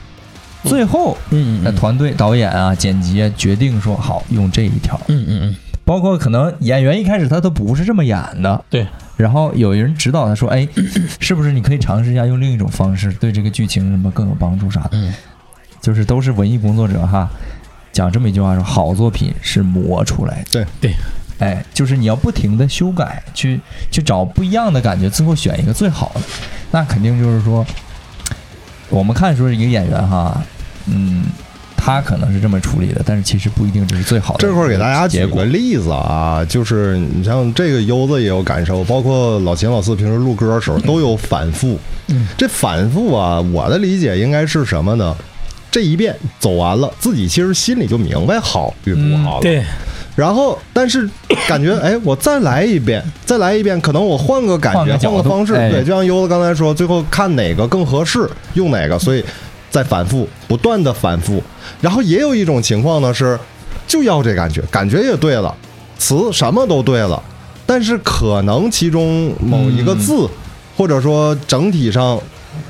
D: 嗯
B: 最后
C: 嗯
B: 那团队导演啊、剪辑啊决定说好用这一条。
C: 嗯嗯
B: 包括可能演员一开始他都不是这么演的，
C: 对。
B: 然后有人指导他说：“
C: [clears throat]
B: 哎，是不是你可以尝试一下用另一种方式，对这个剧情什么更有帮助啥的？”
C: 嗯，
B: 就是都是文艺工作者哈，讲这么一句话说：“好作品是磨出来的。”
A: 对
C: 对，
B: 哎，就是你要不停的修改，去去找不一样的感觉，最后选一个最好的。那肯定就是说，我们看说一个演员哈，嗯。他可能是这么处理的，但是其实不一定这是最好的。
A: 这块儿给大家举
B: 结果
A: 个例子啊，就是你像这个优子也有感受，包括老秦、老四平时录歌的时候都有反复。
C: 嗯
A: 这反复啊，我的理解应该是什么呢？这一遍走完了，自己其实心里就明白好与不好了。
C: 对，
A: 然后，但是感觉哎，我再来一遍，再来一遍，可能我换个感
B: 换
A: 觉，
B: 个角
A: 换
B: 度
A: 个方式，
B: 哎
A: 对，就像优子刚才说，最后看哪个更合适，用哪个，所以再反复，不断的反复。然后也有一种情况呢是，就要这感觉，感觉也对了，词什么都对了，但是可能其中某一个
B: 嗯
A: 字，或者说整体上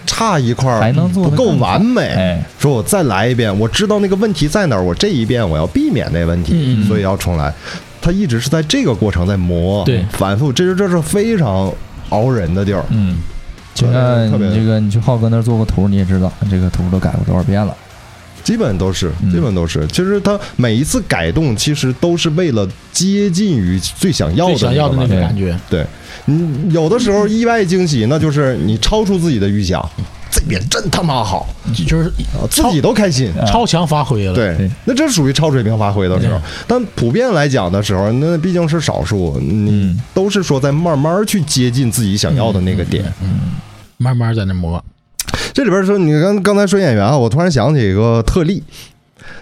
A: 差一块儿，
B: 还能做
A: 不
B: 得
A: 够
B: 更好
A: 完美，
B: 哎，
A: 说我再来一遍，我知道那个问题在哪儿，我这一遍我要避免那问题，
C: 嗯
A: 所以要重来。他一直是在这个过程在磨，
C: 对
A: 反复，这是这是非常熬人的地儿。
B: 嗯，就
A: 对
B: 像
A: 特别
B: 你这个，你去浩哥那儿做个图，你也知道，这个图都改过多少遍了。
A: 基本都是，
B: 嗯
A: 基本都是。其实他每一次改动，其实都是为了接近于最想要的
C: 最想要的
A: 那
C: 那
A: 个
C: 种
A: 嘛
C: 感觉，
A: 对，你有的时候意外惊喜，那就是你超出自己的预想，这边真他妈好，
C: 就是
A: 啊自己都开心。
C: 超强发挥了。
A: 对
B: 对，
A: 那这属于超水平发挥的时候，但普遍来讲的时候，那毕竟是少数，你
B: 嗯
A: 都是说在慢慢去接近自己想要的那个点。
C: 慢慢在那磨。
A: 这里边说，你刚刚才说演员啊，我突然想起一个特例，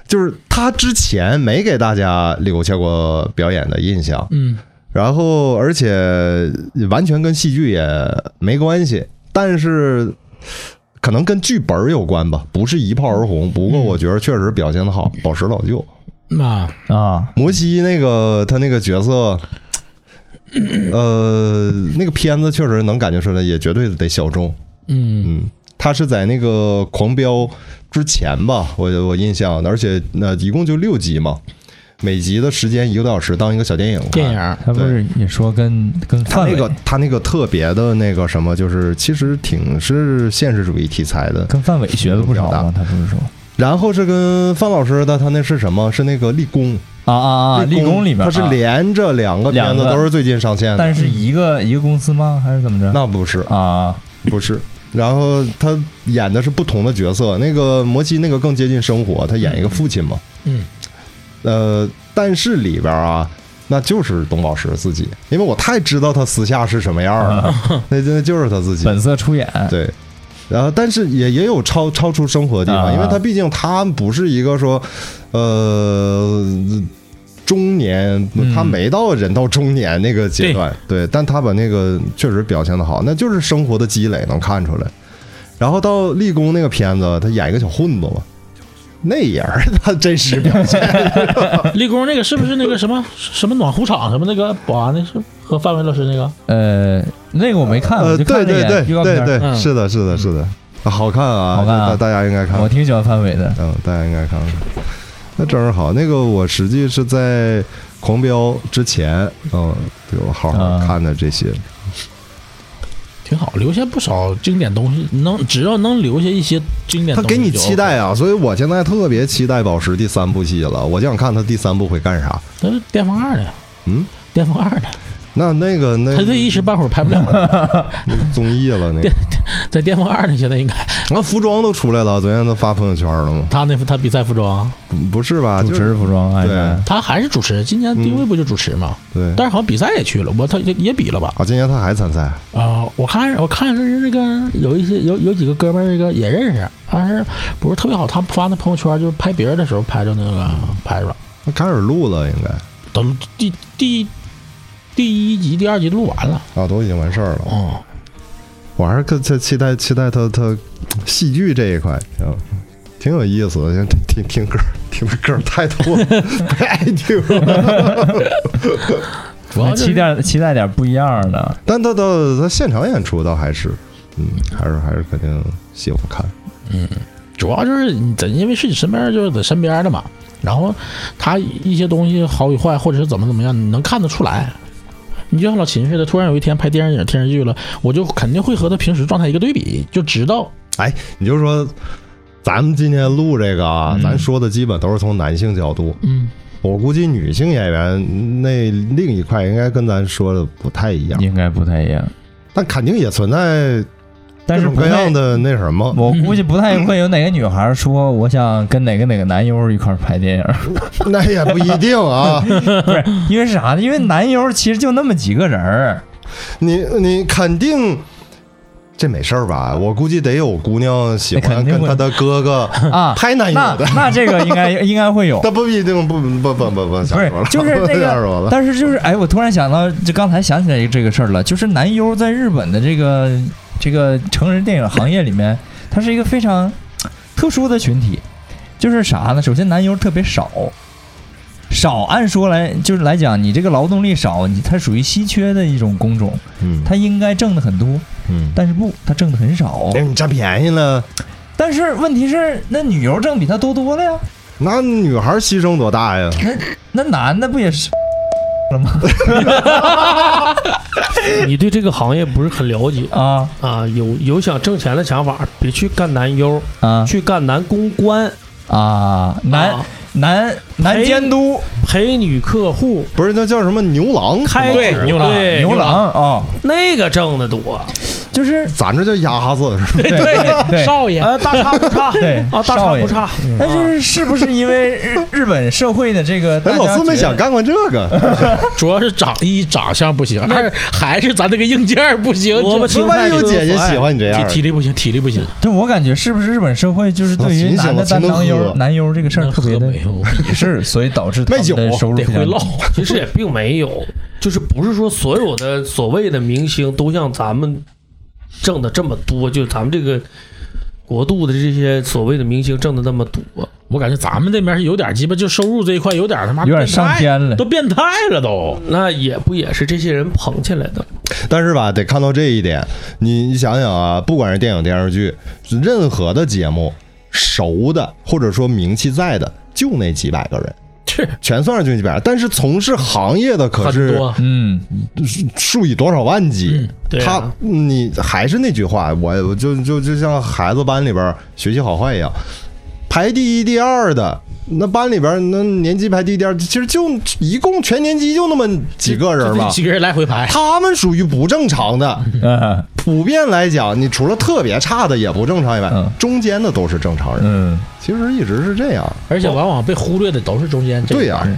A: 就是他之前没给大家留下过表演的印象，
C: 嗯，
A: 然后而且完全跟戏剧也没关系，但是可能跟剧本有关吧，不是一炮而红。不过我觉得确实表现的好，宝石老舅。
C: 那
B: 啊，
A: 摩西那个他那个角色，呃，那个片子确实能感觉出来，也绝对得小众。
C: 嗯
A: 嗯，他是在那个呃《狂飙》之前吧，我我印象，而且那、一共就六集嘛。每集的时间一个多小时，当一个小电影看。
C: 电影
B: 他不是也说跟跟
A: 他
B: 范
A: 那
B: 伟
A: 个他那个特别的那个什么，就是其实挺是现实主义题材的。
B: 跟范伟学了不少吗？他不是说
A: 然后是跟范老师的，他那是什么？是那个立功
B: 啊啊啊，立功里面
A: 他是
B: 啊
A: 连着两个片
B: 两
A: 子
B: 个
A: 都是最近上线的。
B: 但是一个一个公司吗？还是怎么着？
A: 那不是，
B: 啊，
A: 不是。然后他演的是不同的角色，那个摩西那个更接近生活，他演一个父亲嘛。
C: 嗯。
A: 呃，但是里边啊，那就是董宝石自己，因为我太知道他私下是什么样了， [laughs] 那那就是他自己。
B: 本色出演，
A: 对。然后，但是也也有超超出生活的地
B: 啊
A: 方，因为他毕竟他不是一个说，呃，中年，
B: 嗯
A: 他没到人到中年那个阶段，对，但他把那个确实表现的好，那就是生活的积累能看出来。然后到立功那个片子，他演一个小混子嘛，那也是 [laughs] 他真实
B: [laughs]
A: 表现，
C: 立功那个是不是那个什么什么暖壶厂什么那个保安那是和范伟老师那个？
B: 呃，那个我没看，
A: 呃，
B: 我就
A: 对
B: 看了一
A: 对
B: 眼
A: 对
B: 预告
A: 对
B: 片儿。
A: 对，
C: 嗯
A: 是的，是的，是的，好看啊，
B: 好看啊
A: 大大家应该看
B: 我，挺喜欢范伟的，
A: 嗯，大家应该看看。那正好，那个我实际是在《狂飙》之前，嗯，对我好好看的这些，
B: 啊
C: 挺好，留下不少经典东西，能只要能留下一些经典
A: 他
C: 东西，
A: 给你期待。啊，所以我现在特别期待啊宝石第三部戏了，我就想看他第三部会干啥。
C: 他是巅峰二的，
A: 嗯，
C: 巅峰二的，
A: 那那个那
B: [laughs]
C: 他这一时半会儿拍不了
A: 嗯
C: 了，
A: 综艺了，那个
C: 对 [laughs] 在巅峰二的现在应该
A: 那服装都出来了，昨天都发朋友圈了
B: [laughs]
A: 吗？
C: 他那他比赛服装，
A: 不不是吧？
B: 主
A: 啊就
B: 持
A: 是
B: 服装，哎
A: 对啊
B: 呀
C: 他还是主持，今年定
A: 嗯
C: 位不就主持嘛？
A: 对
C: 但是好像比赛也去了，我他也也比了吧？
A: 啊，今年他还参赛，
C: 啊、我看我看是那个有一些有有几个哥们儿，这个也认识，但是不是特别好。他发那朋友圈，就是拍别人的时候拍着那个拍着，
A: 那开始录了应该
C: 等第第第一集、第二集录完了，
A: 啊，都已经完事儿了。
C: 嗯，
A: 我还是更在期待期待他他戏剧这一块，啊，挺有意思的。现在听听歌，听的歌太多
B: [laughs]
A: 了，不爱听了。
C: 主要、就是、
B: 期待期待点不一样的，
A: 但他的他现场演出倒还是，嗯，还是还是肯定喜欢看。
C: 主要就是你在，因为是你身边就是在身边的嘛，然后他一些东西好与坏，或者是怎么怎么样，你能看得出来。你就像老秦似的，突然有一天拍电影、电视剧了，我就肯定会和他平时状态一个对比，就知道
A: 哎，你就说，咱们今天录这个啊，
B: 嗯
A: 咱说的基本都是从男性角度，
C: 嗯，
A: 我估计女性演员那另一块应该跟咱说的不太一样，
B: 应该不太一样。
A: 但肯定也存在各
B: 但是
A: 种
B: 不
A: 各
B: 太
A: 样，的那什
B: [laughs]
A: 么。
B: 我估计不太会有哪个女孩说我想跟哪个哪个男优一块儿拍电影，
A: 那也不一定啊。
B: [laughs] 不是因为啥呢？因为男优其实就那么几个人儿，
A: 你你肯定这没事儿吧？我估计得有姑娘喜
B: 那
A: 欢
B: 肯定
A: 跟
B: 会
A: 她的哥
B: [laughs]
A: 哥
B: 啊
A: 拍男友
B: 那 [laughs]
A: 的，
B: 那这个应该应该会有。
A: 那不一定不不不不不想
B: 不是
A: 说了，
B: 就是
A: [laughs]
B: 那个
A: 想说了。
B: 但是就是哎，我突然想到，就刚才想起来一个这个事儿了，就是男优在日本的这个这个成人电影行业里面，他是一个非常特殊的群体。就是啥呢？首先，男优特别少，少按说来就是来讲，你这个劳动力少，你它属于稀缺的一种工种，
A: 嗯
B: 他应该挣的很多，
A: 嗯，
B: 但是不，他挣的很少。
A: 哎，你占便宜了，
B: 但是问题是，那女优挣比他多多了呀，
A: 那女孩牺牲多大呀？
B: 那男的不也是？
D: 你对这个行业不是很了解
B: 啊
D: 啊？有有想挣钱的想法，别去干男优，
A: 嗯
B: 啊
D: 去干男公关，
B: 啊！男
D: 啊
B: 男
A: 哎
B: 男
D: 陪
B: 监督，
D: 陪女客户，
A: 不是那叫什么牛郎是
D: 开
A: 吗？
D: 对牛郎对
B: 牛
D: 牛
B: 郎
D: 郎
B: 啊、哦，
D: 那个挣的多。
B: 就是
A: 咱这叫鸭子
B: [laughs]
A: 是吧？
B: 对对
C: 少爷
D: 呃，大差不
B: [laughs]
D: 差，
B: 对嗯
D: 啊，大差不差。
B: 那就是是不是因为日日本社会的这个，
A: 哎，老四没想，干过这
B: [laughs]
A: 个，
C: 主要是长一长相不行，二还是咱这个硬件儿不行。
D: 我们
C: 这
A: 万一有姐姐喜欢你这样
C: 体体力不行，体力不行，
B: 就我感觉是不是日本社会就是对
A: 老
B: 于
A: 秦
B: 男的
A: 想
B: 担
A: 老秦
B: 当
A: 都
B: 优
A: 喝
B: 男优这个事儿
C: 那
B: 特
C: 河
B: 别的
C: 北我
B: [laughs] 鄙视，所以导致他们
A: 卖
B: 的
A: 酒
B: 收入
C: 得会
B: 非常低
C: 唠。
D: 其实也并没有，就是不是说所有的所谓的明星都像咱们挣的这么多，就咱们这个国度的这些所谓的明星挣的那么多。
C: 我感觉咱们这边是有点鸡巴，就收入这一块有点他妈
B: 有点
C: 变态
B: 上天了
C: 都变态了都。
D: 那也不也是这些人捧起来的，
A: 但是吧，得看到这一点，你你想想啊，不管是电影、电视剧，任何的节目，熟的或者说名气在的，就那几百个人。
C: 是
A: 全算上军戏片儿，但是从事行业的可
D: 很
A: 是
D: 多，
B: 嗯，
A: 数以多少万计。
C: 嗯
D: 对啊
A: 他，你还是那句话，我我就就就像孩子班里边儿学习好坏一样，排第一、第二的那班里边儿，那年级排第一、第二，其实就一共全年级就那么几个人吧
C: 就。几个人来回排，
A: 他们属于不正常的，
B: 嗯
A: 普遍来讲，你除了特别差的也不正常以外
B: 嗯，
A: 中间的都是正常人。
B: 嗯，
A: 其实一直是这样，
C: 而且往往被忽略的都是中间这一
A: 对呀
C: 半儿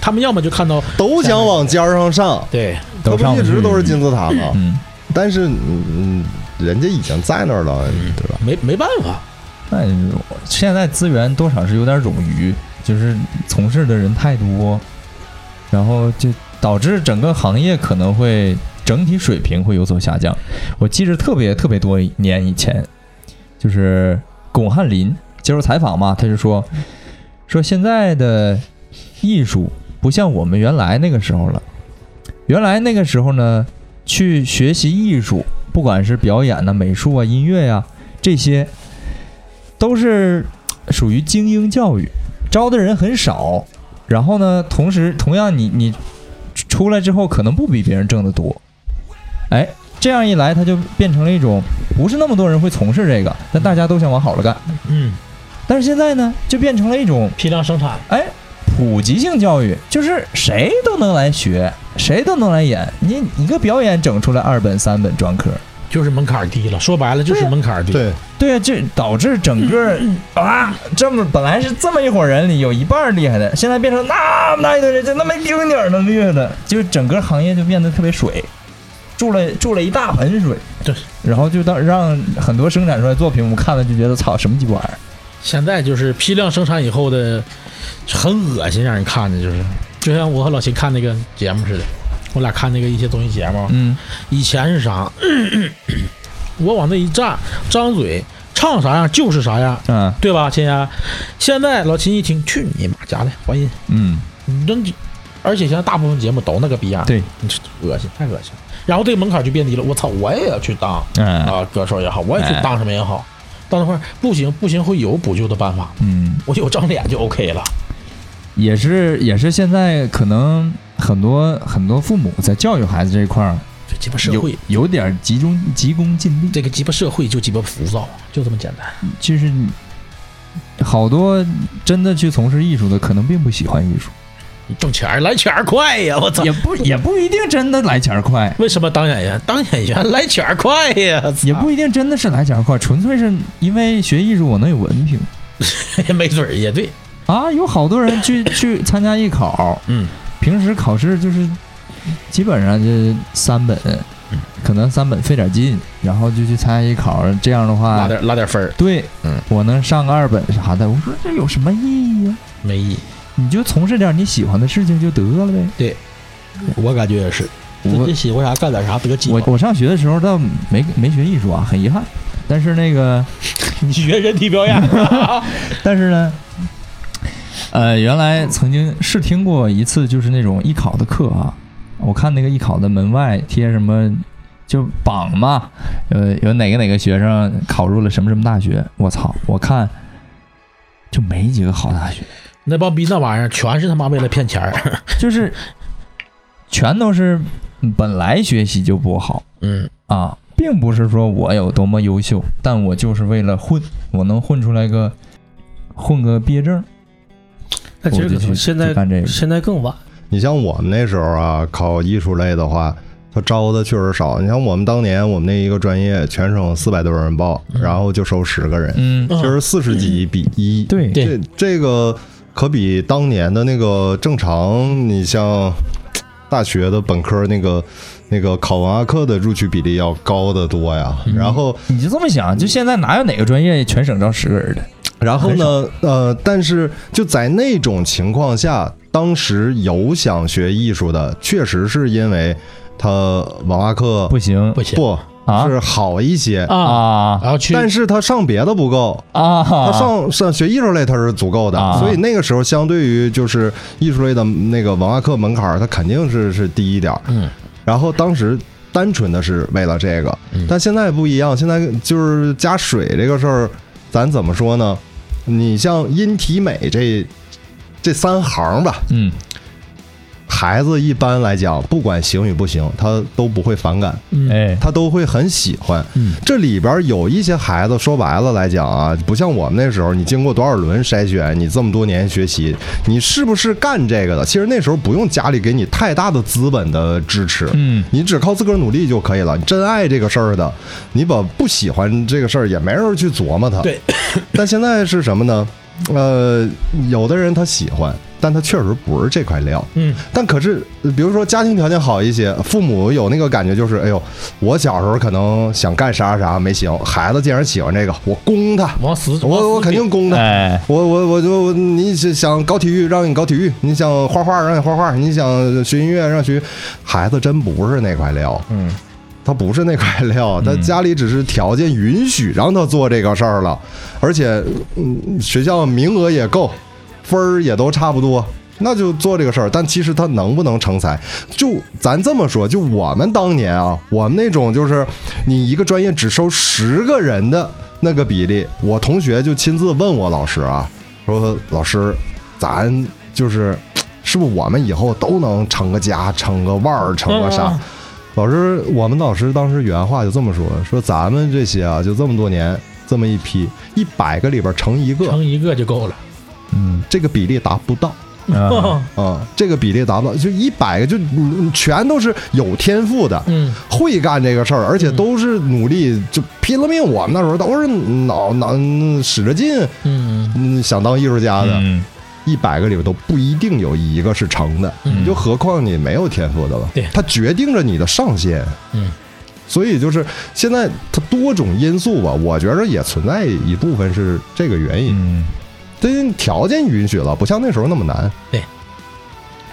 C: 他们要么就看到
A: 都想往尖儿上上，
C: 对
A: 他
B: 都上
A: 不
B: 不
A: 一直
B: 去
A: 都是金字塔吗？
B: 嗯，
A: 但是，嗯，嗯人家已经在那儿了，
B: 嗯
A: 对吧？
C: 没没办法，
B: 那现在资源多少是有点冗余，就是从事的人太多，然后就导致整个行业可能会整体水平会有所下降。我记着特别特别多年以前，就是巩汉林接受采访嘛，他就说 [laughs] 说现在的艺术不像我们原来那个时候了，原来那个时候呢，去学习艺术，不管是表演呐、美术啊、音乐呀、这些。都是呃属于精英教育，招的人很少。然后呢，同时同样你你出来之后，可能不比别人挣得多。哎，这样一来，它就变成了一种不是那么多人会从事这个，但大家都想往好了干。
C: 嗯，
B: 但是现在呢，就变成了一种
C: 批量生产，
B: 哎普及性教育，就是谁都能来学，谁都能来演。你一个表演整出来二本三本专科，
C: 就是门槛儿低了，说白了就是
B: 对呀
C: 门槛儿低，
A: 对，
B: 对啊，这导致整个
C: 嗯
B: 啊，这么本来是这么一伙人里有一半儿厉害的，现在变成那么大一堆人，就那么一丁点儿的厉害的，就是整个行业就变得特别水，注了注了一大盆水，
C: 对，
B: 然后就当让很多生产出来作品，我们看了就觉得操什么鸡巴玩意儿，
C: 现在就是批量生产以后的，很恶心，让人看着就是，就像我和老秦看那个节目似的，我俩看那个一些综艺节目，
B: 嗯
C: 以前是啥， [coughs] 我往那一站，张嘴唱啥样就是啥样，
B: 啊
C: 对吧，秦岩？现在老秦一听，去你妈家的，还音，
B: 嗯，
C: 你真就，而且现在大部分节目都那个逼样，
B: 对，
C: 你这恶心，太恶心了。然后这个门槛就变低了，我操，我也要去当
B: 啊
C: 啊歌手也好，我也去
B: 哎
C: 当什么也好，到那块儿不行不行，会有补救的办法。
B: 嗯，
C: 我有张脸就 OK 了。
B: 也是也是现在可能很多很多父母在教育孩子这一块儿
C: 这鸡巴社
B: 有
C: 会，
B: 有点儿急中急功近利。
C: 这个鸡巴社会就鸡巴浮躁，就这么简单。
B: 就是好多真的去从事艺术的，可能并不喜欢艺术，
C: 你挣钱儿来钱儿快呀，我操！
B: 也不也不一定真的来钱儿快，
C: 为什么当演员？当演员来钱儿快呀，
B: 也不一定真的是来钱儿快，纯粹是因为学艺术我能有文凭
C: 操没准儿也对。
B: 啊。有好多人
C: [coughs]
B: 去去参加艺考，
C: 嗯，
B: 平时考试就是基本上就三本，
C: 嗯
B: 可能三本费点劲，然后就去参加艺考，这样的
C: 拉
B: 话。
C: 点拉点分儿
B: 对，
C: 嗯，
B: 我能上个二本啥的，我说这有什么意义呀、
C: 没意义。
B: 你就从事点你喜欢的事情就得了呗。
C: 我感觉也是，
B: 我
C: 喜欢啥干点啥得劲
B: 我我上学的时候倒没没学艺术啊，很遗憾。但是那个，
C: 你学人体表演，
B: 但是呢，呃，原来曾经试听过一次，就是那种艺考的课啊。我看那个艺考的门外贴什么，就榜嘛，呃，有哪个哪个学生考入了什么什么大学。我操，我看就没几个好大学，
C: [laughs] 那帮逼那玩意儿全是他妈为了骗钱儿。 [laughs]
B: 就是全都是本来学习就不好，
C: 嗯，
B: 啊，并不是说我有多么优秀，但我就是为了混，我能混出来个混个毕业证，
D: 那
B: 我
D: 其实
B: 就
D: 可
B: 去
D: 能现在
B: 去干这个。
D: 现在更晚，
A: 你像我们那时候啊，考艺术类的话，他招的确实少。你像我们当年，我们那一个专业，全省四百多人报，
C: 嗯
A: 然后就收十个人，
B: 嗯，
A: 就是四十几比一。
B: 对，
C: 对
A: 这这个可比当年的那个正常，你像大学的本科那个那个考文化课的录取比例要高得多呀。然后
B: 你就这么想，就现在哪有哪个专业全省招十个人的？
A: 然后呢，呃，但是就在那种情况下，当时有想学艺术的，确实是因为他文化课
B: 不行
C: 不行
A: 不
B: 啊
A: 是好一些，
C: 啊，
B: 啊
C: 然后去
A: 但是他上别的不够，
B: 啊！
A: 他上上学艺术类他是足够的，
B: 啊
A: 所以那个时候相对于就是艺术类的那个文化课门槛儿，他肯定是是低一点儿。
C: 嗯，
A: 然后当时单纯的是为了这个
C: 嗯，
A: 但现在不一样，现在就是加水这个事儿，咱怎么说呢？你像音体美这这三行吧，
B: 嗯
A: 孩子一般来讲，不管行与不行，他都不会反感，
C: 嗯
B: 哎
A: 他都会很喜欢。
C: 嗯
A: 这里边有一些孩子，说白了来讲啊，不像我们那时候，你经过多少轮筛选，你这么多年学习，你是不是干这个的？其实那时候不用家里给你太大的资本的支持，
B: 嗯
A: 你只靠自个儿努力就可以了。你真爱这个事儿的，你把不喜欢这个事儿也没人去琢磨它。
C: 对，
A: 但现在是什么呢？呃，有的人他喜欢，但他确实不是这块料。
C: 嗯，
A: 但可是，呃比如说家庭条件好一些，父母有那个感觉就是，哎呦，我小时候可能想干啥啥没行，孩子既然喜欢这个，我供他，
C: 往死
A: 我我肯定供他。
B: 哎
A: 我我我就我你是想搞体育，让你搞体育；你想画画，让你画画；你想学音乐，让学。孩子真不是那块料，
B: 嗯
A: 他不是那块料，他
B: 嗯
A: 家里只是条件允许让他做这个事儿了，而且嗯，学校名额也够，分儿也都差不多。那就做这个事儿，但其实他能不能成才，就咱这么说，就我们当年啊，我们那种就是你一个专业只收十个人的那个比例，我同学就亲自问我老师啊，说老师，咱就是是不是我们以后都能成个家、成个腕儿、成个啥？
C: 嗯嗯
A: 老师，我们老师当时原话就这么说：说咱们这些啊，就这么多年，这么一批，一百个里边乘一个，
C: 成一个就够了。
B: 嗯
A: 这个比例达不到
C: [laughs]
B: 啊
A: 啊、这个比例达不到，就一百个就嗯全都是有天赋的，
C: 嗯，
A: 会干这个事儿，而且都是努力，就拼了命。我们那时候都是脑脑使着劲，
C: 嗯
A: 嗯，想当艺术家的，
B: 嗯
A: 一百个里边都不一定有一个是成的，
C: 嗯
A: 你就何况你没有天赋的了。
C: 对
A: 它决定着你的上限。
C: 嗯，
A: 所以就是现在它多种因素吧，我觉着也存在一部分是这个原因。
B: 嗯，
A: 最近条件允许了，不像那时候那么难。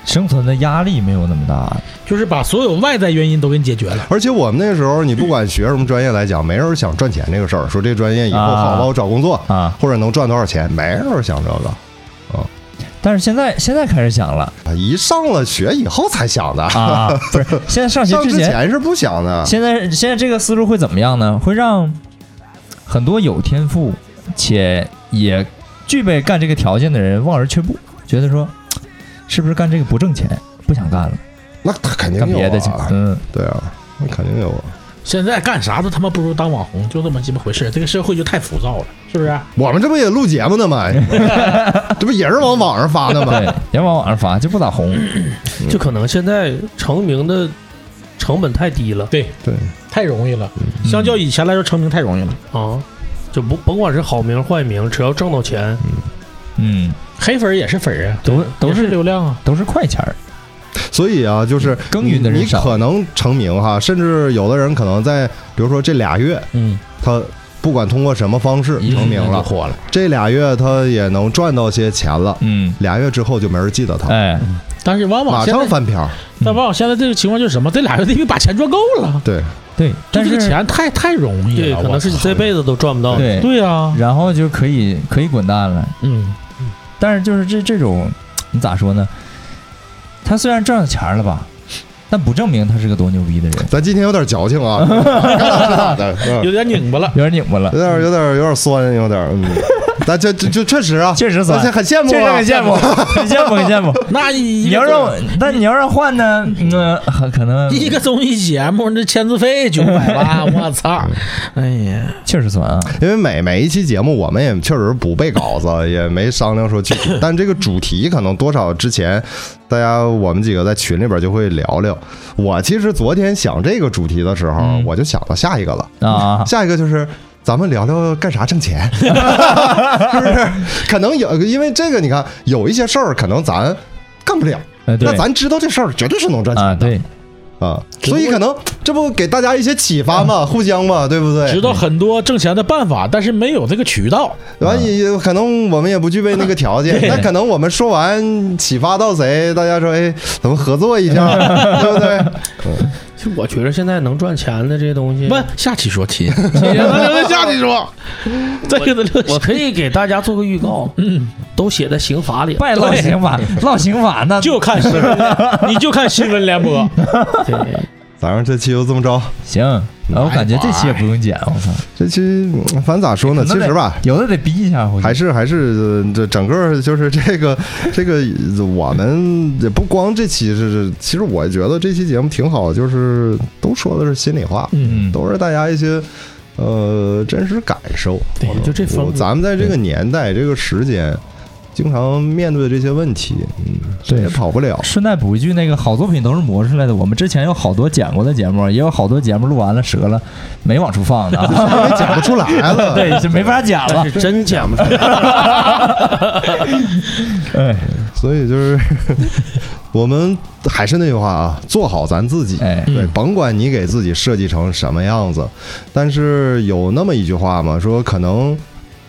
B: 生存的压力没有那么大，
C: 就是把所有外在原因都给你解决了。
A: 而且我们那时候，你不管学什么专业来讲，没人想赚钱这个事儿，说这专业以后好
B: 啊
A: 帮我找工作，
B: 啊，
A: 或者能赚多少钱，没人想这个。
B: 但是现在现在开始想了
A: 啊一上了学以后才想的，
B: 啊，不是现在上学
A: 上之
B: 前，
A: 前是不想的。
B: 现在现在这个思路会怎么样呢？会让很多有天赋且也具备干这个条件的人望而却步，觉得说是不是干这个不挣钱，不想干了，
A: 那他肯定
B: 干
A: 有
B: 别的去
A: 啊，，
B: 嗯，
A: 对啊，那肯定有啊。
C: 现在干啥都他妈不如当网红，就这么鸡巴回事。这个社会就太浮躁了，是不是？
A: 我们这不也录节目呢 [laughs] 吗？这不也是往网上发的吗？
B: 对，也往网上发，就不咋红，
C: 嗯
D: 就可能现在成名的成本太低了
A: 对，
C: 太容易了，
B: 嗯
C: 相较以前来说，成名太容易了。
D: 啊，就不甭管是好名坏名，只要挣到钱，
B: 嗯，
C: 黑粉儿也是粉儿啊，
B: 都都
C: 也
B: 是
C: 是流量啊。
B: 都是快钱儿，
A: 所以啊，就是
B: 嗯耕耘的人
A: 你
B: 少
A: 可能成名哈，甚至有的人可能在，比如说这俩月，
C: 嗯，
A: 他不管通过什么方
B: 嗯
A: 式成名嗯了，
C: 火了。
A: 这俩月他也能赚到些钱了，
B: 嗯，
A: 俩月之后就没人记得他，
B: 哎，
C: 但是往往
A: 马
C: 现
A: 上
C: 在，
A: 翻篇儿。
C: 但往往现在这个情况就是什么？这俩人因为把钱赚够了，
A: 对，
B: 对，
C: 就
B: 但
C: 这
B: 是
C: 个钱太太容易
D: 对，
C: 了，
D: 可能是你
C: 我操
D: 这辈子都赚不到。
B: 对，
C: 对啊，
B: 然后就可以可以滚蛋了。
C: 嗯，
B: 但是就是这这种，你咋说呢？他虽然挣了钱儿了吧，但不证明他是个多牛逼的人，
A: 咱今天有点矫情啊，
B: [laughs]
A: 该咋是咋的，嗯
C: 有点拧巴了。
B: 有点拧巴了
A: 有。点有点有点酸，有点，嗯，咱这这这确实啊，
B: 确实
A: 咱
B: 酸
A: 现在，很羡慕
B: 确实
A: 啊
B: 很，羡慕，很 [laughs] 羡慕，很羡慕。
A: [laughs]
C: 那你
B: 你要让，我，但你要让换呢，那很
A: [laughs]
B: 可能
C: 一个综艺节目，那签字费九百万，我操！哎呀，
B: 确实酸啊。
A: 因为每每一期节目，我们也确实不背稿子，也没商量说具体，但这个主题可能多少之前，大家我们几个在群里边就会聊聊。我其实昨天想这个主题的时候，
B: 嗯
A: 我就想到下一个了，
B: 啊，
A: [laughs] 下一个就是。咱们聊聊干啥挣
B: [laughs]
A: 钱，是不是？可能有，因为这个，你看有一些事儿，可能咱干不了，
B: 呃对
A: 那咱知道这事儿绝对是能赚
B: 啊，
A: 钱的
B: 对，
A: 啊，所以可能这不给大家一些启发嘛，互相嘛，对不对？
C: 知道很多挣钱的办法，但是没有这个渠道。
B: 啊
A: 完也也可能我们也不具备那个条
B: [laughs]
A: 件，那可能我们说完启发到谁，大家说哎，咱们合作一
B: [laughs]
A: 下，对不对？
D: 其实我觉得现在能赚钱的这些东西，
C: 问下期说亲，下期说，这个的
D: 我可以给大家做个预告，嗯，都写在刑
C: [laughs]
D: 法里。
B: 拜落刑法，落刑法那
C: 就看新闻，你就看新闻联播，
D: 对，
A: 反正这期就这么着。
B: 行，然后我感觉这期也不用剪，我操，
A: 这期嗯反正咋说呢？
B: 可
A: 其
B: 能得
A: 实吧，
B: 有的得逼一下回去
A: 还。是还是呃这整个就是这个 [laughs] 这个，我们也不光这期是，其实我觉得这期节目挺好，就是都说的是心里话，
B: 嗯，
A: 都是大家一些呃真实感受。
C: 对
A: 我
C: 就这风
A: 我
C: 格
A: 咱们在这个年代这个时间，经常面对这些问题，嗯，谁
B: 对
A: 也跑不了。
B: 顺带补一句，那个好作品都是磨出来的。我们之前有好多剪过的节目，也有好多节目录完了折了，没往出放的啊。
A: 因为讲不出来了，
B: [laughs] 对，是没法剪了
A: [laughs]
D: 但。是真剪
C: [laughs]
D: 不出来。
B: 哎
A: 所以就是 [laughs] 我们还是那句话啊，做好咱自己。
B: 哎，
A: 对，甭管你给自己设计成什么样子，但是有那么一句话嘛，说可能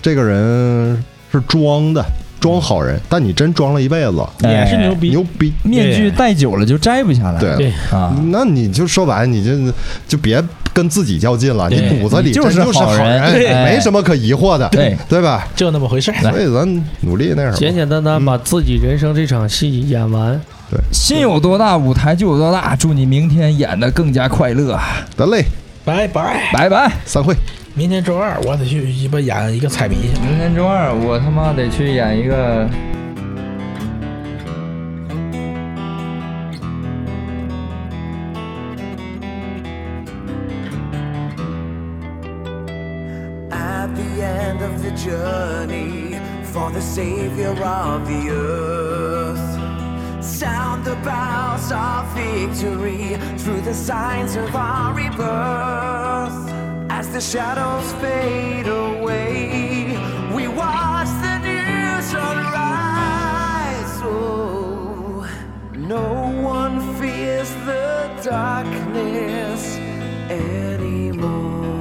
A: 这个人是装的，装好人，但你真装了一辈子，
C: 也是牛逼，
A: 牛逼。
B: 哎面具戴久了就摘不下来。
A: 对
C: 对
B: 啊，
A: 那你就说白了，你就就别跟自己较劲了，
B: 对
A: 你骨子里
B: 你就是
A: 真是
B: 好
A: 好
B: 人对
A: 没什么可疑惑的，
B: 对
A: 对吧？
C: 就那么回事儿。
A: 所以咱努力那什
D: 简
A: 么，
D: 简单单把自己人生这场戏演完，
B: 心有多大，舞台就有多大。祝你明天演得更加快乐，
A: 得嘞，
C: 拜拜，
B: 拜拜。
A: 散会。
C: 明天周二我得去鸡巴演一个彩迷去。
B: 明天周二我他妈得去演一个。
E: at the end of the journey for the savior of the earth. Sound the bells of victory through the signs of our rebirth. As the shadows fade away, we watch the new sunrise. Oh, no one fears the darkness anymore.